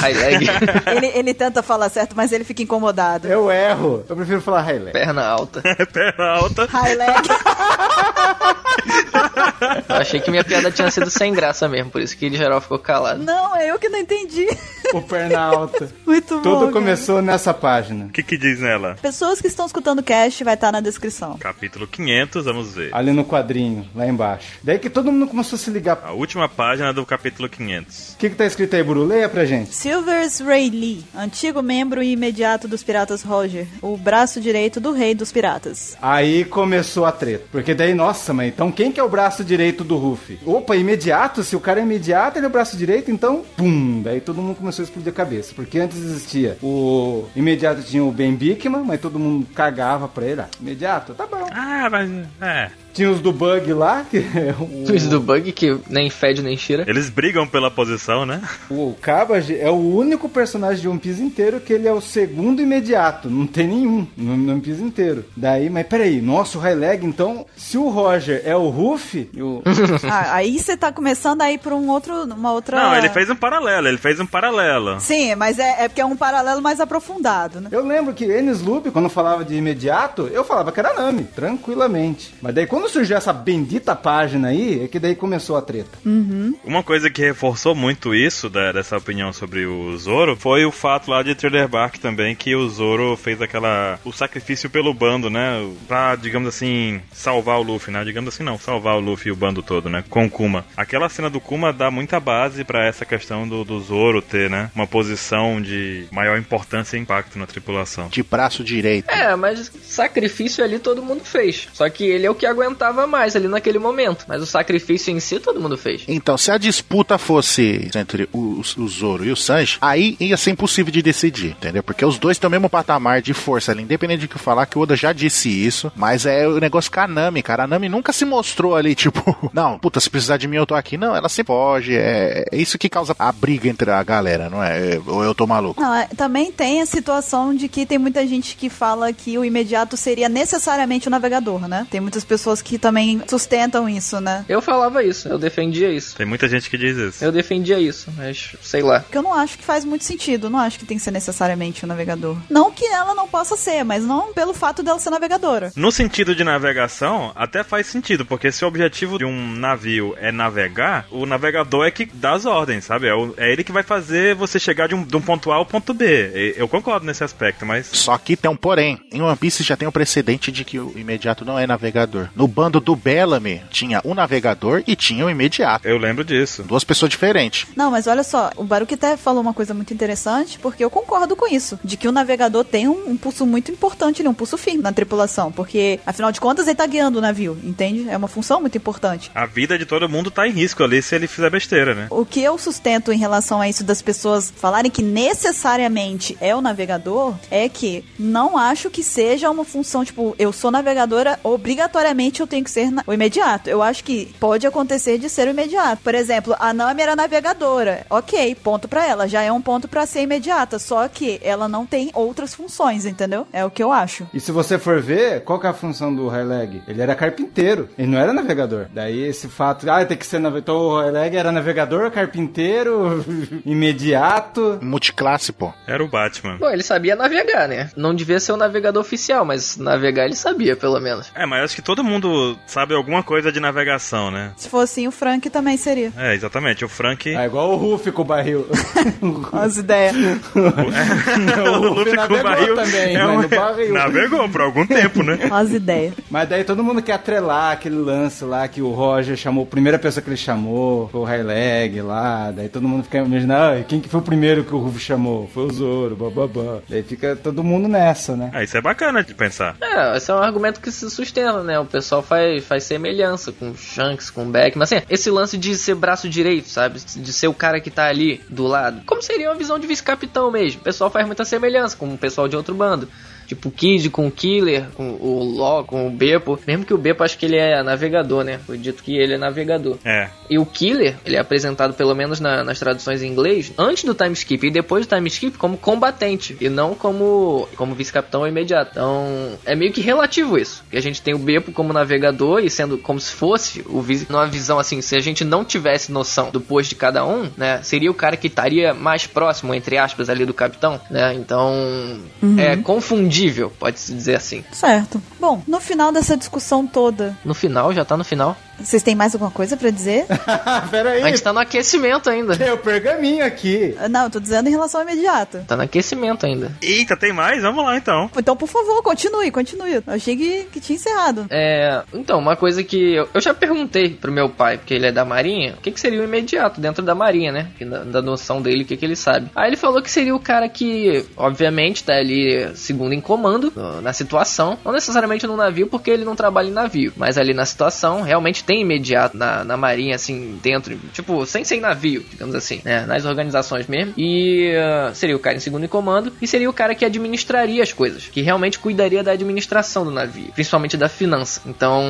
High leg, ele, ele tenta falar certo, mas ele fica incomodado. Eu erro. Eu prefiro falar Ray Leg. perna alta. Perna alta. High leg. Eu achei que minha piada tinha sido sem graça mesmo, por isso que ele geral ficou calado. Não, é eu que não entendi. O perna alta. Muito bom. tudo cara. começou nessa página. O que, que diz nela? Pessoas que estão escutando o cast vai estar na descrição. Capítulo 500, vamos ver. Ali no quadrinho, lá embaixo. Daí que todo mundo começou a se ligar. A última página do capítulo 500. O que, que tá escrito aí, Buru? Leia pra gente. Silvers Ray Lee, antigo membro e imediato dos Piratas Roger, o braço direito do rei dos piratas. Aí começou a treta. Porque daí, nossa, mas então quem que é o braço direito do Ruffy? Opa, imediato? Se o cara é imediato, ele é o braço direito, então, pum! Daí todo mundo começou a explodir a cabeça. Porque antes existia o imediato tinha o Ben Bickman, mas todo mundo cagava pra ele. Ah, imediato? Tá bom. Ah, mas. É. Tinha os do Bug lá, que é o... Os do Bug que nem fede nem cheira. Eles brigam pela posição, né? O Cabbage é o único personagem de One Piece inteiro que ele é o segundo imediato. Não tem nenhum no no One Piece inteiro. Daí, mas peraí, nossa, o Highleg, então, se o Roger é o Ruffy, e o... Ah, aí você tá começando a ir pra um outro, uma outra... Não, ele fez um paralelo, ele fez um paralelo. Sim, mas é, é porque é um paralelo mais aprofundado, né? Eu lembro que Enes Lube, quando falava de imediato, eu falava que era Nami, tranquilamente. Mas daí quando surgiu essa bendita página aí, é que daí começou a treta. Uhum. Uma coisa que reforçou muito isso, da- dessa opinião sobre o Zoro, foi o fato lá de Thriller Bark também, que o Zoro fez aquela. o sacrifício pelo bando, né? Pra, digamos assim, salvar o Luffy, né? Digamos assim, não, salvar o Luffy e o bando todo, né? Com o Kuma. Aquela cena do Kuma dá muita base pra essa questão do, do Zoro ter, né? Uma posição de maior importância e impacto na tripulação. De braço direito. É, mas sacrifício ali todo mundo fez. Só que ele é o que aguentava mais ali naquele momento. Mas o sacrifício em si todo mundo fez. Então, se a disputa fosse entre o, o Zoro e o Sanji, aí ia ser impossível de decidir, entendeu? Porque os dois têm o mesmo patamar de força ali, independente de que eu falar, que o Oda já disse isso, mas é o negócio com a Nami, cara. A Nami nunca se mostrou ali, tipo, não, puta, se precisar de mim eu tô aqui. Não, ela se foge, é, é isso que causa a briga entre a galera, não é? É, Ou eu tô maluco. Não, é- também tem a situação de que tem muita gente que fala que o imediato seria necessariamente o navegador, né? Tem muitas pessoas que também sustentam isso, né? Eu falava isso, eu defendia isso. Tem muita gente que diz isso. Eu defendia isso, mas sei lá. Que eu não acho que faz muito sentido, não acho que tem que ser necessariamente o navegador. Não que ela não possa ser, mas não pelo fato dela ser navegadora. No sentido de navegação, até faz sentido, porque se o objetivo de um navio é navegar, o navegador é que dá as ordens, sabe? É, o- é ele que vai fazer você chegar de um, de um ponto A ao ponto B. E- Eu concordo nesse aspecto, mas. Só que tem um porém. Em One Piece já tem o precedente de que o imediato não é navegador. No bando do Bellamy, tinha o navegador e tinha o imediato. Eu lembro disso. Duas pessoas diferentes. Não, mas olha só, o Baruch até falou uma coisa muito interessante, porque eu concordo com isso, de que o navegador tem um, um pulso muito importante, ali, um pulso firme na tripulação, porque afinal de contas ele tá guiando o navio, entende? É uma função muito importante. A vida de todo mundo tá em risco ali se ele fizer besteira, né? O que eu sustento em relação a isso das pessoas falarem que necessariamente é o navegador é que não acho que seja uma função, tipo, eu sou navegadora, obrigatoriamente eu tenho que ser na- o imediato. Eu acho que pode acontecer de ser o imediato. Por exemplo, a Nami era navegadora. Ok, ponto pra ela. Já é um ponto pra ser imediata. Só que ela não tem outras funções, entendeu? É o que eu acho. E se você for ver, qual que é a função do Highleg? Ele era carpinteiro, ele não era navegador. Daí esse fato, ah, tem que ser navegador. Então o Highleg era navegador, carpinteiro, imediato. Multiclasse, pô. Era o Batman. Bom, ele sabia navegar, né? Não devia ser o navegador oficial, mas navegar ele sabia, pelo menos. É, mas acho que todo mundo sabe alguma coisa de navegação, né? Se fosse assim, o Frank também seria. É, exatamente. O Frank. Ah, igual o Ruff com o barril. As ideias. o Luffy navegou também, é mas um- no barril. Navegou por algum tempo, né? As ideias. Mas daí todo mundo quer atrelar aquele lance lá que o Roger chamou, a primeira pessoa que ele chamou, foi o Highleg lá. Daí todo mundo fica imaginando, ah, quem que foi o primeiro que o Ruff chamou? Foi o Zoro, bababá. Daí fica todo mundo nessa, né? Ah, isso é bacana de pensar. É, esse é um argumento que se sustenta, né? O pessoal faz, faz semelhança com o Shanks, com o Beck, mas assim, esse lance de ser braço direito, sabe? De ser o cara que tá ali do lado. Como seria uma visão de vice-capitão mesmo? O pessoal faz muita semelhança com o pessoal de outro bando. Tipo o Kid com o Killer, com o Law, com o Beppo. Mesmo que o Beppo acho que ele é navegador, né? Foi dito que ele é navegador. É. E o Killer, ele é apresentado pelo menos na- nas traduções em inglês, antes do time skip e depois do time skip como combatente e não como como vice-capitão imediato. Então, é meio que relativo isso. Que a gente tem o Beppo como navegador e sendo como se fosse o vice numa visão assim, se a gente não tivesse noção do posto de cada um, né, seria o cara que estaria mais próximo entre aspas ali do capitão, né? Então, é confundível, pode se dizer assim. Certo. Bom, no final dessa discussão toda, No final já tá no final. Vocês têm mais alguma coisa pra dizer? Pera aí. A gente tá no aquecimento ainda. Tem o pergaminho aqui. Não, eu tô dizendo em relação ao imediato. Tá no aquecimento ainda. Eita, tem mais? Vamos lá então. Então, por favor, continue, continue. Eu achei que, que tinha encerrado. É, então, uma coisa que eu, eu já perguntei pro meu pai, porque ele é da Marinha, o que, que seria o imediato dentro da Marinha, né? Que da, da noção dele, o que, que ele sabe. Aí ele falou que seria o cara que, obviamente, tá ali segundo em comando no- na situação. Não necessariamente no navio, porque ele não trabalha em navio. Mas ali na situação, realmente tem imediato na, na Marinha, assim, dentro. Tipo, sem ser em navio, digamos assim, né? Nas organizações mesmo. E ah, seria o cara em segundo em comando. E seria o cara que administraria as coisas. Que realmente cuidaria da administração do navio. Principalmente da finança. Então,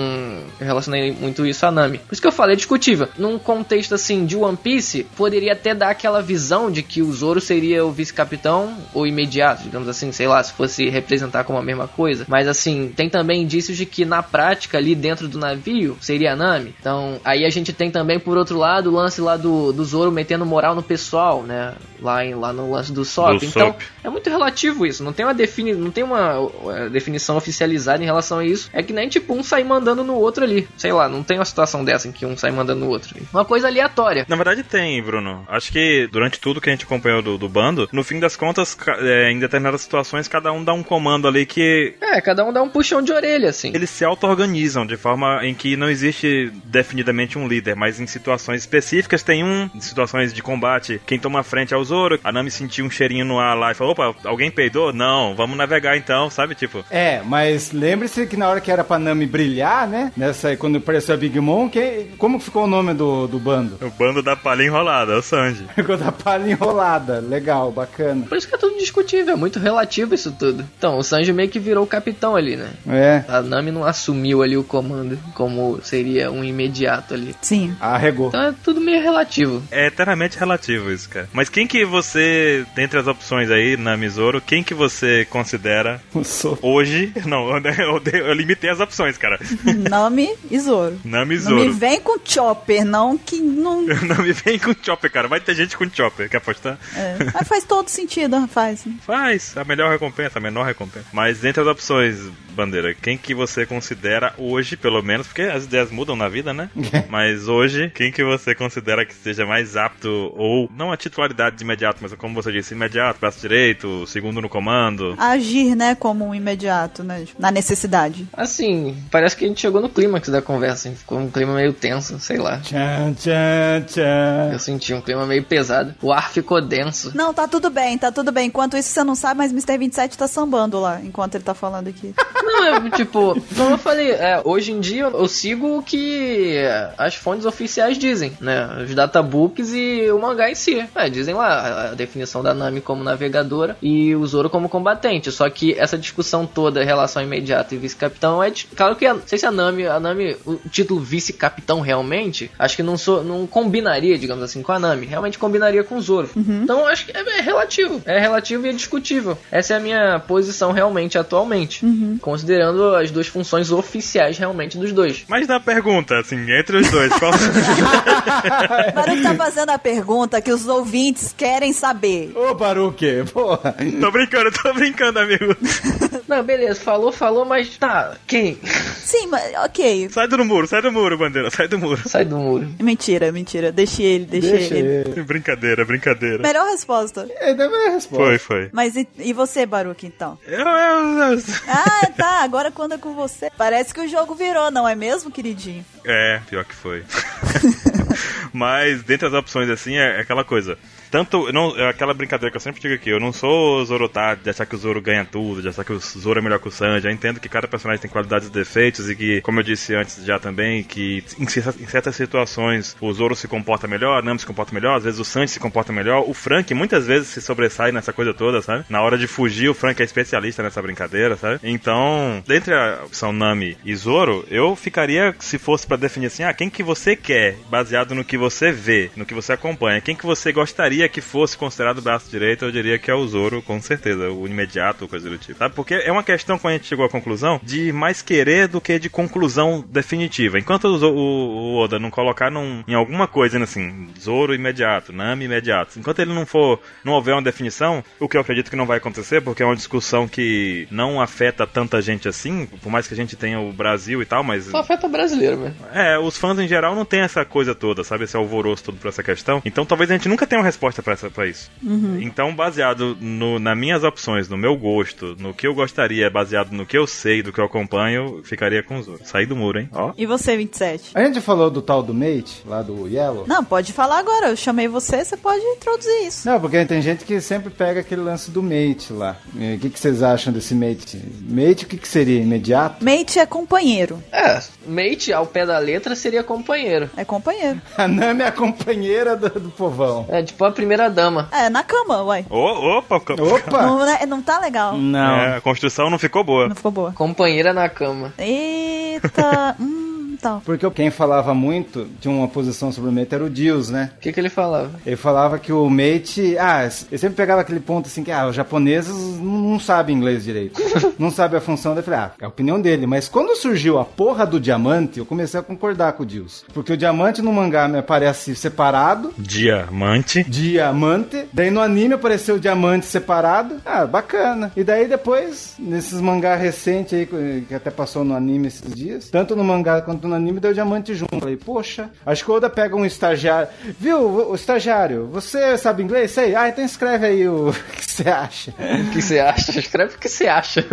eu relacionei muito isso à Nami. Por isso que eu falei é discutível. Num contexto, assim, de One Piece, poderia até dar aquela visão de que o Zoro seria o vice-capitão ou imediato, digamos assim, sei lá, se fosse representar como a mesma coisa. Mas assim, tem também indícios de que na prática, ali dentro do navio, seria a Nami. Então, aí a gente tem também, por outro lado, o lance lá do, do Zoro metendo moral no pessoal, né? Lá, em, lá no lance do SOP. Do então, Sop. é muito relativo isso. Não tem uma, defini não tem uma uh, definição oficializada em relação a isso. É que nem tipo um sair mandando no outro ali. Sei lá, não tem uma situação dessa em que um sai mandando no outro. Uma coisa aleatória. Na verdade tem, Bruno. Acho que durante tudo que a gente acompanhou do, do bando, no fim das contas, ca- é, em determinadas situações, cada um dá um comando ali que É, cada um dá um puxão de orelha, assim. eles se auto-organizam de forma em que não existe definidamente um líder, mas em situações específicas tem um, em situações de combate, quem toma a frente é o Zoro. A Nami sentiu um cheirinho no ar lá e falou: opa, alguém peidou? Não, vamos navegar então, sabe? Tipo, É, mas lembre-se que na hora que era pra Nami brilhar, né? Nessa, quando apareceu a Big Mom, quem, como que ficou o nome do, do bando? o bando da palha enrolada, é o Sanji. Ficou da palha enrolada. Legal, bacana. Por isso que é tudo discutível, é muito relativo isso tudo. Então, o Sanji meio que virou o capitão ali, né? É, A Nami não assumiu ali o comando como seria um imediato ali. Sim. arregou. Então é tudo meio relativo. É eternamente relativo isso, cara. Mas quem que você, dentre as opções aí na Mizoro, quem que você considera O Sop. hoje? Não, eu, eu, dei- eu limitei as opções, cara. Nome e Zoro. Na Não me Mizoro. vem com Chopper, não, que não. Não me vem com Chopper, cara. Vai ter gente com Chopper. Quer apostar? É. Mas faz todo sentido, faz. Faz a melhor recompensa, a menor recompensa. Mas dentre as opções, Bandeira, quem que você considera hoje, pelo menos, porque as ideias mudam na vida, né? mas hoje, quem que você considera que seja mais apto, ou não a titularidade de imediato, mas como você disse, imediato, braço direito, segundo no comando? Agir, né, como um imediato, né? tipo, Na necessidade. Assim, parece que a gente chegou no clímax da conversa, hein? ficou um clima meio tenso, sei lá. Tchan, tchan, tchan. Eu senti um clima meio pesado. O ar ficou denso. Não, tá tudo bem, tá tudo bem. Enquanto isso, você não sabe, mas Mr. 27 tá sambando lá, enquanto ele tá falando aqui. Não, é tipo, como eu falei, é, hoje em dia eu sigo o que as fontes oficiais dizem, né? Os databooks e o mangá em si. É, dizem lá a- a definição da Nami como navegadora e o Zoro como combatente. Só que essa discussão toda em relação a imediato e vice-capitão é. de- Claro que, a- não sei se a Nami, a Nami, o título vice-capitão realmente, acho que não, sou, não combinaria, digamos assim, com a Nami. Realmente combinaria com o Zoro. Então acho que é, é relativo. É relativo e é discutível. Essa é a minha posição realmente atualmente. Considerando as duas funções oficiais realmente dos dois. Mas na pergunta, assim, entre os dois, qual. Baruque tá fazendo a pergunta que os ouvintes querem saber. Ô, Baruque, porra. tô brincando, tô brincando, amigo. Não, beleza, falou, falou, mas tá, quem? Sim, mas ok. Sai do muro, sai do muro, Bandeira, sai do muro. Sai do muro. Mentira, mentira. Deixe ele, deixe Deixa ele. ele. Brincadeira, brincadeira. Melhor resposta. Ele deve a resposta. Foi, foi. Mas e, e você, Baruque, então? Eu, eu- eu- Ah, tá. Agora quando é com você. Parece que o jogo virou, não é mesmo, queridinho? É, pior que foi. Mas dentre as opções assim é é aquela coisa. Tanto, eu não, é aquela brincadeira que eu sempre digo aqui, eu não sou Zorotado de achar que o Zoro ganha tudo, de achar que o Zoro é melhor que o Sanji. Eu entendo que cada personagem tem qualidades e defeitos e que, como eu disse antes já também, que em certas, em certas situações o Zoro se comporta melhor, a Nami se comporta melhor, às vezes o Sanji se comporta melhor. O Frank muitas vezes se sobressai nessa coisa toda, sabe? Na hora de fugir, o Frank é especialista nessa brincadeira, sabe? Então, dentre a opção Nami e Zoro, eu ficaria, se fosse assim, pra definir assim, ah, quem que você quer, baseado no que você vê, no que você acompanha, quem que você gostaria diria que fosse considerado o braço direito, eu diria que é o Zoro, com certeza. O imediato ou coisa do tipo. Sabe? Porque é uma questão, quando a gente chegou à conclusão, de mais querer do que de conclusão definitiva. Enquanto o, Zo- o- o Oda não colocar num- em alguma coisa, né, assim, Zoro imediato, Nami imediato. Enquanto ele não for, não houver uma definição, o que eu acredito que não vai acontecer, porque é uma discussão que não afeta tanta gente assim, por mais que a gente tenha o Brasil e tal, mas... Só afeta o brasileiro, velho. É, os fãs em geral não tem essa coisa toda, sabe? Esse alvoroço todo pra essa questão. Então talvez a gente nunca tenha uma resposta pra, essa, pra isso. Então, baseado no, nas minhas opções, no meu gosto, no que eu gostaria, baseado no que eu sei, do que eu acompanho, ficaria com os outros. Saí do muro, hein? Ó. E você, 27? A gente falou do tal do Mate, lá do Yellow. Não, pode falar agora. Eu chamei você, você pode introduzir isso. Não, porque tem gente que sempre pega aquele lance do mate lá. E O que, que vocês acham desse mate? Mate, o que, que seria? Imediato? Mate é companheiro. É, mate ao pé da letra seria companheiro. É companheiro. A Nami é a companheira do, do povão. É tipo a primeira dama. É, na cama, uai. Ô, opa, Opa! Não, né, não tá legal. Não. É, a construção não ficou boa. Não ficou boa. Companheira na cama. Eita. hum, tá. Porque quem falava muito de uma posição sobre o mate era o Dios, né? O que, que ele falava? Ele falava que o mate. Ah, ele sempre pegava aquele ponto assim que ah, os japoneses não não sabem inglês direito. não sabe a função. Daí eu falei, ah, é a opinião dele. Mas quando surgiu a porra do diamante, eu comecei a concordar com o Dios. Porque o diamante no mangá me aparece separado. Diamante. Diamante. Daí no anime apareceu o diamante separado. Ah, bacana. E daí depois, nesses mangá recente aí, que até passou no anime esses dias, tanto no mangá quanto no anime, deu diamante junto. Falei, poxa, acho que o Oda pega um estagiário. Viu, o o estagiário, você sabe inglês? Sei. Ah, então escreve aí o que você acha. O que você acha? Escreve o que você acha.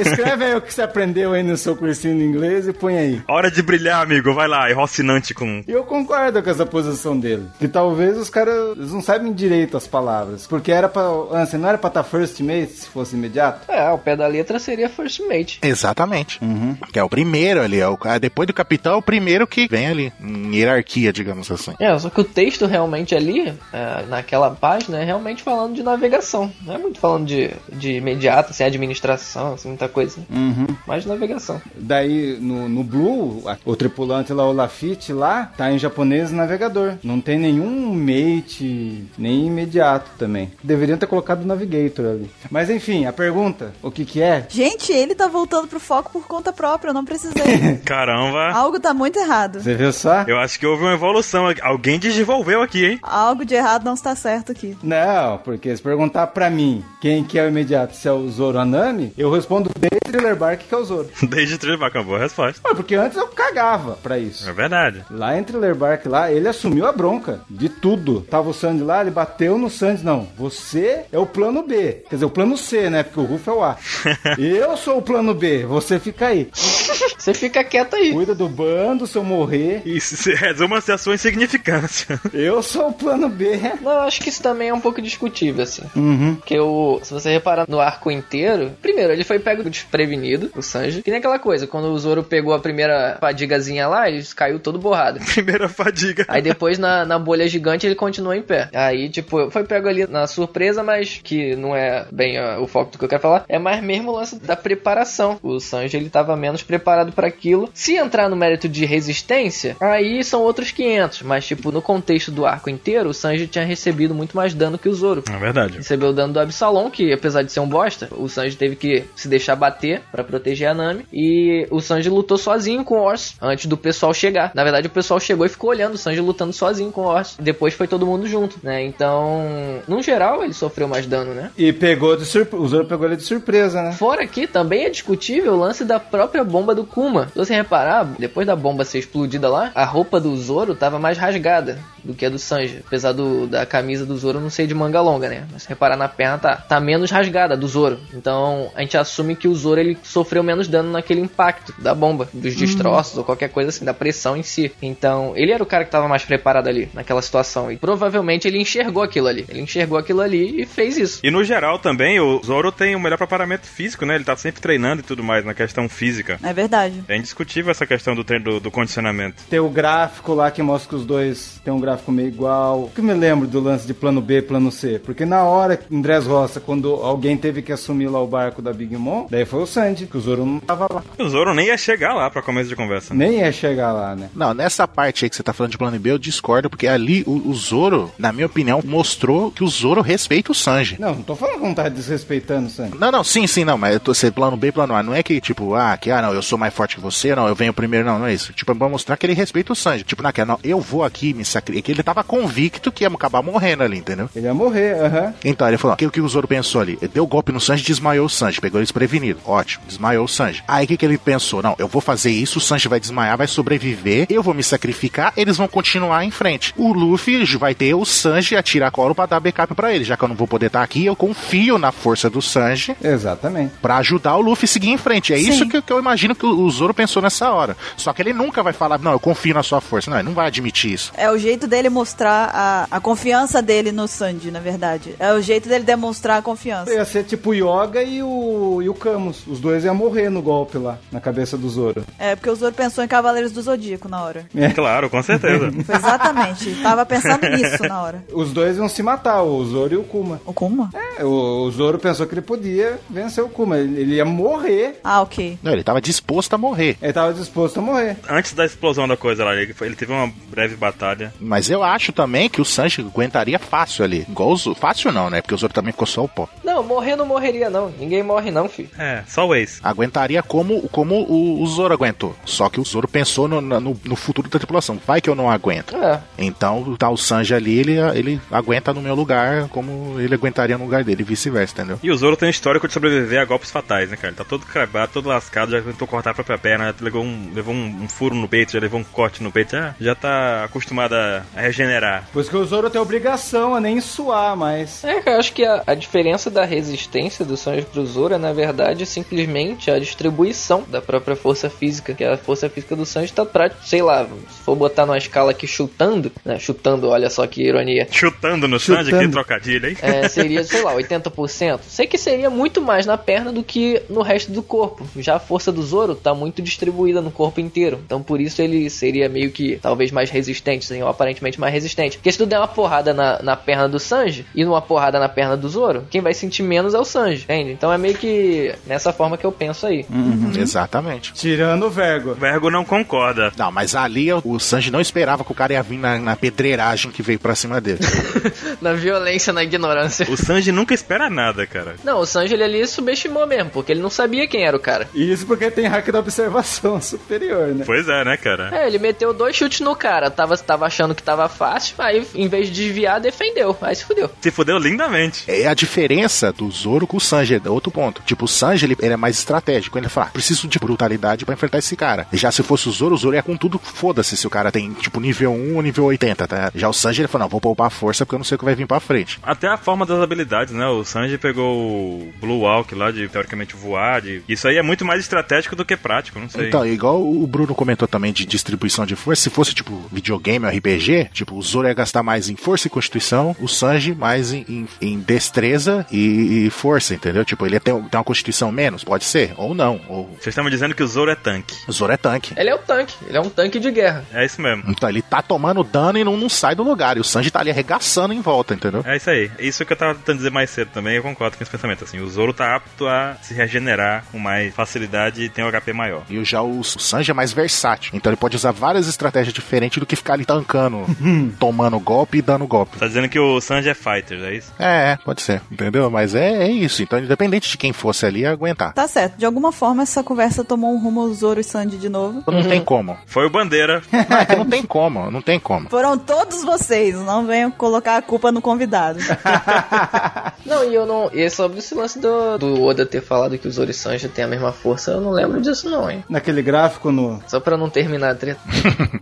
escreve aí o que você aprendeu aí no seu cursinho de inglês e põe aí. Hora de brilhar, amigo. Vai lá, é rocinante com. E eu concordo com essa posição dele. Que talvez os caras eles não sabem direito as palavras. Porque era pra. Ansem, não era pra estar first mate se fosse imediato? É, ao pé da letra seria first mate. Exatamente. Que é o primeiro ali. É o, ah, depois do capitão é o primeiro que vem ali. Em hierarquia, digamos assim. É, só que o texto realmente ali, é, naquela página, é realmente falando de navegação. Não é muito falando de, de imediato, assim, administração, assim, muita coisa. Mais de navegação. Daí no, no Blue, a- o tripulante lá, o Lafitte lá, tá em japonês navegador. Não tem nenhum mate, nem imediato também. Deveriam ter colocado navigator ali. Mas enfim, a pergunta: o que que é? Gente, ele tá voltando pro foco por conta própria. Eu não precisei. Caramba. Algo tá muito errado. Você viu só? Eu acho que houve uma evolução. Alguém desenvolveu aqui, hein? Algo de errado não está certo aqui. Não, porque se perguntar pra mim quem que é o imediato, se é o Zoro Anami, eu respondo desde Thriller Bark que é o Zoro. Desde três vacas, boa resposta. Ué, porque antes eu cagava pra isso. É verdade. Lá em Thriller Bark, lá, ele assumiu a bronca de tudo. Tava o Sandy lá, ele bateu no Sandy. Não, você é o plano B. Quer dizer, o plano C, né? Porque o Rufo é o A. eu sou o plano B, você fica aí. Você fica quieto aí. Cuida do bando se eu morrer. Isso é se resuma-se a sua insignificância. Eu sou o plano B. Não, eu acho que isso também é um pouco discutível, assim. Uhum. Porque o, se você reparar no arco inteiro, primeiro, ele foi pego desprevenido, o Sanji. Que nem aquela coisa, quando o Zoro pegou a primeira fadigazinha lá, ele caiu todo borrado. Primeira fadiga. Aí depois na, na bolha gigante ele continua em pé. Aí, tipo, foi pego ali na surpresa, mas que não é bem ó, o foco do que eu quero falar. É mais mesmo o lance da preparação. O Sanji ele tava menos preparado pra aquilo. Se entrar no mérito de resistência, aí são outros 500. Mas, tipo, no contexto do arco inteiro, o Sanji tinha recebido muito mais dano que o Zoro. É verdade. Recebeu o dano do Absalom, que apesar de ser um bosta, o Sanji teve que se deixar bater pra proteger a Nami. E o Sanji lutou sozinho com o Ors antes do pessoal chegar. Na verdade, o pessoal chegou e ficou olhando o Sanji lutando sozinho com o Ors. Depois foi todo mundo junto, né? Então, no geral, ele sofreu mais dano, né? E pegou de surpresa. O Zoro pegou ele de surpresa, né? Fora que também é discutível o lance da própria bomba do Kuma. Se você reparar, depois da bomba ser explodida lá, a roupa do Zoro tava mais rasgada do que a do Sanji. Apesar do, da camisa do Zoro não ser de manga longa, né? Mas se reparar na perna, tá, tá menos rasgada a do Zoro. Então a gente assume que o Zoro ele sofreu menos dano naquele impacto da bomba, dos destroços ou qualquer coisa assim, da pressão em si. Então ele era o cara que tava mais preparado ali, naquela situação. E provavelmente ele enxergou aquilo ali. Ele enxergou aquilo ali e fez isso. E no geral também, o Zoro tem o melhor preparamento físico, né? Ele tá sempre treinando e tudo mais na questão física. É verdade. É indiscutível essa questão do treino do, do condicionamento. Tem o gráfico lá que mostra que os dois. Tem um gráfico meio igual. O que eu me lembro do lance de plano B, plano C? Porque na hora, em Dress Roça, quando alguém teve que assumir lá o barco da Big Mom, daí foi o Sandy, que o Zoro não tava lá. O Zoro nem ia chegar lá pra começo de conversa. Nem ia chegar lá, né? Não, nessa parte aí que você tá falando de plano B, eu discordo, porque ali o, o Zoro, na minha opinião, mostrou que o Zoro respeita o Sanji. Não, não tô falando que não tá desrespeitando o Sanji. Não, não, sim, sim, não, mas eu tô, você plano B, plano A, não é que tipo, ah, que ah, não, eu sou mais forte que você, não, eu venho primeiro, não, não é isso. Tipo, é pra mostrar que ele respeita o Sanji. Tipo, naquela, não, eu vou aqui me sacrificar. Que ele tava convicto que ia acabar morrendo ali, entendeu? Ele ia morrer, aham. Então, ele falou, ó, que o que o Zoro pensou ali? Deu golpe no Sanji, desmaiou o Sanji, pegou ele desprevenido. Ótimo, desmaiou o Sanji. Aí o que, que ele pensou? Não, eu vou fazer isso, o Sanji vai desmaiar, vai sobreviver, eu vou me sacrificar, eles vão continuar em frente. O Luffy vai ter o Sanji atirar a coro pra dar backup pra ele, já que eu não vou poder estar aqui, eu confio na força do Sanji Exatamente. pra ajudar o Luffy a seguir em frente. É Sim. isso que, que eu imagino que o, o Zoro pensou nessa hora. Só que ele nunca vai falar, não, eu confio na sua força. Não, ele não vai admitir isso. É o jeito dele mostrar a, a confiança dele no Sandy, na verdade. É o jeito dele demonstrar a confiança. Ia ser tipo o Yoga e o, e o Camus. Os dois iam morrer no golpe lá, na cabeça do Zoro. É, porque o Zoro pensou em Cavaleiros do Zodíaco na hora. Claro, com certeza. Foi exatamente. Tava pensando nisso na hora. Os dois iam se matar, o Zoro e o Kuma. O Kuma? É, o, o Zoro pensou que ele podia vencer o Kuma. Ele, ele ia morrer. Ah, ok. Não, ele tava disposto a morrer. Ele tava disposto a morrer. Antes da explosão da coisa lá, ele, foi- ele teve uma breve batalha. Mas eu acho também que o Sanji aguentaria fácil ali. Igual o Zoro. Fácil não, né? Porque o Zoro também ficou só o pó. Não, morrer não morreria, não. Ninguém morre, não, filho. É, só o ex. Aguentaria como, como o, o Zoro aguentou. Só que o Zoro pensou no, na- no, no futuro da tripulação. Vai que eu não aguento. É. Então tá o Sanji ali, ele, ele aguenta no meu lugar como ele aguentaria no lugar dele, e vice-versa, entendeu? E o Zoro tem um histórico de sobreviver a golpes fatais, né, cara? Ele tá todo cravado, todo lascado, já tentou cortar a própria perna, já levou um, levou um, um furo no peito, já levou um corte no peito, já, já tá acostumado a a regenerar. Por isso que o Zoro tem obrigação a nem suar mais. É, eu acho que a, a diferença da resistência do Sanji pro Zoro é, na verdade, simplesmente a distribuição da própria força física. Que a força física do Sanji tá pra, sei lá, se for botar numa escala aqui chutando, né? Chutando, olha só que ironia. Chutando no Sanji, que Chutando. trocadilho, hein? É, seria, sei lá, 80%. Sei que seria muito mais na perna do que no resto do corpo. Já a força do Zoro tá muito distribuída no corpo inteiro. Então por isso ele seria meio que talvez mais resistente, sim, ou aparentemente mais resistente. Porque se tu der uma porrada na, na perna do Sanji e numa porrada na perna do Zoro, quem vai sentir menos é o Sanji, entende? Então é meio que nessa forma que eu penso aí. Exatamente. Tirando o vergo. O Vergo não concorda. Não, mas ali o Sanji não esperava que o cara ia vir na, na pedreiragem que veio pra cima dele. Na violência, na ignorância. O Sanji nunca espera nada, cara. Não, o Sanji ele ali subestimou mesmo, porque ele não sabia quem era o cara. E Isso porque tem hack da observação superior, né? Pois é, né, cara? É, ele meteu dois chutes no cara. Tava, tava achando que tava fácil, aí em vez de desviar, defendeu. Aí se fudeu. Se fudeu lindamente. É a diferença do Zoro com o Sanji, é outro ponto. Tipo, o Sanji, ele, ele é mais estratégico. Ele fala, ah, preciso de brutalidade pra enfrentar esse cara. Já se fosse o Zoro, o Zoro ia com tudo, foda-se se o cara tem, tipo, nível 1 ou nível 80, tá? Já o Sanji, ele fala, não, vou poupar a força porque eu não sei o que vai vir pra frente. Até a forma das habilidades, né? O Sanji pegou o Blue Walk lá de teoricamente voar. De... Isso aí é muito mais estratégico do que prático, não sei. Então, igual o Bruno comentou também de distribuição de força, se fosse, tipo, videogame ou RPG, tipo, o Zoro ia gastar mais em força e constituição, o Sanji mais em, em- em destreza e, e força, entendeu? Tipo, ele ia ter, ter uma constituição menos, pode ser, ou não. Ou... Vocês estão me dizendo que o Zoro é tanque. O Zoro é tanque. Ele é um tanque, ele é um tanque de guerra. É isso mesmo. Então ele tá tomando dano e não, não sai do lugar. E o Sanji tá ali arregaçando em volta, entendeu? É isso aí. Isso que eu tava tentando dizer mais cedo também, eu concordo com esse pensamento. Assim, o Zoro tá apto a se regenerar com mais facilidade e tem um HP maior. E o- já o, o Sanji é mais versátil. Então ele pode usar várias estratégias diferentes do que ficar ali tancando, tomando golpe e dando golpe. Tá dizendo que o Sanji é fighter, é isso? É, é, pode ser, entendeu? Mas é, é isso. Então, independente de quem fosse ali, ia aguentar. Tá certo. De alguma forma, essa conversa tomou um rumo ao Zoro e Sandy de novo. Não tem como. Foi o Bandeira. Não, é que não tem como, não tem como. Foram todos vocês, não venham colocar a culpa no convidado. Não, e eu não. E é sobre esse lance do, do Oda ter falado que os Zoro e Sanji têm a mesma força, eu não lembro disso, não, hein? Naquele gráfico no. Só pra não terminar a treta.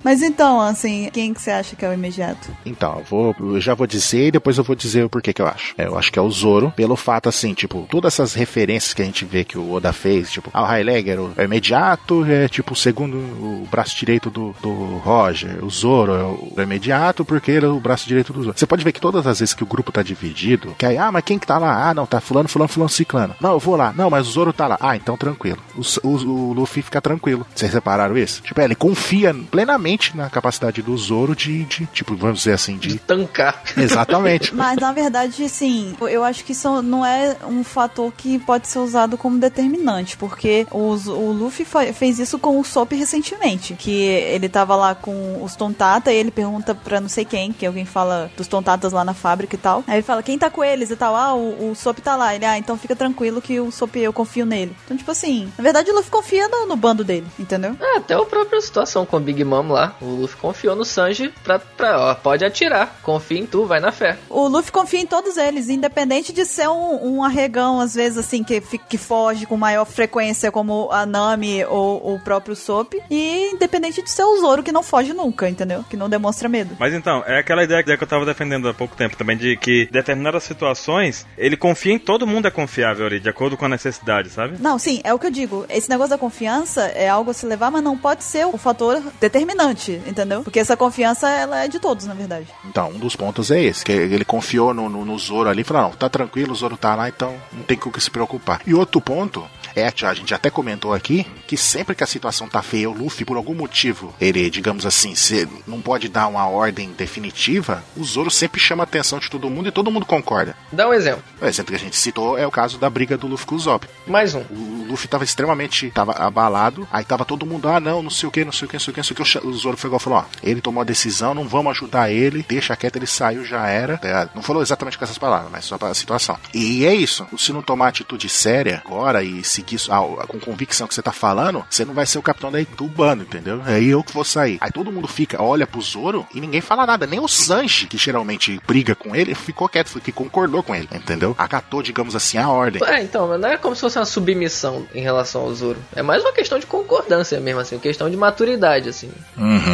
Mas então, assim, quem que você acha que é o imediato? Então, eu, vou, eu já vou dizer e depois eu vou dizer o porquê que eu acho. É, Eu acho que é o Zoro, pelo fato assim, tipo, todas essas referências que a gente vê que o Oda fez, tipo, ah, o Highlegger é o imediato, é tipo o segundo, o braço direito do, do Roger, o Zoro é o imediato porque ele é o braço direito do Zoro. Você pode ver que todas as vezes que o grupo tá dividido, que aí, ah, mas quem que tá lá? Ah, não, tá fulano, fulano, fulano, ciclano. Não, eu vou lá. Não, mas o Zoro tá lá. Ah, então tranquilo. O, S- o- o Luffy fica tranquilo. Vocês repararam isso? Tipo, é, ele confia plenamente na capacidade do Zoro de, de tipo, vamos dizer assim, de... Tancar. Exatamente. Mas na verdade, sim, eu acho que isso não é um fator que pode ser usado como determinante, porque os- o Luffy fa- fez isso com o Sop recentemente, que ele tava lá com os Tontata e ele pergunta pra não sei quem, que alguém fala dos Tontatas lá na fábrica e tal. Aí ele fala, quem tá com eles e tal? Ah, o, o Sop tá lá. Ele, ah, então fica tranquilo que o Sop eu confio nele. Então, tipo assim, na verdade o Luffy confia no, no bando dele, entendeu? É, até a própria situação com o Big Mom lá. O Luffy confiou no Sanji pra, pra ó, pode atirar. Confia em tu, vai na fé. O Luffy confia em todos eles, independente de ser um, um arregão, às vezes, assim, que, fi- que foge com maior frequência, como a Nami ou o próprio Sop. E independente de ser o Zoro, que não foge nunca, entendeu? Que não demonstra medo. Mas então, é aquela ideia que eu tava defendendo há pouco tempo também, de que determinadas situações, ele confia em todo mundo é confiável ali, de acordo com a necessidade, sabe? Não, sim, é o que eu digo. Esse negócio da confiança é algo a se levar, mas não pode ser o fator determinante, entendeu? Porque essa confiança, ela é de todos, na verdade. Então, um dos pontos é esse, que ele confiou no, no, no Zoro ali, falou, não, tá tranquilo, o Zoro tá lá, então não tem com o que se preocupar. E outro ponto é, a gente até comentou aqui, que sempre que a situação tá feia, o Luffy, por algum motivo, ele, digamos assim, se não pode dar uma ordem definitiva, o Zoro sempre chama a atenção de todo mundo e todo mundo concorda. Dá um exemplo. O exemplo que a gente citou é o caso da briga do Luffy com o Zop. Mais um. O Luffy tava extremamente tava abalado, aí tava todo mundo, ah não, não sei o que, não sei o que, não sei o que, não sei o que. O Sha- O Zoro foi igual e falou: ó, ele tomou a decisão, não vamos ajudar ele, deixa quieto, ele saiu, já era. É, Não falou exatamente com essas palavras, mas só pra situação. E é isso. Se não tomar atitude séria agora e seguir isso- ah, com convicção que você tá falando, você não vai ser o capitão da do bando, entendeu? É eu que vou sair. Aí todo mundo fica, olha pro Zoro e ninguém fala nada. Nem o Sanji, que geralmente briga com ele, ficou quieto, foi que concordou com ele, entendeu? Acatou, digamos assim, a ordem. É, então, mas não é como se fosse uma submissão em relação ao Zoro. É mais uma questão de concordância mesmo, assim, uma questão de maturidade, assim.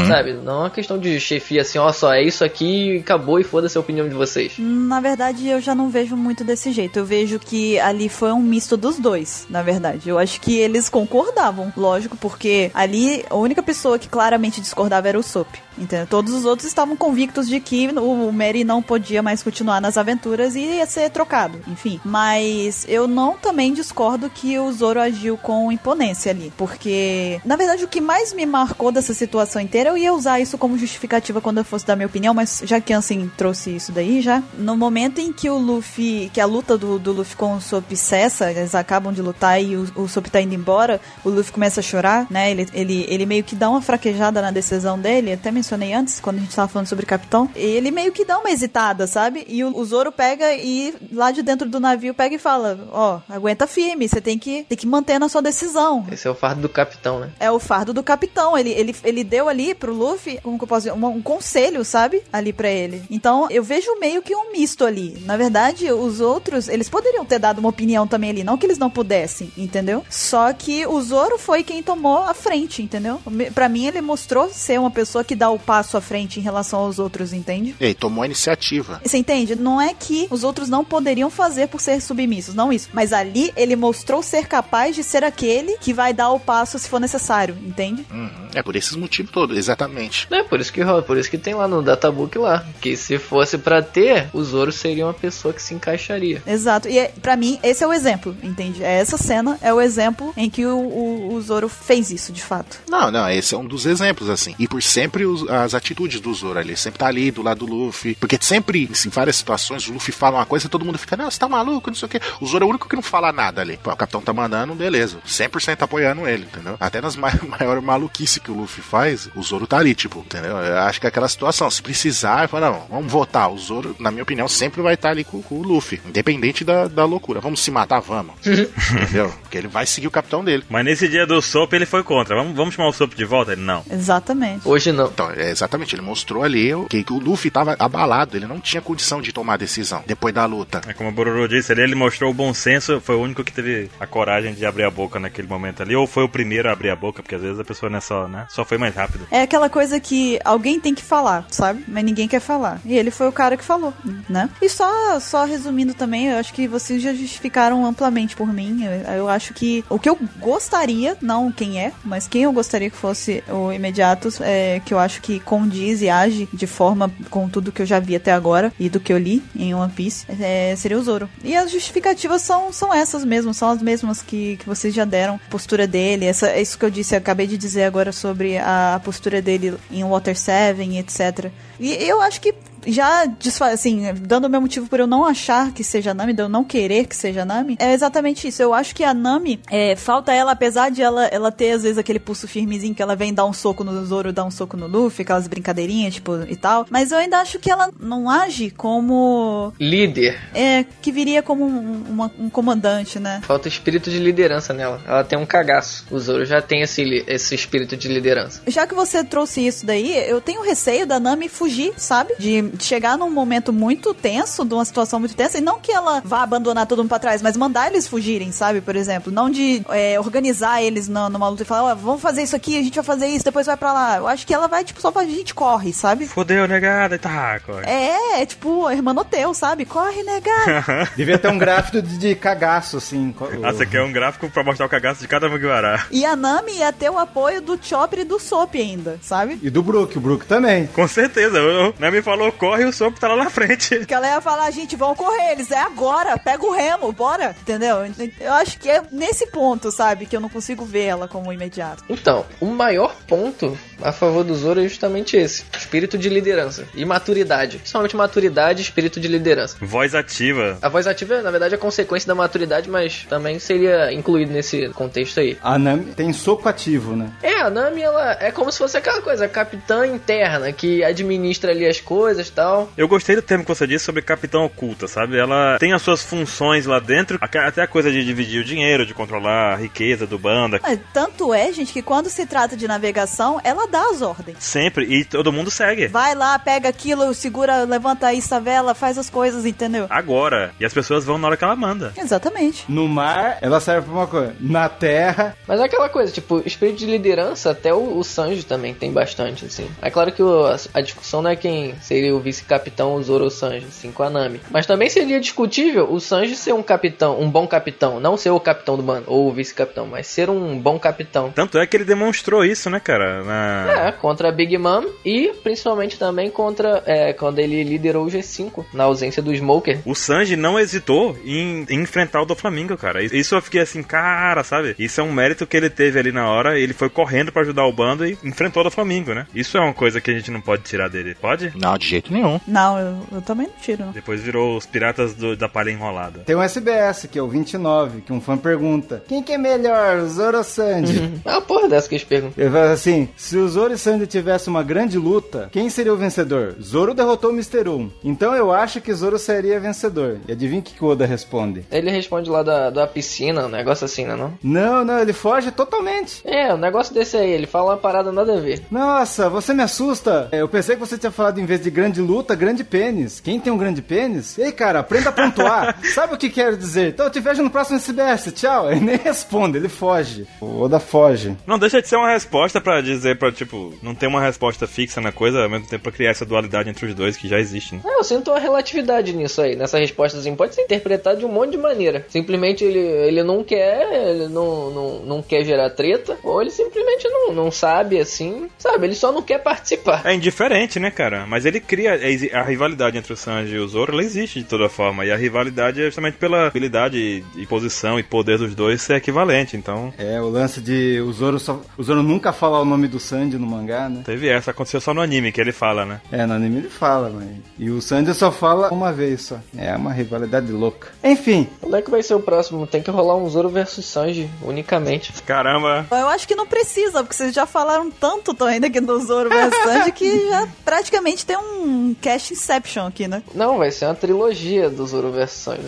Sabe? Não é uma questão de chefia assim, ó, só é isso aqui e acabou e foda-se a opinião de vocês. Na verdade, eu já não vejo muito desse jeito. Eu vejo que ali foi um misto dos dois, na verdade. Eu acho que eles concordavam, lógico, porque ali a única pessoa que claramente discordava era o Sop. Entendeu? Todos os outros estavam convictos de que o Mary não podia mais continuar nas aventuras e ia ser trocado, enfim. Mas eu não também discordo que o Zoro agiu com imponência ali, porque na verdade o que mais me marcou dessa situação inteira, eu ia usar isso como justificativa quando eu fosse dar minha opinião, mas já que Ansem trouxe isso daí já, no momento em que o Luffy, que a luta do, do Luffy com o Sop cessa, eles acabam de lutar e o, o Sop tá indo embora, o Luffy começa a chorar, né? Ele, ele, ele meio que dá uma fraquejada na decisão dele, até mencionei antes, quando a gente tava falando sobre Capitão. Ele meio que dá uma hesitada, sabe? E o, o Zoro pega e lá de dentro do navio pega e fala: Ó, aguenta firme, você tem que, tem que manter na sua decisão. Esse é o fardo do capitão, né? É o fardo do capitão. Ele, ele, ele deu ali pro Luffy, como que eu posso dizer, um, um conselho, sabe? Ali pra ele. Então, eu vejo meio que um misto ali. Na verdade, os outros, eles poderiam ter dado uma opinião também ali. Não que eles não pudessem, entendeu? Só que o Zoro foi quem tomou a frente, entendeu? Me- Pra mim, ele mostrou ser uma pessoa que dá o passo à frente em relação aos outros, entende? Ei, tomou a iniciativa. Você entende? Não é que os outros não poderiam fazer por ser submissos, não isso. Mas ali ele mostrou ser capaz de ser aquele que vai dar o passo se for necessário, entende? Uhum. É por esses motivos todos, exatamente. É, por isso que rola, por isso que tem lá no databook lá. Que se fosse pra ter, o Zoro seria uma pessoa que se encaixaria. Exato. E é, para mim, esse é o exemplo, entende? É essa cena é o exemplo em que o, o, o Zoro fez isso, de fato. Não, não, esse é um dos exemplos, assim. E por sempre os- as atitudes do Zoro ali. Sempre tá ali do lado do Luffy. Porque sempre, assim, em várias situações, o Luffy fala uma coisa e todo mundo fica, não, você tá maluco, não sei o quê. O Zoro é o único que não fala nada ali. Pô, o capitão tá mandando, beleza. 100% apoiando ele, entendeu? Até nas mai maiores maluquices que o Luffy faz, o Zoro tá ali, tipo, entendeu? Eu acho que é aquela situação, se precisar, fala, não, vamos votar. O Zoro, na minha opinião, sempre vai estar ali com, com o Luffy. Independente da, da loucura. Vamos se matar, vamos. entendeu? Porque ele vai seguir o capitão dele. Mas nesse dia do Sop ele foi contra. Vamos, vamos chamar o Sop de volta? Ele não. Exatamente. Hoje não. Então, é, exatamente, ele mostrou ali o- que que o Luffy tava abalado, ele não tinha condição de tomar decisão depois da luta. É como o Bororo disse ali, ele mostrou o bom senso, foi o único que teve a coragem de abrir a boca naquele momento ali, ou foi o primeiro a abrir a boca, porque às vezes a pessoa não é só, né? Só foi mais rápido. É aquela coisa que alguém tem que falar, sabe? Mas ninguém quer falar. E ele foi o cara que falou, né? E só, só resumindo também, eu acho que vocês já justificaram amplamente por mim. Eu, eu acho que o que eu gostaria, não quem é, mas quem eu gostaria que fosse o Imediatos, é, que eu acho que condiz e age de forma com tudo que eu já vi até agora e do que eu li em One Piece, é, seria o Zoro. E as justificativas são, são essas mesmo, são as mesmas que, que vocês já deram. A postura dele, essa, é isso que eu disse, eu acabei de dizer agora sobre a, a postura dele em Water 7, etc. E eu acho que já desfa- assim, dando o meu motivo por eu não achar que seja a Nami, de eu não querer que seja a Nami, é exatamente isso. Eu acho que a Nami, é, falta ela, apesar de ela, ela ter às vezes aquele pulso firmezinho que ela vem dar um soco no Zoro, dar um soco no Luffy, aquelas brincadeirinhas, tipo, e tal. Mas eu ainda acho que ela não age como. Líder. É, que viria como um, uma- um comandante, né? Falta espírito de liderança nela. Ela tem um cagaço. O Zoro já tem esse, li- esse espírito de liderança. Já que você trouxe isso daí, eu tenho receio da Nami fugir, sabe? De chegar num momento muito tenso, de uma situação muito tensa, e não que ela vá abandonar todo mundo pra trás, mas mandar eles fugirem, sabe? Por exemplo, não de é, organizar eles na- numa luta e falar, ó, vamos fazer isso aqui, a gente vai fazer isso, depois vai pra lá. Eu acho que ela vai, tipo, só pra gente corre, sabe? Fodeu, negada, e tá, corre. É, é tipo, hermanoteu, sabe? Corre, negar. Devia ter um gráfico de, de cagaço, assim. co- Ah, você quer um gráfico pra mostrar o cagaço de cada Mugiwara. E a Nami ia ter o apoio do Chopper e do Sop ainda, sabe? E do Brook, o Brook também. Com certeza, o o Nami falou corre e o Sop tá lá na frente. Que ela ia falar, gente, vão correr, eles é agora, pega o remo, bora, entendeu? Eu acho que é nesse ponto, sabe, que eu não consigo ver ela como imediato. Então, o maior ponto a favor do Zoro é justamente esse: espírito de liderança e maturidade. Principalmente maturidade e espírito de liderança. Voz ativa. A voz ativa, na verdade, é consequência da maturidade, mas também seria incluído nesse contexto aí. A Nami tem soco ativo, né? É, a Nami, ela é como se fosse aquela coisa, a capitã interna que administra ali as coisas e tal. Eu gostei do termo que você disse sobre capitão oculta, sabe? Ela tem as suas funções lá dentro, aca- até a coisa de dividir o dinheiro, de controlar a riqueza do banda. Mas tanto é, gente, que quando se trata de navegação, ela dá as ordens. Sempre, e todo mundo segue. Vai lá, pega aquilo, segura, levanta aí essa vela, faz as coisas, entendeu? Agora. E as pessoas vão na hora que ela manda. Exatamente. No mar, ela serve pra uma coisa. Na terra, Mas é aquela coisa, tipo, espírito de liderança, até o, o Sanji também tem bastante, assim. É claro que o- a, a discussão não é quem seria o vice-capitão, o Zoro ou o Sanji, assim, com a Nami. Mas também seria discutível o Sanji ser um capitão, um bom capitão. Não ser o capitão do bando, ou o vice-capitão, mas ser um bom capitão. Tanto é que ele demonstrou isso, né, cara? Na... É, contra a Big Mom e principalmente também contra é, quando ele liderou o G5, na ausência do Smoker. O Sanji não hesitou em, em enfrentar o do Flamengo, cara. Isso eu fiquei assim, cara, sabe? Isso é um mérito que ele teve ali na hora. Ele foi correndo pra ajudar o bando e enfrentou o do Flamengo, né? Isso é uma coisa que a gente não pode tirar dele. Pode? Não, de jeito nenhum. Não, eu, eu também não tiro. não. Depois virou os piratas do- da palha enrolada. tem um SBS, que é o 29, que um fã pergunta: Quem que é melhor, o Zoro ou o Uhum. Sanji? É uma porra dessa que eles perguntam. Ele fala assim: se o Zoro e Sanji tivessem uma grande luta, quem seria o vencedor? Zoro derrotou o Mr. 1. Então eu acho que Zoro seria vencedor. E adivinha o que que o Oda responde? Ele responde lá da, da piscina, um negócio assim, né, não? Não, não, ele foge totalmente. É, um negócio desse aí, ele fala uma parada nada a ver. Nossa, você me assusta. "É, Eu pensei que você tinha falado em vez de grande luta, grande pênis. Quem tem um grande pênis? Ei, cara, aprenda a pontuar. Sabe o que quero dizer? Então eu te vejo no próximo SBS. Tchau. Ele nem responde, ele foge. O Oda foge. Não deixa de ser uma resposta pra dizer, pra tipo, não ter uma resposta fixa na coisa, ao mesmo tempo pra criar essa dualidade entre os dois que já existe, né? Ah, eu sinto uma relatividade nisso aí, nessa resposta assim. Pode ser interpretada de um monte de maneira. Simplesmente ele, ele não quer, ele não, não, não quer gerar treta, ou ele simplesmente não, não sabe assim, sabe? Ele só não quer participar. É indiferente, né, cara? Mas ele cria. é, A rivalidade entre o Sanji e o Zoro, ela existe de toda forma. E a rivalidade é justamente pela habilidade e, e posição e poder dos dois ser equivalente. Então, É, o lance de o Zoro, só... o Zoro nunca falar o nome do Sanji no mangá, né? teve essa. Aconteceu só no anime que ele fala, né? É, no anime ele fala, mas... E o Sanji só fala uma vez só. É uma rivalidade louca. Enfim, Quando é que vai ser o próximo? Tem que rolar um Zoro versus Sanji, unicamente. Caramba! Eu acho que não precisa, porque vocês já falaram tanto tô ainda aqui do Zoro versus Sanji que já praticamente tem um cast Inception aqui, né? Não, vai ser uma trilogia do Zoro versus Sanji.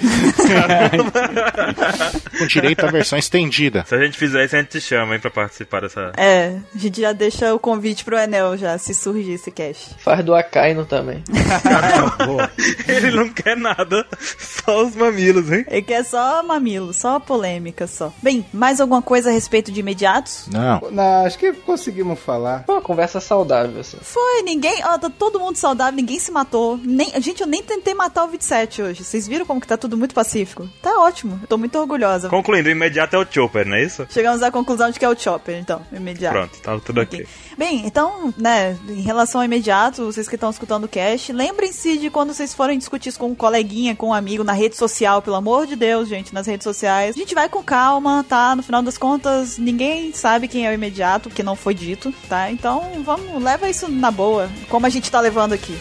Com direito à versão estendida. Se a gente fizer isso, a gente te chama, hein, pra participar dessa. É, a gente já deixa o convite pro Enel já, se surgir esse cast. Faz do Akainu também. ele não quer nada, só os mamilos, hein? Ele quer só mamilo, só polêmica só. Bem, mais alguma coisa a respeito de imediatos? Não. não, acho que conseguimos falar. Foi uma conversa saudável, assim. Foi, ninguém. Ó, tá todo mundo saudável ninguém se matou. Nem, gente, eu nem tentei matar o 27 hoje. Vocês viram como que tá tudo muito pacífico? Tá ótimo. Eu tô muito orgulhosa. Concluindo, o imediato é o Chopper, não é isso? Chegamos à conclusão de que é o Chopper, então, imediato. Pronto, tá tudo aqui. Bem, então, né, em relação ao imediato, vocês que estão escutando o cast, lembrem-se de quando vocês forem discutir isso com um coleguinha, com um amigo na rede social, pelo amor de Deus, gente, nas redes sociais. A gente vai com calma, tá? No final das contas, ninguém sabe quem é o imediato, porque não foi dito, tá? Então, vamos, leva isso na boa, como a gente tá levando aqui.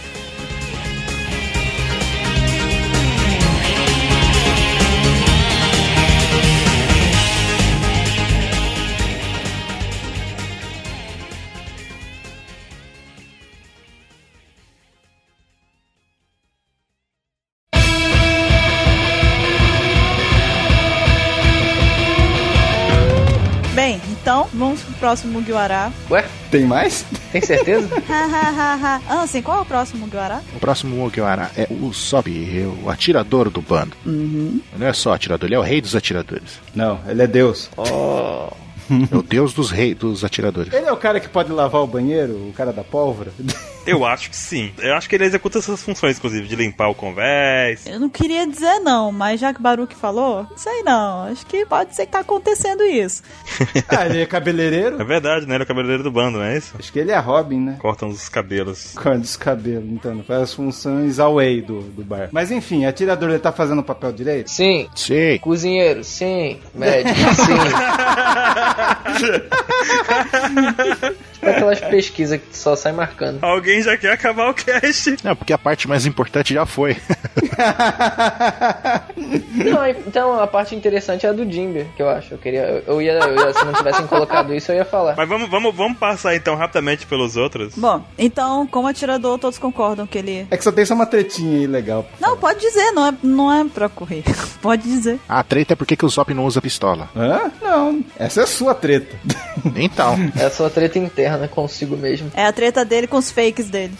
Bem, então, vamos pro próximo Mugiwara. Ué? Tem mais? Tem certeza? Ansem, qual é o próximo Mugiwara? O próximo Mugiwara é o Usopp, o atirador do bando. Uhum. Não é só atirador, ele é o rei dos atiradores. Não, ele é Deus. É o deus dos reis dos atiradores. Ele é o cara que pode lavar o banheiro, o cara da pólvora. Eu acho que sim. Eu acho que ele executa essas funções, inclusive, de limpar o convés. Eu não queria dizer não, mas já que o Baruque falou, não sei não. Acho que pode ser que tá acontecendo isso. ah, ele é cabeleireiro? É verdade, né? Ele é o cabeleireiro do bando, não é isso? Acho que ele é Robin, né? Cortam os cabelos. Corta os cabelos, então. Faz as funções away do, do bar. Mas enfim, atirador, ele tá fazendo o papel direito? Sim. Sim. Cozinheiro, sim. Médico, sim. É Aquelas pesquisas que só sai marcando. Alguém já quer acabar o cast. Não, porque a parte mais importante já foi. Não, então a parte interessante é a do Jimber, que eu acho. Eu queria. Eu, eu ia, eu ia- Se não tivessem colocado isso, eu ia falar. Mas vamos, vamos, vamos passar então rapidamente pelos outros. Bom, então, como atirador, todos concordam que ele. É que só tem só uma tretinha aí legal. Não, pode dizer, não é, não é pra correr. pode dizer. A treta é porque que o Zop não usa pistola. Hã? Não. Essa é a sua treta. Então, É só treta interna consigo mesmo. É a treta dele com os fakes dele.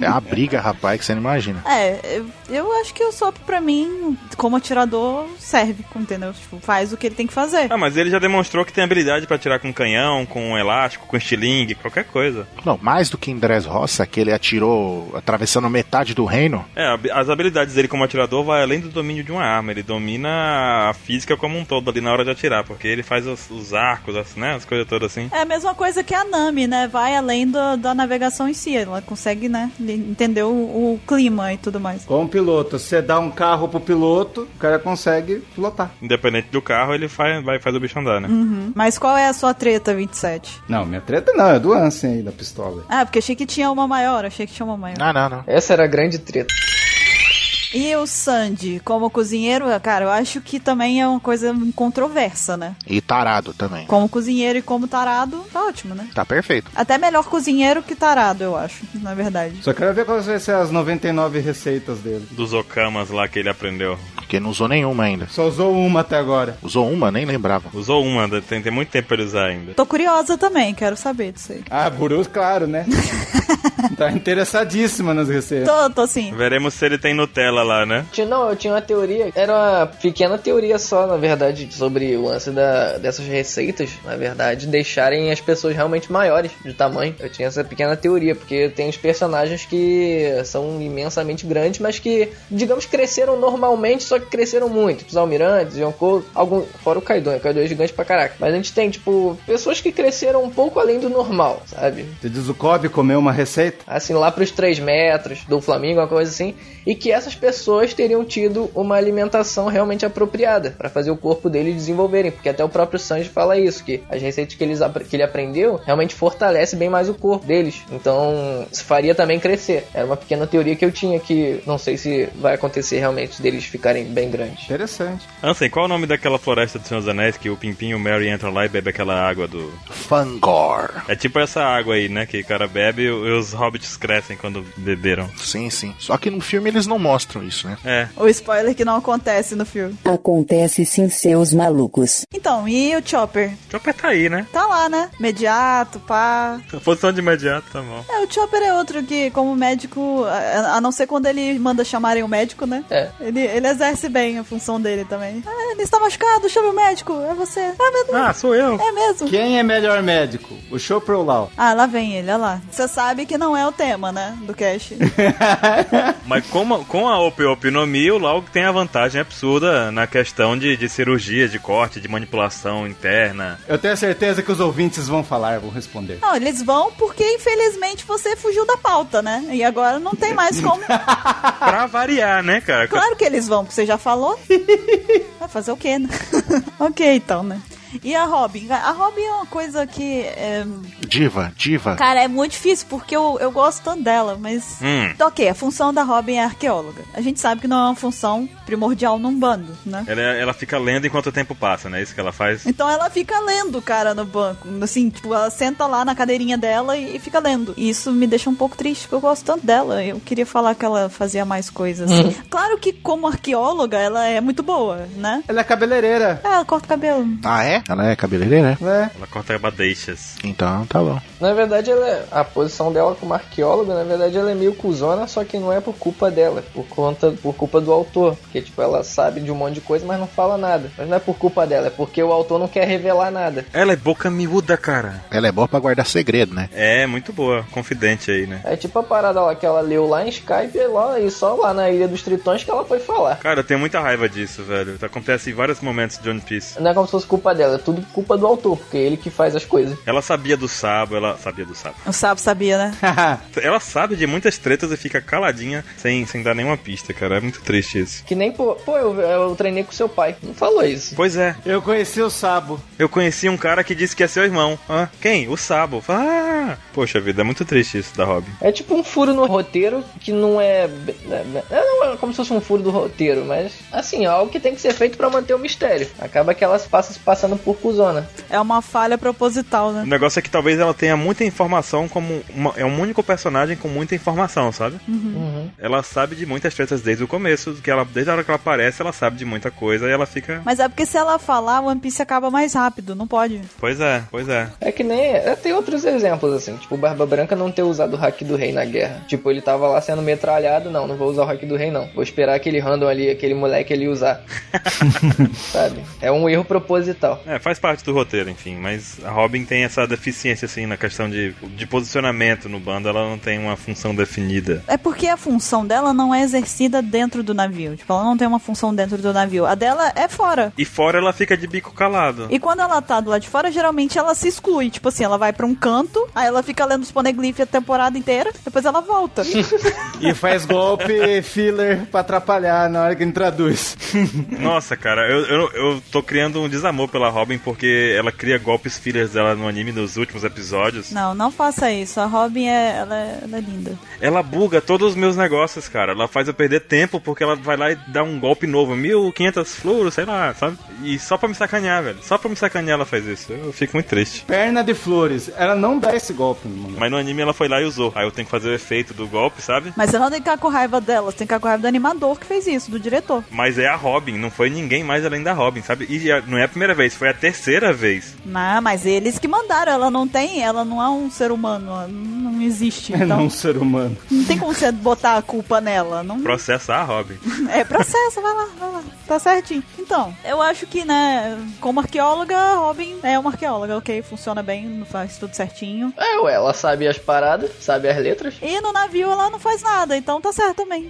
é uma briga, rapaz, que você não imagina. É, eu, eu acho que o Sop, pra mim, como atirador, serve, entendeu? Tipo, faz o que ele tem que fazer. Ah, mas ele já demonstrou que tem habilidade pra tirar com canhão, com elástico, com estilingue, qualquer coisa. Não, mais do que em Dress Roça, que ele atirou atravessando metade do reino. É, hab- as habilidades dele como atirador vai além do domínio de uma arma. Ele domina a física como um todo ali na hora de atirar, porque ele faz os, os arcos, as, né, as coisas todas assim. É a mesma coisa que a Nami, né? Vai além do- da navegação em si. Ela consegue, né? Entender o, o clima e tudo mais. Com o piloto, você dá um carro pro piloto, o cara consegue pilotar. Independente do carro, ele faz, vai, faz o bicho andar, né? Uhum. Mas qual é a sua treta, 27? Não, minha treta não, é do Ansem aí, da pistola. Ah, porque achei que tinha uma maior. Achei que tinha uma maior. Ah, Não, não, não. Essa era a grande treta. E o Sandy, como cozinheiro, cara, eu acho que também é uma coisa controversa, né? E tarado também. Como cozinheiro e como tarado, tá ótimo, né? Tá perfeito. Até melhor cozinheiro que tarado, eu acho, na verdade. Só quero ver quais vão ser as 99 receitas dele. Dos okamas lá que ele aprendeu. Porque não usou nenhuma ainda. Só usou uma até agora. Usou uma, nem lembrava. Usou uma, ainda tem, tem muito tempo pra ele usar ainda. Tô curiosa também, quero saber disso aí. Ah, Buru, claro, né? tá interessadíssima nas receitas. Tô, tô sim. Veremos se ele tem Nutella lá, né? Tinha- Não, eu tinha uma teoria, era uma pequena teoria só, na verdade, sobre o lance da, dessas receitas, na verdade, deixarem as pessoas realmente maiores de tamanho. Eu tinha essa pequena teoria, porque tem os personagens que são imensamente grandes, mas que, digamos, cresceram normalmente, só que cresceram muito. Tipo os almirantes, Yonkou, algum, fora o Kaido, né? O Kaido é gigante pra caraca. Mas a gente tem, tipo, pessoas que cresceram um pouco além do normal, sabe? Você diz o Kobe comeu uma receita? assim, lá pros 3 metros do Flamengo, uma coisa assim, e que essas pessoas teriam tido uma alimentação realmente apropriada para fazer o corpo dele desenvolverem, porque até o próprio Sanji fala isso, que as receitas que, eles, apre- que ele aprendeu realmente fortalece bem mais o corpo deles, então isso faria também crescer. Era uma pequena teoria que eu tinha que não sei se vai acontecer realmente deles ficarem bem grandes. Interessante. Ansem, qual é o nome daquela floresta do Senhor dos Anéis que o Pimpinho e o Mary entram lá e bebe aquela água do. Fangor. É tipo essa água aí, né? Que o cara bebe e os hobbits crescem quando beberam. Sim, sim. Só que no filme eles não mostram isso, né? É. O spoiler que não acontece no filme. Acontece sim, seus malucos. Então, e o Chopper? Chopper tá aí, né? Tá lá, né? Mediato, pá. Posição de imediato, tá bom. É, o Chopper é outro que, como médico, a, a não ser quando ele manda chamarem o médico, né? É. Ele, ele exerce bem a função dele também. Ah, ele está machucado, chame o médico, é você. Ah, meu Deus, Ah, sou eu. é mesmo. Quem é melhor médico? O Chopper ou o Lau? Ah, lá vem ele, olha lá. Você sabe que não não é o tema, né? Do cast. Mas com a, com a op- opinomia, o Laug tem a vantagem absurda na questão de, de cirurgia, de corte, de manipulação interna. Eu tenho certeza que os ouvintes vão falar, vão responder. Não, eles vão porque infelizmente você fugiu da pauta, né? E agora não tem mais como. pra variar, né, cara? Claro que eles vão, porque você já falou. Vai fazer o quê, né? ok, então, né? E a Robin? A Robin é uma coisa que. é, Diva, diva. Cara, é muito difícil porque eu, eu gosto tanto dela, mas. Hum. Então, ok, a função da Robin é arqueóloga. A gente sabe que não é uma função primordial num bando, né? Ela, ela fica lendo enquanto o tempo passa, né? Isso que ela faz. Então ela fica lendo o cara no banco. Assim, tipo, ela senta lá na cadeirinha dela e, e fica lendo. E isso me deixa um pouco triste, porque eu gosto tanto dela. Eu queria falar que ela fazia mais coisas. Uhum. Claro que, como arqueóloga, ela é muito boa, né? Ela é cabeleireira. É, ela corta o cabelo. Ah, é? Ela é cabeleireira, é? Ela corta badeixas. Então, tá bom. Na verdade, ela é- a posição dela como arqueóloga, na verdade, ela é meio cuzona, só que não é por culpa dela, é por conta, por culpa do autor. Porque, tipo, ela sabe de um monte de coisa, mas não fala nada. Mas não é por culpa dela, é porque o autor não quer revelar nada. Ela é boca miúda, cara. Ela é boa pra guardar segredo, né? É, muito boa. Confidente aí, né? É tipo a parada lá que ela leu lá em Skype e lá, e só lá na Ilha dos Tritões que ela foi falar. Cara, eu tenho muita raiva disso, velho. Tá, Acontece em vários momentos de One Piece. Não é como se fosse culpa dela, é tudo culpa do autor, porque é ele que faz as coisas. Ela sabia do sabo, ela sabia do sabo. O sapo sabia, né? Ela sabe de muitas tretas e fica caladinha sem, sem dar nenhuma pista, cara. É muito triste isso. Que nem, pô, pô eu, eu treinei com seu pai. Não falou isso. Pois é. Eu conheci o Sabo. Eu conheci um cara que disse que é seu irmão. Ah, quem? O Sabo. Ah, poxa vida, é muito triste isso da Robin. É tipo um furo no roteiro que não é. é- Não é como se fosse um furo do roteiro, mas assim, é algo que tem que ser feito pra manter o mistério. Acaba que ela se passa se passando por cuzona. É uma falha proposital, né? O negócio é que talvez ela tenha muita informação como uma- é um único personagem com muita informação, sabe? Ela sabe de muitas tretas desde o começo, que ela desde a hora que ela aparece, ela sabe de muita coisa e ela fica Mas é porque se ela falar, One Piece acaba mais rápido, não pode. Pois é, pois é. É que nem. é, Tem outros exemplos, assim. Tipo, o Barba Branca não ter usado o hack do rei na guerra. Tipo, ele tava lá sendo metralhado. Não, não vou usar o hack do rei, não. Vou esperar aquele random ali, aquele moleque ali usar. Sabe? É um erro proposital. É, faz parte do roteiro, enfim, mas a Robin tem essa deficiência, assim, na questão de, de posicionamento no bando, ela não tem uma função definida. É porque a função dela não é exercida dentro do navio. Tipo, ela não tem uma função dentro do navio. A dela é fora. E fora ela fica de bico calado. E quando ela tá do lado de fora, geralmente ela se exclui. Tipo assim, ela vai pra um canto, aí ela fica lendo os poneglyphs a temporada inteira, depois ela volta. E faz golpe filler pra atrapalhar na hora que ele traduz. Nossa, cara, eu, eu, eu tô criando um desamor pela Robin porque ela cria golpes fillers dela no anime nos últimos episódios. não, não faça isso. A Robin é, ela é, ela é linda. Ela buga todos os meus negócios, cara. Ela faz eu perder tempo porque ela vai lá e dá um golpe novo. 1500 fluoros, sei lá, sabe? E só pra me sacanear, velho. Só pra me sacanear ela faz isso. Eu fico muito triste. Perna de flores. Ela não dá esse golpe, mano. Mas no anime ela foi lá e usou. Aí eu tenho que fazer o efeito do golpe, sabe? Mas você não tem que ficar com raiva dela, você tem que ficar com raiva do animador que fez isso, do diretor. Mas é a Robin, não foi ninguém mais além da Robin, sabe? E já- não é a primeira vez, foi a terceira vez. Não, mas eles que mandaram, ela não tem, ela não é um ser humano, ela não existe. Então, Não um ser humano. não tem como você botar a culpa nela. Não, Processar a Robin. É, processo, vai lá, vai lá. Tá certinho. Então, eu acho que, né, como arqueóloga, a Robin é uma arqueóloga, ok? Funciona bem, faz tudo certinho. É, ué, ela sabe as paradas, sabe as letras. E no navio ela não faz nada, então tá certo também.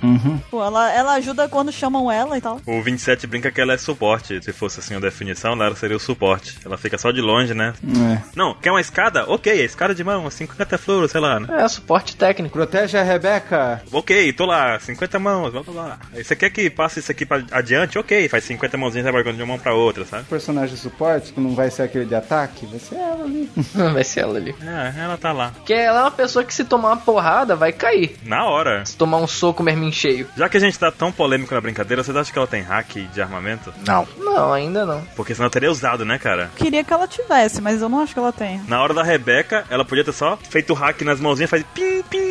Pô, ela, ela ajuda quando chamam ela e tal. O 27 brinca que ela é suporte. Se fosse assim a definição, ela seria o suporte. Ela fica só de longe, né? É. Não, quer uma escada? Ok, a escada de mão, 50 flores, sei lá, né? É, suporte técnico. Protege a Rebeca. Ok, tô lá, 50 mãos, blá blá blá. Aí Você quer que passe isso aqui pra adiante? Ok, faz 50 mãozinhas trabalhando de uma mão pra outra, sabe? O personagem de suporte, que não vai ser aquele de ataque, vai ser ela ali. vai ser ela ali. É, ela tá lá. Porque ela é uma pessoa que se tomar uma porrada vai cair. Na hora. Se tomar um soco mermin cheio. Já que a gente tá tão polêmico na brincadeira, vocês acham que ela tem hack de armamento? Não. Não, ainda não. Porque senão eu teria usado, né, cara? Queria que ela tivesse, mas eu não acho que ela tenha. Na hora da Rebeca, ela podia ter só feito o hack nas mãozinhas, faz pim, pim.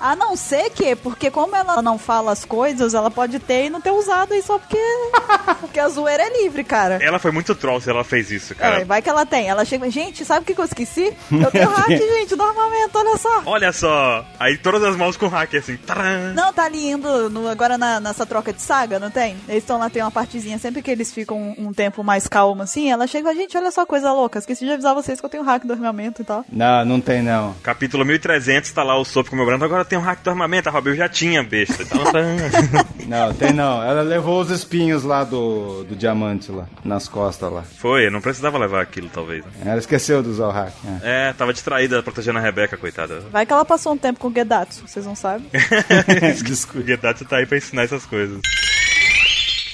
A não ser que, porque como ela não fala as coisas, ela pode ter e não ter usado aí só porque. porque a zoeira é livre, cara. Ela foi muito troll se ela fez isso, É, cara. vai que ela tem. Ela chega. Gente, sabe o que que eu esqueci? Eu tenho hack, gente. gente, do armamento, olha só. Olha só! Aí todas as mãos com hack assim. Taran. Não, tá lindo. No, agora na- nessa troca de saga, não tem? Eles estão lá, tem uma partezinha. Sempre que eles ficam um, um tempo mais calmo, assim, ela chega e fala, gente, olha só, coisa louca. Esqueci de avisar vocês que eu tenho hack do armamento e tal. Não, não tem não. Capítulo 1300, tá lá o sopro comemorando. Agora tem um hack do armamento, ah, Rob. Eu já tinha, besta. Taran, taran. Não, tem não. Ela levou os espinhos lá do, do diamante lá, nas costas lá. Foi, eu não precisava levar aquilo, talvez. né? Ela esqueceu de usar o hack. né? É, tava distraída protegendo a Rebeca, coitada. Vai que ela passou um tempo com o Gedatsu, vocês não sabem. Desculpa. O Gedatsu tá aí pra ensinar essas coisas.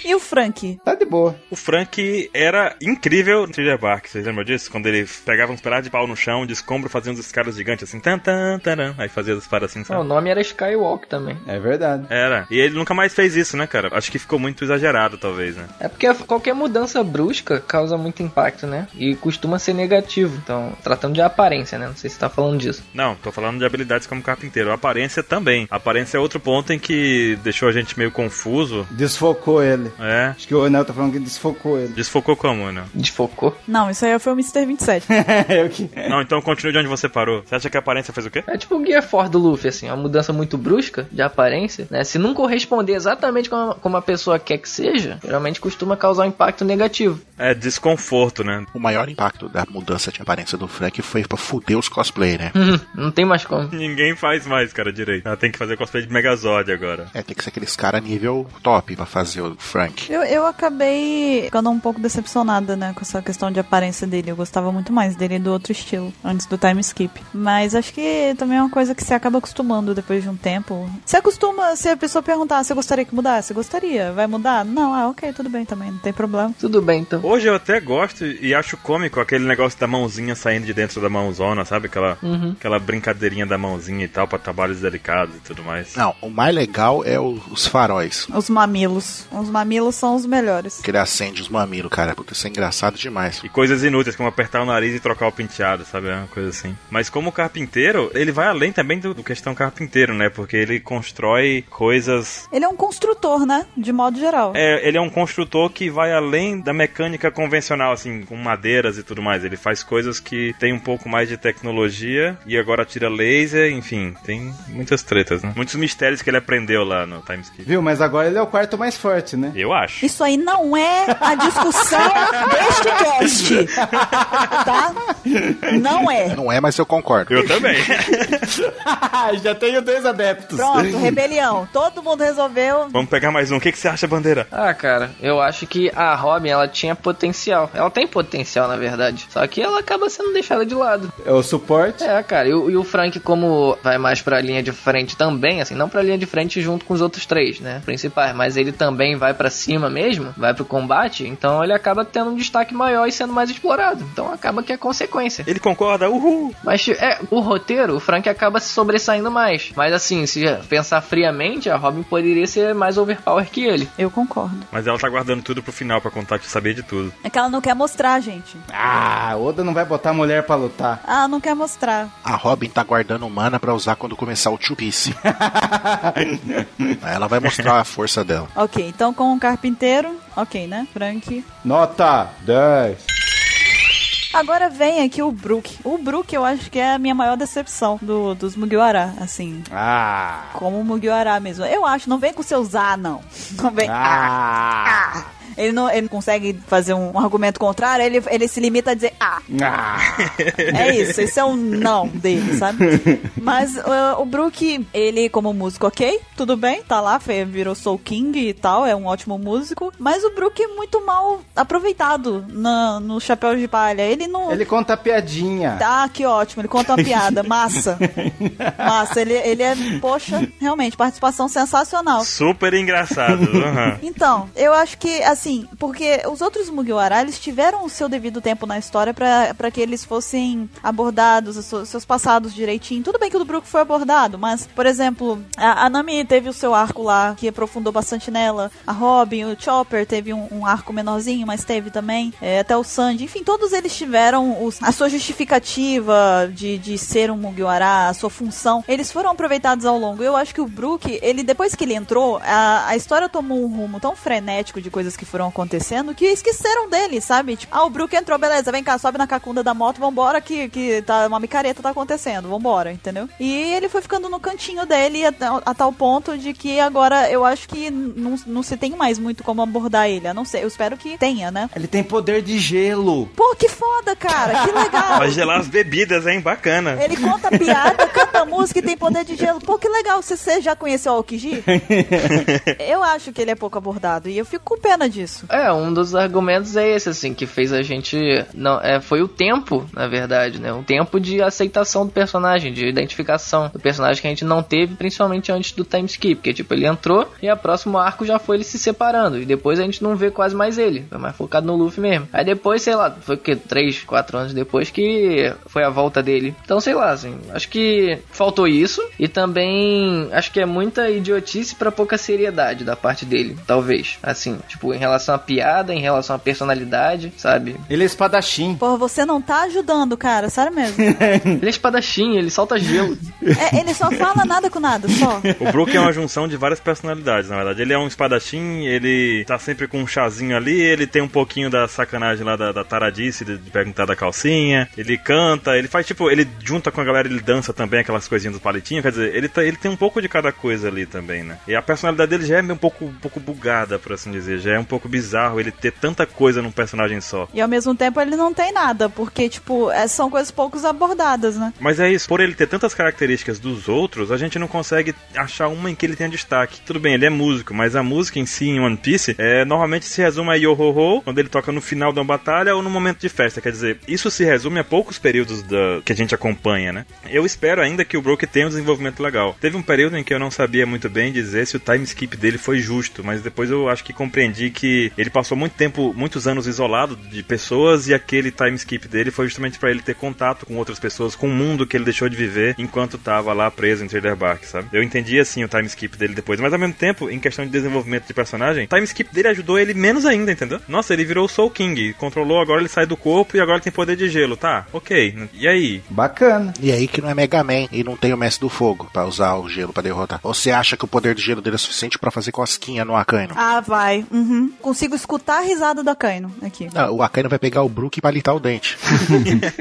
E o Frank? Tá de boa. O Frank era incrível no Thriller Bark, vocês lembram disso? Quando ele pegava uns pedaços de pau no chão, de escombro, fazia uns escadas gigantes assim, tan, tan, taran. aí fazia as paradas assim, O sabe? nome era Skywalk também. É verdade. Era. E ele nunca mais fez isso, né, cara? Acho que ficou muito exagerado, talvez, né? É porque qualquer mudança brusca causa muito impacto, né? E costuma ser negativo. Então, tratando de aparência, né? Não sei se tá falando disso. Não, tô falando de habilidades como carpinteiro. A aparência também. A aparência é outro ponto em que deixou a gente meio confuso. Desfocou ele. É. Acho que o Anel tá falando que desfocou ele. Desfocou como, né? Desfocou? Não, isso aí foi o Mr. 27. Eu que... Não, então continue de onde você parou. Você acha que a aparência fez o quê? É tipo o Gear 4 do Luffy, assim, uma mudança muito brusca de aparência, né? Se não corresponder exatamente como a, como a pessoa quer que seja, geralmente costuma causar um impacto negativo. É desconforto, né? O maior impacto da mudança de aparência do Frank foi pra fuder os cosplay, né? Hum, não tem mais como. Ninguém faz mais, cara, direito. Ela tem que fazer cosplay de Megazord agora. É, tem que ser aqueles caras nível top pra fazer o Frank. Eu, eu acabei ficando um pouco decepcionada, né, com essa questão de aparência dele. Eu gostava muito mais dele do outro estilo, antes do time skip. Mas acho que também é uma coisa que se acaba acostumando depois de um tempo. Se acostuma, se a pessoa perguntar se gostaria que mudasse, gostaria, vai mudar? Não, ah, ok, tudo bem também, não tem problema. Tudo bem, então. Hoje eu até gosto e acho cômico aquele negócio da mãozinha saindo de dentro da mãozona, sabe? Aquela, Uhum. aquela brincadeirinha da mãozinha e tal, pra trabalhos delicados e tudo mais. Não, o mais legal é o- os faróis. Os mamilos. Os mamilos são os melhores. Que ele acende os mamilos, cara. Puta, isso é engraçado demais. E coisas inúteis, como apertar o nariz e trocar o penteado, sabe? É Uma coisa assim. Mas como carpinteiro, ele vai além também do, do questão carpinteiro, né? Porque ele constrói coisas. Ele é um construtor, né, de modo geral. É, ele é um construtor que vai além da mecânica convencional, assim, com madeiras e tudo mais. Ele faz coisas que tem um pouco mais de tecnologia e agora tira laser, enfim, tem muitas tretas, né? Muitos mistérios que ele aprendeu lá no Timeskip. Viu? Mas agora ele é o quarto mais forte, né? Eu acho. Isso aí não é a discussão deste cast, tá? Não é. Não é, mas eu concordo. Eu também. Ah, Já tenho dois adeptos. Pronto, rebelião. Todo mundo resolveu. Vamos pegar mais um. O que, que você acha, bandeira? Ah, cara, eu acho que a Robin, ela tinha potencial. Ela tem potencial, na verdade. Só que ela acaba sendo deixada de lado. É o suporte. É, cara, e, o- e o Frank, como vai mais pra linha de frente também, assim, não pra linha de frente junto com os outros três, né? Principais, mas ele também vai pra cima mesmo, vai pro combate, então ele acaba tendo um destaque maior e sendo mais explorado. Então acaba que é consequência. Ele concorda? Uhul! Mas é, o roteiro, o Frank acaba se sobressaindo mais. Mas assim, se pensar friamente, a Robin poderia ser mais overpower que ele. Eu concordo. Mas ela tá guardando tudo pro final pra contar que saber de tudo. É que ela não quer mostrar, gente. Ah, Oda não vai botar a mulher pra lutar. Ah, não quer mostrar. A Robin tá guardando mana pra usar quando começar o Two Piece. Aí Ela vai mostrar a força dela. Ok, então com o carpinteiro, ok, né? Frank. Nota 10. Agora vem aqui o Brook. O Brook eu acho que é a minha maior decepção do, dos Mugiwara, assim. Ah. Como Mugiwara mesmo. Eu acho, não vem com seus ah, não. Não vem. Ah. Ah. ah. Ele não, ele não consegue fazer um argumento contrário, ele, ele se limita a dizer ah. Ah. É isso, esse é um não dele, sabe? Mas uh, o Brook, ele como músico, ok, tudo bem, tá lá, fe- virou Soul King e tal, é um ótimo músico, mas o Brook é muito mal aproveitado na- no Chapéu de Palha. Ele não... Ele conta piadinha. Tá, que ótimo, ele conta uma piada, massa. Massa, ele, ele é, poxa, realmente, participação sensacional. Super engraçado. aham. Então, eu acho que, assim, porque os outros Mugiwara, eles tiveram o seu devido tempo na história pra pra que eles fossem abordados, os seus- seus passados direitinho. Tudo bem que o do Brook foi abordado, mas, por exemplo, a, a Nami teve o seu arco lá, que aprofundou bastante nela. A Robin, o Chopper teve um, um arco menorzinho, mas teve também. é, até o Sandy. Enfim, todos eles tiveram os- a sua justificativa de, de ser um Mugiwara, a sua função. Eles foram aproveitados ao longo. Eu acho que o Brook, ele, depois que ele entrou, a, a história tomou um rumo tão frenético de coisas que foram acontecendo que esqueceram dele, sabe? Tipo, ah, o Brook entrou, beleza, vem cá, sobe na cacunda da moto, vambora que, que tá uma micareta tá acontecendo, vambora, entendeu? E ele foi ficando no cantinho dele a, tal- a tal ponto de que agora eu acho que não, não se tem mais muito como abordar ele, a não ser, eu espero que tenha, né? Ele tem poder de gelo. Pô, que foda, cara, que legal! Vai gelar as bebidas, hein? Bacana. Ele conta piada, canta música e tem poder de gelo. Pô, que legal. Você, você já conheceu o Aokiji? Eu acho que ele é pouco abordado e eu fico com pena disso. É, um dos argumentos é esse, assim, que fez a gente. Não, é, foi o tempo, na verdade, né? O tempo de aceitação do personagem, de identificação do personagem que a gente não teve, principalmente antes do time skip. Porque, tipo, ele entrou e a próximo arco já foi ele se separando. E depois a gente não vê quase mais ele. Foi mais focado no Luffy mesmo. Aí depois, sei lá, foi o quê? 3, 4 anos depois que foi a volta dele. Então, sei lá, assim, acho que faltou isso. E também acho que é muita idiotice pra pouca seriedade da parte dele, talvez. Assim, tipo, em relação à piada, em relação à personalidade, sabe? Ele é espadachim. Pô, você não tá ajudando, cara, sério mesmo. Ele é espadachim, ele solta gelo. É, ele só fala nada com nada, só. O Brook é uma junção de várias personalidades, na verdade. Ele é um espadachim, ele tá sempre com um chazinho ali, ele tem um pouquinho da sacanagem lá da, da taradice, de de perguntar da calcinha, ele canta, ele faz tipo, ele junta com a galera, ele dança também aquelas coisinhas do palitinho, quer dizer, ele, tá- ele tem um pouco de cada coisa ali também, né? E a personalidade dele já é meio um pouco, um pouco bugada, por assim dizer, já é um pouco bizarro ele ter tanta coisa num personagem só. E ao mesmo tempo ele não tem nada, porque, tipo, é- são coisas poucos abordadas, né? Mas é isso, por ele ter tantas características dos outros, a gente não consegue achar uma em que ele tenha destaque. Tudo bem, ele é músico, mas a música em si, em One Piece, é, normalmente se resume a Yo-Ho-Ho, quando ele toca no final de uma batalha ou no momento de festa. Quer dizer, isso se resume a poucos períodos da- que a gente acompanha, né? Eu espero ainda que o Brook tenha um desenvolvimento legal. Teve um período em que eu não sabia muito bem dizer se o time skip dele foi justo, mas depois eu acho que compreendi que ele passou muito tempo, muitos anos isolado de pessoas e aquele time skip dele foi justamente pra ele ter contato com outras pessoas, com o mundo que ele deixou de viver enquanto tava lá preso em Thriller Bark, sabe? Eu entendi assim o time skip dele depois, mas ao mesmo tempo, em questão de desenvolvimento de personagem, o time skip dele ajudou ele menos ainda, entendeu? Nossa, ele virou o Soul King, controlou, agora ele sai do corpo e agora ele tem poder de gelo, tá? OK. E aí? Bacana. E aí que não é Mega Man e não tem o Mestre do Fogo pra usar o gelo pra derrotar. Ou Você acha que o poder de gelo dele é suficiente pra fazer cosquinha no Akaino? Ah, vai. Uhum. Consigo escutar a risada do Akaino aqui. Não, o Akaino vai pegar o Brook e palitar o dente.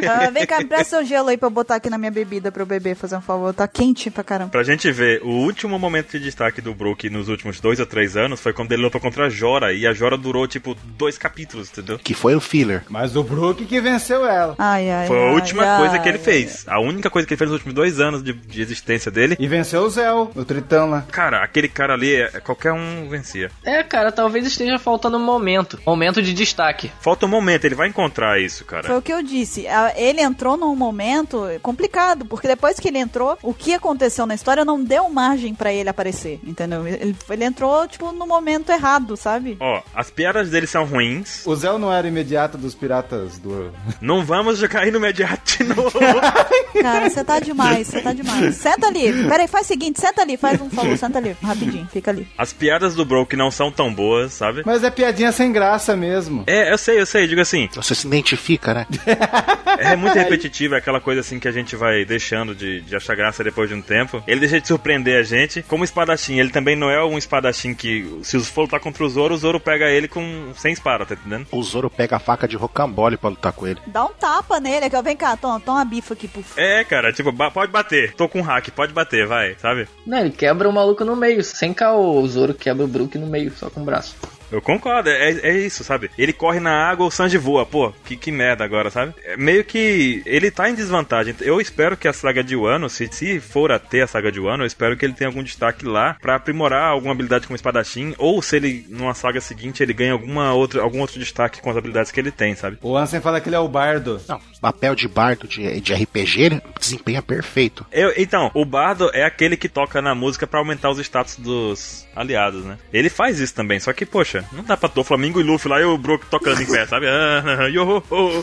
Ah, vem cá, presta seu gelo aí pra eu botar aqui na minha bebida pra eu beber, fazer um favor. Tá quente pra caramba. Pra gente ver, o último momento de destaque do Brook nos últimos dois ou três anos foi quando ele lutou contra a Jora, e a Jora durou, tipo, dois capítulos, entendeu? que foi o filler. Mas o Brook que venceu ela. Ai, ai. Foi a ai, última ai. coisa que ele fez. A única coisa que ele fez nos últimos dois anos de, de existência dele. E venceu o Zéu, o Tritão lá. Cara, aquele cara ali, é- qualquer um vencia. É, cara, talvez esteja faltando um momento. Momento de destaque. Falta um momento, ele vai encontrar isso, cara. Foi o que eu disse. A- Ele entrou num momento complicado, porque depois que ele entrou, o que aconteceu na história não deu margem pra ele aparecer, entendeu? Ele, ele entrou, tipo, no momento errado, sabe? Ó, as piadas dele são ruins. O Zéu não era imediato dos piratas do. Não vamos jogar aí no mediato de novo. Cara, você tá demais, você tá demais. Senta ali. Peraí, faz o seguinte, senta ali, faz um favor, senta ali, rapidinho, fica ali. As piadas do Broke não são tão boas, sabe? Mas é piadinha sem graça mesmo. É, eu sei, eu sei, digo assim. Você se identifica, né? É muito repetitivo, é aquela coisa assim que a gente vai deixando de, de achar graça depois de um tempo. Ele deixa de surpreender a gente. Como espadachim, ele também não é um espadachim que, se for lutar contra o Zoro, o Zoro pega ele com sem espada, tá entendendo? O Zoro pega a faca de rocambole pra lutar com ele. Dá um tapa nele, aqui, ó. Vem cá, toma, toma uma bifa aqui, puf. É, cara, tipo, ba- pode bater. Tô com um hack, pode bater, vai, sabe? Não, ele quebra o maluco no meio. Sem caô, o Zoro quebra o Brook no meio, só com o braço. Eu concordo, é, é isso, sabe? Ele corre na água, o Sanji voa, pô, que, que merda agora, sabe? É meio que ele tá em desvantagem. Eu espero que a saga de Wano, se, se for a ter a saga de Wano, eu espero que ele tenha algum destaque lá pra aprimorar alguma habilidade com o espadachim, ou se ele, numa saga seguinte, ele ganha alguma outra, algum outro destaque com as habilidades que ele tem, sabe? O Ansem fala que ele é o bardo. Não. Papel de bardo de, de RPG, ele desempenha perfeito. Eu- então, o bardo é aquele que toca na música pra aumentar os status dos aliados, né? Ele faz isso também, só que, poxa, não dá pra o Flamengo e Luffy lá e o Brook tocando em pé, sabe? Ah, yo, ho, ho.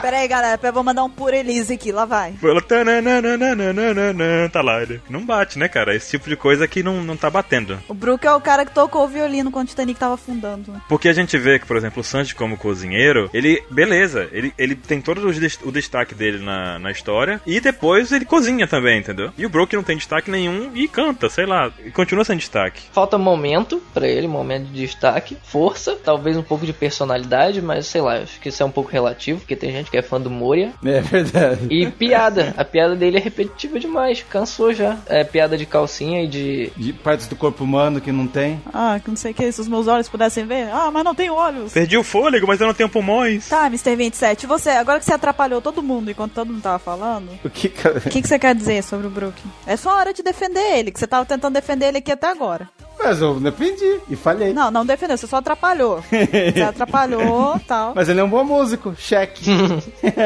Peraí, galera, eu vou mandar um puro Elise aqui, lá vai. Foi lá, tanananananananana, tá lá ele. Não bate, né, cara? Esse tipo de coisa que não, não tá batendo. O Brook é o cara que tocou o violino quando o Titanic tava afundando. né? Porque a gente vê que, por exemplo, o Sanji como cozinheiro, ele, beleza, ele, ele tem todo os des- o destaque dele na, na história e depois ele cozinha também, entendeu? E o Brook não tem destaque nenhum e canta, sei lá, e continua sem destaque. Falta momento pra ele, momento de destaque, força, talvez um pouco de personalidade, mas sei lá, acho que isso é um pouco relativo, porque tem gente que é fã do Moria. É verdade. E piada. A piada dele é repetitiva demais, cansou já. É piada de calcinha e de. De partes do corpo humano que não tem. Ah, que não sei o que, se os meus olhos pudessem ver. Ah, mas não tenho olhos. Perdi o fôlego, mas eu não tenho pulmões. Tá, Mr. 27, você, agora que você atrapalhou todo mundo enquanto todo mundo tava falando, O que, o que, que você quer dizer sobre o Brook? É só hora de defender ele, que você tava tentando defender ele aqui até agora. Mas eu defendi e falhei. Não, não defendeu, você só atrapalhou. Você atrapalhou tal. Mas ele é um bom músico, cheque.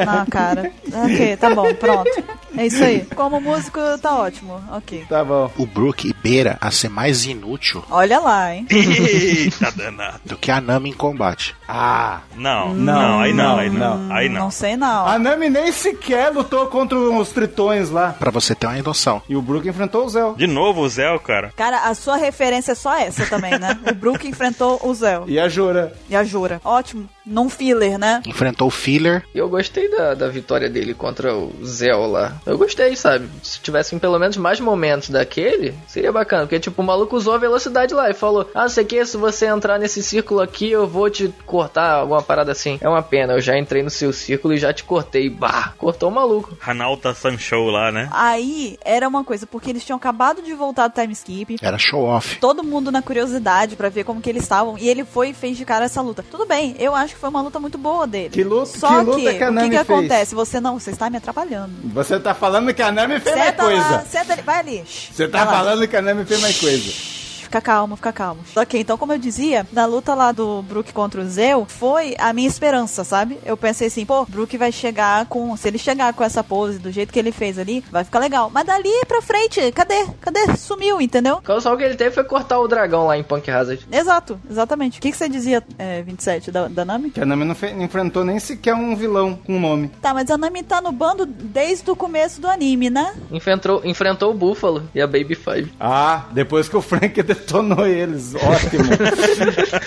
Ah, cara. Ok, tá bom, pronto. É isso aí. Como músico, tá ótimo. Ok. Tá bom. O Brook beira a ser mais inútil Olha lá, hein? Eita danado. do que a Nami em combate. Ah, Não, não, aí não, aí não. Aí não. Hum, Não sei não. a Nami nem sequer lutou contra os tritões lá. Pra você ter uma noção. E o Brook enfrentou o Zel. De novo o Zé, cara. Cara, a sua referência é só essa também, né? O Brook enfrentou o Zell E a Jura. e a Jura. Ótimo. Não filler, né? Enfrentou o Filler. E eu gostei da, da vitória dele contra o Zell lá. Eu gostei, sabe? Se tivessem pelo menos mais momentos daquele, seria bacana. Porque, tipo, o maluco usou a velocidade lá e falou: Ah, sei que se você entrar nesse círculo aqui, eu vou te cortar alguma parada assim. É uma pena, eu já entrei no seu círculo e já te cortei. Bah! Cortou o maluco. Hanalta Sancho lá, né? Aí era uma coisa, porque eles tinham acabado de voltar do time skip. Era show off. Todo mundo na curiosidade pra ver como que eles estavam. E ele foi e fez de cara essa luta. Tudo bem, eu acho que foi uma luta muito boa dele. Que luta- Só que luta que a o que, Nami que fez? acontece? Você não, você está me atrapalhando. Você tá falando que a Nami fez mais Senta tá lá, coisa. senta ali, vai ali. Você tá Vai lá. falando que a Nami fez mais coisa. Fica calmo, fica calmo. Ok, então como eu dizia, na luta lá do Brook contra o Zeu, foi a minha esperança, sabe? Eu pensei assim, pô, Brook vai chegar com... Se ele chegar com essa pose, do jeito que ele fez ali, vai ficar legal. Mas dali pra frente, cadê? Cadê? Sumiu, entendeu? O causal que ele teve foi cortar o dragão lá em Punk Hazard. Exato, exatamente. O que, que você dizia, é, 27, da, da Nami? Que a Nami não, fe- não enfrentou nem sequer um vilão com nome. Tá, mas a Nami tá no bando desde o começo do anime, né? Enfrentou, enfrentou o Búfalo e a Baby Five. Ah, depois que o Frank detonou eles. Ótimo.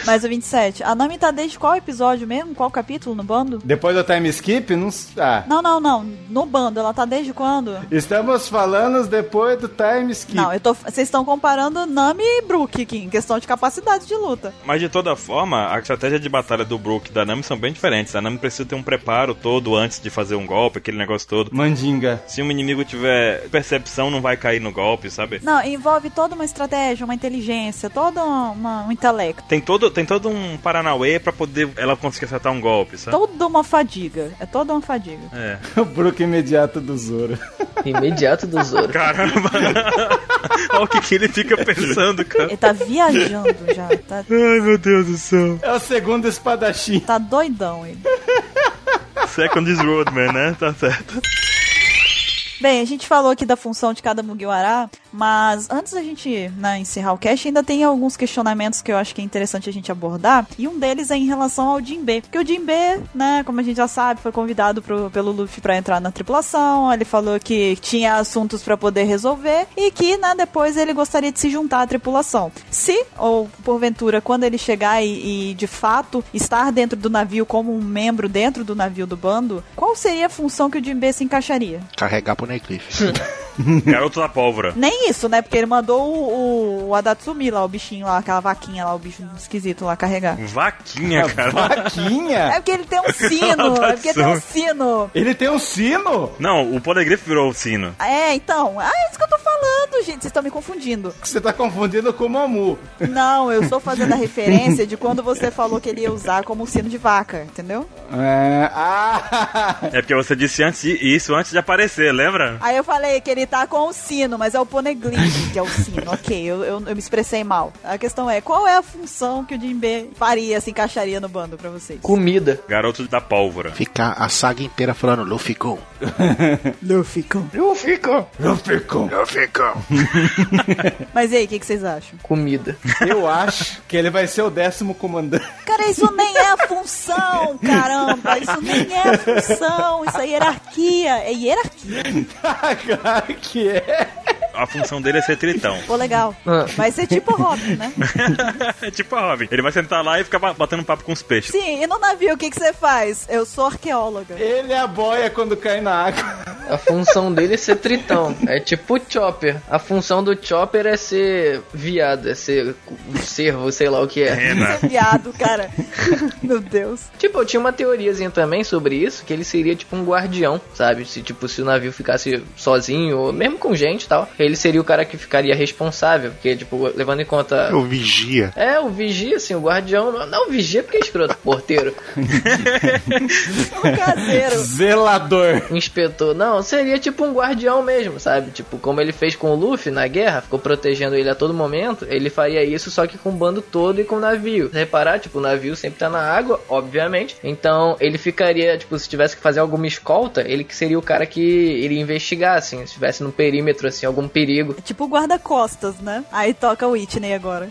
Mas o 27, a Nami tá desde qual episódio mesmo? Qual capítulo no bando? depois do time skip, não. s- Ah. Não, não, não. No bando, ela tá desde quando? Estamos falando depois do time skip. Não, eu tô. Vocês estão comparando Nami e Brook aqui, em questão de capacidade de luta. Mas de toda forma, a estratégia de batalha do Brook e da Nami são bem diferentes. A Nami precisa ter um preparo todo antes de fazer um golpe, aquele negócio todo. Mandinga. Se um inimigo tiver percepção, não vai cair no golpe, sabe? Não, envolve toda uma estratégia, uma inteligência, todo uma- um intelecto. Tem todo, tem todo um Paranauê pra poder ela conseguir acertar um golpe, sabe? Toda uma fadiga. É toda uma fadiga. É. O Brook imediato do Zoro. Imediato do Zoro. Caramba! Olha o que, que ele fica pensando, cara. Ele tá viajando já. Tá, Ai, meu Deus do céu. É o segundo espadachim. tá doidão ele. Second is Roadman, né? Tá certo. Bem, a gente falou aqui da função de cada Mugiwara, mas antes da gente né, encerrar o cast, ainda tem alguns questionamentos que eu acho que é interessante a gente abordar, e um deles é em relação ao Jinbe, porque o Jinbe, né, como a gente já sabe, foi convidado pro- pelo Luffy pra entrar na tripulação, ele falou que tinha assuntos pra poder resolver, e que, né, depois ele gostaria de se juntar à tripulação. Se, ou porventura, quando ele chegar e, e, de fato estar dentro do navio como um membro dentro do navio do bando, qual seria a função que o Jinbe se encaixaria? Carregar pro Necliff. Garoto da pólvora. Nem isso, né? Porque ele mandou o, o, o Adatsumi lá, o bichinho lá, aquela vaquinha lá, o bicho esquisito lá carregar. É. Vaquinha, cara. É Vaquinha? porque ele tem um sino, é porque tem um sino. Ele tem um sino? Não, o Polegrifo virou o sino. É, então, ah, é isso que eu tô falando, gente, vocês estão me confundindo. Que Você tá confundindo com o Momu. Não, eu estou fazendo a referência de quando você falou que ele ia usar como um sino de vaca, entendeu? É, ah, É porque você disse antes, isso antes de aparecer, lembra? Aí eu falei que ele tá com o sino, mas é o poneglyph que é o sino, ok, eu, eu, eu me expressei mal. A questão é, qual é a função que o Jinbe faria, se encaixaria no bando pra vocês? Comida. Garoto da pólvora. Ficar a saga inteira falando Luffy Gon. Luffy, com. Ruficon. Luffy Gon. Mas e aí, o que que vocês acham? Comida. Eu acho que ele vai ser o décimo comandante. Cara, isso nem é a função, caramba. Isso nem é a função. Isso é hierarquia. É hierarquia. Cara, que é? A função dele é ser tritão. Pô, legal. Ah. Vai ser tipo Robin, né? É tipo a Robin. Ele vai sentar lá e ficar ba- batendo papo com os peixes. Sim, e no navio, o que, que você faz? Eu sou arqueóloga. Ele é a boia quando cai na água. A função dele é ser tritão. É tipo o Chopper. A função do Chopper é ser viado, é ser servo, sei lá o que é. Rena. Viado, cara. Meu Deus. Tipo, eu tinha uma teoriazinha também sobre isso, que ele seria tipo um guardião, sabe? Se tipo se o navio ficasse sozinho, ou mesmo com gente e tal, ele seria o cara que ficaria responsável, porque tipo, levando em conta Eu vigia. É, o vigia, assim, o guardião. Não, não, o vigia porque é escroto, porteiro. o um caseiro. Zelador. Um inspetor. Não, seria tipo um guardião mesmo, sabe? Tipo, como ele fez com o Luffy na guerra, ficou protegendo ele a todo momento. Ele faria isso, só que com o bando todo e com o navio. Se reparar, tipo, o navio sempre tá na água, obviamente. Então, ele ficaria, tipo, se tivesse que fazer alguma escolta, ele que seria o cara que iria investigar, assim, se estivesse no perímetro, assim, algum perigo. É tipo o guarda-costas, né? Aí toca o Whitney agora.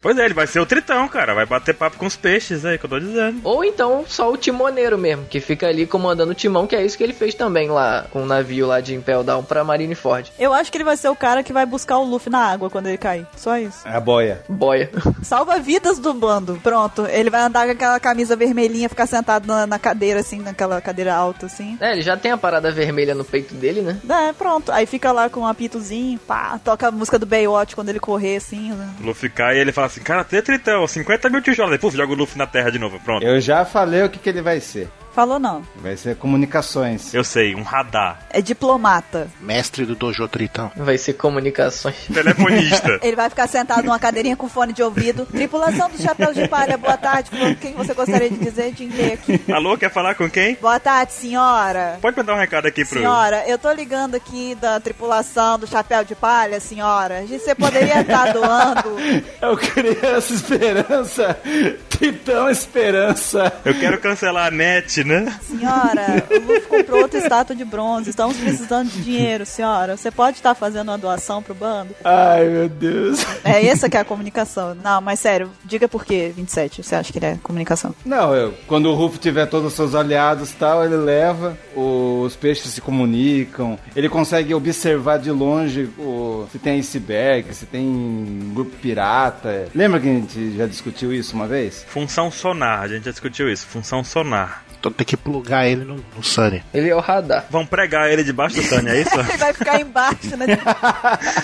Pois é, ele vai ser o tritão, cara. Vai bater papo com os peixes né? aí, que eu tô dizendo. Ou então só o timoneiro mesmo, que fica ali comandando o timão, que é isso que ele fez também lá com o navio lá de Impel Down pra Marineford. Eu acho que ele vai ser o cara que vai buscar o Luffy na água quando ele cair. Só isso. É a boia. Boia. Salva vidas do bando. Pronto. Ele vai andar com aquela camisa vermelhinha, ficar sentado na, na cadeira, assim, naquela cadeira alta, assim. É, ele já tem a parada vermelha no peito dele, né? É, pronto. Aí fica lá com um apitozinho, pá, toca a música do Baywatch quando ele correr, assim. né? O Luffy cai e ele fala assim: Cara, tem tritão, 50 mil tijolos. Aí, puf, joga o Luffy na terra de novo. Pronto. Eu já falei o que, que ele vai ser. Falou não. Vai ser comunicações. Eu sei, um radar. É diplomata. Mestre do Dojo Tritão. Vai ser comunicações. Telefonista. Ele vai ficar sentado numa cadeirinha com fone de ouvido. Tripulação do Chapéu de Palha, boa tarde. Com Quem você gostaria de dizer? De inglês aqui. Alô, quer falar com quem? Boa tarde, senhora. Pode mandar um recado aqui pro. Senhora, eu tô ligando aqui da tripulação do Chapéu de Palha, senhora. Você poderia estar doando. Eu criança esperança. Titão esperança. Eu quero cancelar a net, né? Senhora, o Luffy comprou outra estátua de bronze. Estamos precisando de dinheiro, senhora. Você pode estar fazendo uma doação pro bando? Ai, meu Deus. É essa que é a comunicação. Não, mas sério, diga por que 27 você acha que ele é comunicação. Não, eu- quando o Ruff tiver todos os seus aliados e tal, ele leva, o- os peixes se comunicam, ele consegue observar de longe o- se tem iceberg, se tem grupo pirata. Lembra que a gente já discutiu isso uma vez? Função sonar, a gente já discutiu isso. Função sonar. Então tem que plugar ele no, no Sunny. Ele é o radar. Vão pregar ele debaixo do Sunny, é isso? Ele vai ficar embaixo, né?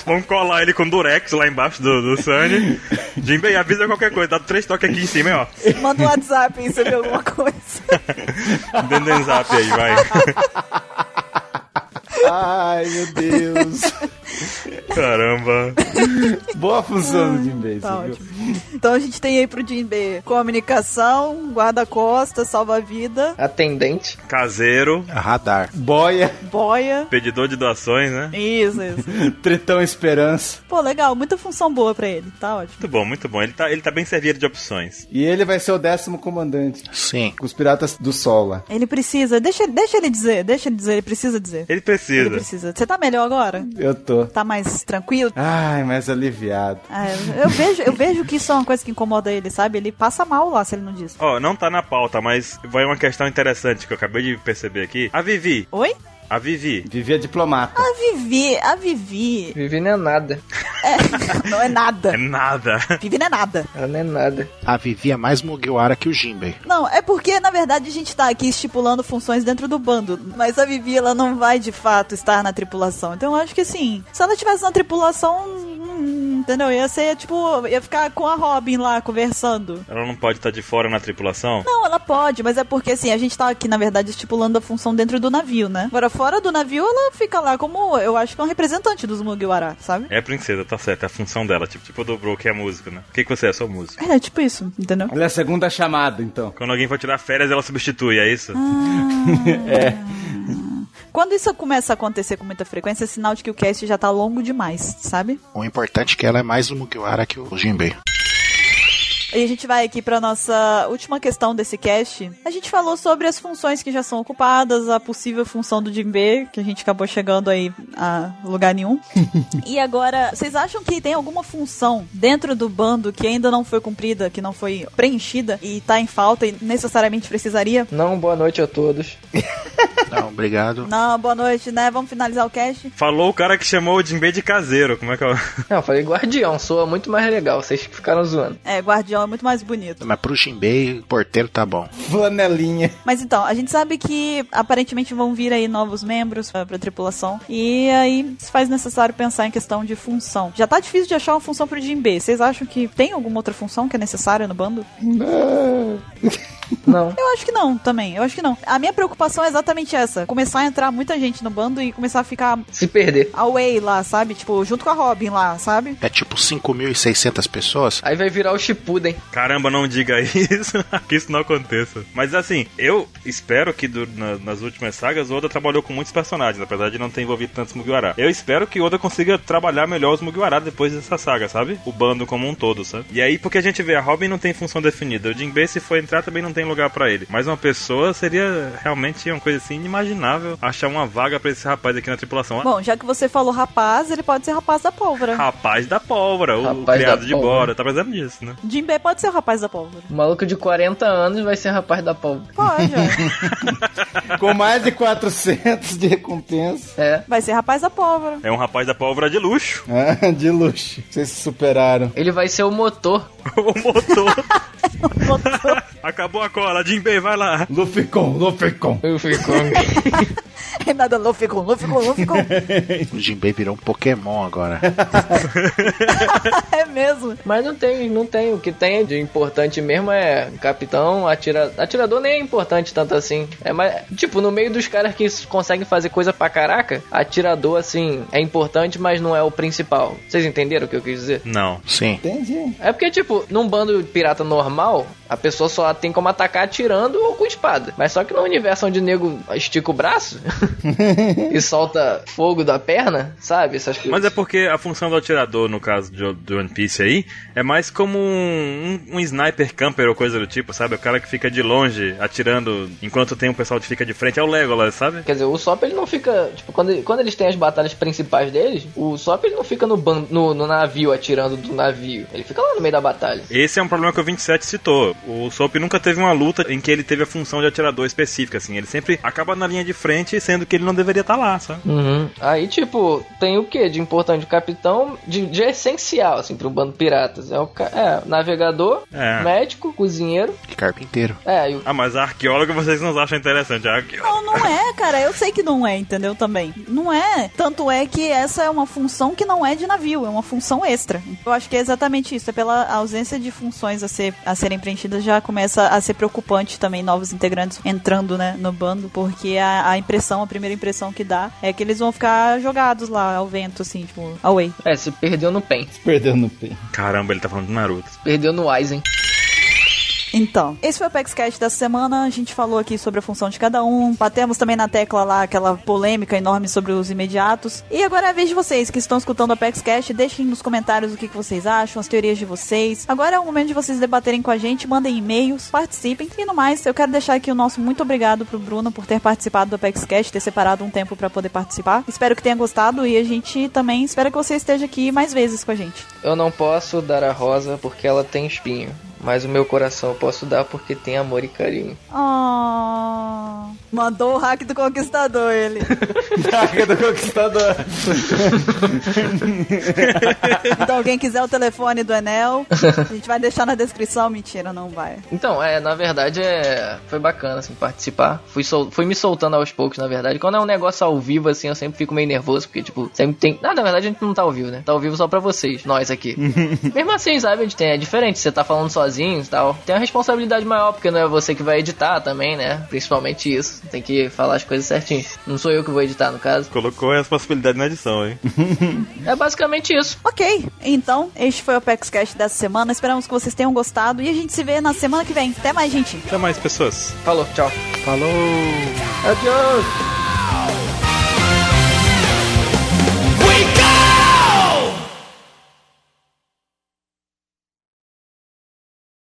Vão colar ele com durex lá embaixo do, do Sunny. Jinbei, avisa qualquer coisa, dá três toques aqui em cima, hein, ó. Manda um WhatsApp aí, você vê alguma coisa. Dando zap aí, vai. Ai, meu Deus. Caramba. Boa função do Jim Bates, Tá viu? ótimo. Então a gente tem aí pro Jim B comunicação, guarda-costas, salva-vida, Atendente. Caseiro, Radar. Boia, boia. pedidor de doações, né? Isso, isso. Tritão Esperança. Pô, legal, muita função boa pra ele, tá ótimo. Muito bom, muito bom. Ele tá, ele tá bem servido de opções. E ele vai ser o décimo comandante. Sim. Com os piratas do sol lá. Ele precisa, deixa, deixa ele dizer, deixa ele dizer, ele precisa dizer. Ele precisa. Ele precisa. Você tá melhor agora? Eu tô. Tá mais tranquilo? Ai, mais aliviado. Ah, eu, eu vejo, eu vejo que isso é uma coisa que incomoda ele, sabe? Ele passa mal lá se ele não diz. Ó, não tá na pauta, mas vai uma questão interessante que eu acabei de perceber aqui. A Vivi, Oi? a Vivi. Vivia diplomata. A Vivi, a Vivi. Vivi não é nada. É, não é nada. É nada. Vivi não é nada. Ela não é nada. A Vivi é mais Mugiwara que o Jinbei. Não, é porque, na verdade, a gente tá aqui estipulando funções dentro do bando. Mas a Vivi, ela não vai, de fato, estar na tripulação. Então, eu acho que, assim, se ela estivesse na tripulação... hum, Entendeu? Ia ser, tipo... Ia ficar com a Robin lá, conversando. Ela não pode estar de fora na tripulação? Não, ela pode, mas é porque, assim, a gente tá aqui, na verdade, estipulando a função dentro do navio, né? Agora, fora do navio, ela fica lá como, eu acho que é um representante dos Mugiwara, sabe? É a princesa, tá certo. É a função dela. Tipo, tipo do Bro, que é músico, né? O que, que você é? Sou músico. É, tipo isso, entendeu? Ela é a segunda chamada, então. Quando alguém for tirar férias, ela substitui, é isso? Quando isso começa a acontecer com muita frequência, é sinal de que o cast já tá longo demais, sabe? O importante é que ela é mais Mugiwara que o Jinbei. E a gente vai aqui para nossa última questão desse cast. A gente falou sobre as funções que já são ocupadas, a possível função do Jinbe, que a gente acabou chegando aí a lugar nenhum. e agora, vocês acham que tem alguma função dentro do bando que ainda não foi cumprida, que não foi preenchida e tá em falta e necessariamente precisaria? Não, boa noite a todos. Não, Então, obrigado. Não, boa noite, né? Vamos finalizar o cast? Falou o cara que chamou o Jinbei de caseiro. Como é que é? o- Não, eu falei guardião, soa muito mais legal. Vocês que ficaram zoando. É, guardião é muito mais bonito. Mas pro Shinbei, porteiro tá bom. Flanelinha. Mas então, a gente sabe que aparentemente vão vir aí novos membros pra, pra tripulação. E aí se faz necessário pensar em questão de função. Já tá difícil de achar uma função pro Jim B. Vocês acham que tem alguma outra função que é necessária no bando? Não. Eu acho que não também. Eu acho que não. A minha preocupação é exatamente essa: começar a entrar muita gente no bando e começar a ficar Se perder. away lá, sabe? Tipo, junto com a Robin lá, sabe? É tipo 5.600 pessoas. Aí vai virar o Shippuden. Caramba, não diga isso, que isso não aconteça. Mas assim, eu espero que do- na- nas últimas sagas o Oda trabalhou com muitos personagens, apesar de não ter envolvido tantos Mugiwara. Eu espero que o Oda consiga trabalhar melhor os Mugiwara depois dessa saga, sabe? O bando como um todo, sabe? E aí, porque a gente vê, a Robin não tem função definida, o Jinbei se for entrar também não tem lugar pra ele. Mas uma pessoa seria realmente uma coisa assim inimaginável achar uma vaga pra esse rapaz aqui na tripulação. Ah, Bom, já que você falou rapaz, ele pode ser rapaz da pólvora. Rapaz da pólvora, o Rapaz da criado de pólvora. Bora, tá precisando disso, né? Jim B pode ser o rapaz da pólvora. O maluco de 40 anos vai ser rapaz da pólvora. Pode, ó. Com mais de 400 de recompensa. É. Vai ser rapaz da pólvora. É um rapaz da pólvora de luxo. Ah, de luxo. Vocês se superaram. Ele vai ser o motor. o motor. Acabou a cola, Jinbei, vai lá. Luffy com, Luffy com. Eu fico. É nada, Luffy com Luffy com Luffy com. O Jinbei virou um Pokémon agora. É mesmo. Mas não tem, não tem. O que tem de importante mesmo é capitão, atira... atirador nem é importante tanto assim. É mais. Tipo, no meio dos caras que conseguem fazer coisa pra caraca, atirador, assim, é importante, mas não é o principal. Vocês entenderam o que eu quis dizer? Não. Sim. Entendi. É porque, tipo, num bando pirata normal, a pessoa só tem como atacar atirando ou com espada. Mas só que no universo onde o nego estica o braço e solta fogo da perna, sabe? Essas coisas. Mas é porque a função do atirador, no caso de- do One Piece aí, é mais como um, um- um sniper camper ou coisa do tipo, sabe? O cara que fica de longe atirando enquanto tem um pessoal que fica de frente. É o Legolas, sabe? Quer dizer, o Sop ele não fica. Tipo, quando, ele- quando eles têm as batalhas principais deles, o Sop ele não fica no, ban, no, no navio atirando do navio. Ele fica lá no meio da batalha. Esse é um problema que o 27 citou. O Soap nunca teve uma luta em que ele teve a função de atirador específica, assim. Ele sempre acaba na linha de frente, sendo que ele não deveria estar lá, sabe? Aí, tipo, tem o que de importante? O capitão de, de essencial, assim, pra um bando de piratas. É o ca- é, navegador, É. médico, cozinheiro. Que carpinteiro. É, e o Ah, mas a arqueóloga vocês não acham interessante. A arqueóloga... Não, não é, cara. Eu sei que não é, entendeu? Também. Não é. Tanto é que essa é uma função que não é de navio, é uma função extra. Eu acho que é exatamente isso. É pela ausência de funções a, ser, a serem preenchidas, já começa a ser preocupante também novos integrantes entrando, né, no bando, porque a, a impressão, a primeira impressão que dá é que eles vão ficar jogados lá ao vento, assim, tipo, away. É, se perdeu no PEN. Perdendo o pé. Caramba, ele tá falando do Naruto. Perdeu no Aizen. Então, esse foi o PEXCast dessa semana. A gente falou aqui sobre a função de cada um. Batemos também na tecla lá aquela polêmica enorme sobre os imediatos. E agora é a vez de vocês que estão escutando a PEXCast. Deixem nos comentários o que que vocês acham, as teorias de vocês. Agora é o momento de vocês debaterem com a gente. Mandem e-mails, participem. E no mais, eu quero deixar aqui o nosso muito obrigado pro Bruno por ter participado do PEXCast, ter separado um tempo pra poder participar. Espero que tenha gostado e a gente também espera que você esteja aqui mais vezes com a gente. Eu não posso dar a rosa porque ela tem espinho. Mas o meu coração eu posso dar porque tem amor e carinho. Oh, mandou o hack do conquistador ele. Taca do conquistador. Então, alguém quiser o telefone do Enel, a gente vai deixar na descrição. Mentira, não vai. Então, é, na verdade, é, foi bacana, assim, participar. Fui, sol- fui me soltando aos poucos, na verdade. Quando é um negócio ao vivo, assim, eu sempre fico meio nervoso, porque, tipo, sempre tem... Ah, na verdade, a gente não tá ao vivo, né? Tá ao vivo só pra vocês, nós aqui. Mesmo assim, sabe, a gente tem... É diferente, você tá falando sozinho e tal. Tem uma responsabilidade maior, porque não é você que vai editar também, né? Principalmente isso. Tem que falar as coisas certinhas. Não sou eu que vou editar, no caso. Colocou as possibilidades na edição, hein? É basicamente isso. Ok, então, este foi o PEXCast dessa semana. Esperamos que vocês tenham gostado e a gente se vê na semana que vem. Até mais, gente. Até mais, pessoas. Falou, tchau. Falou! Adiós!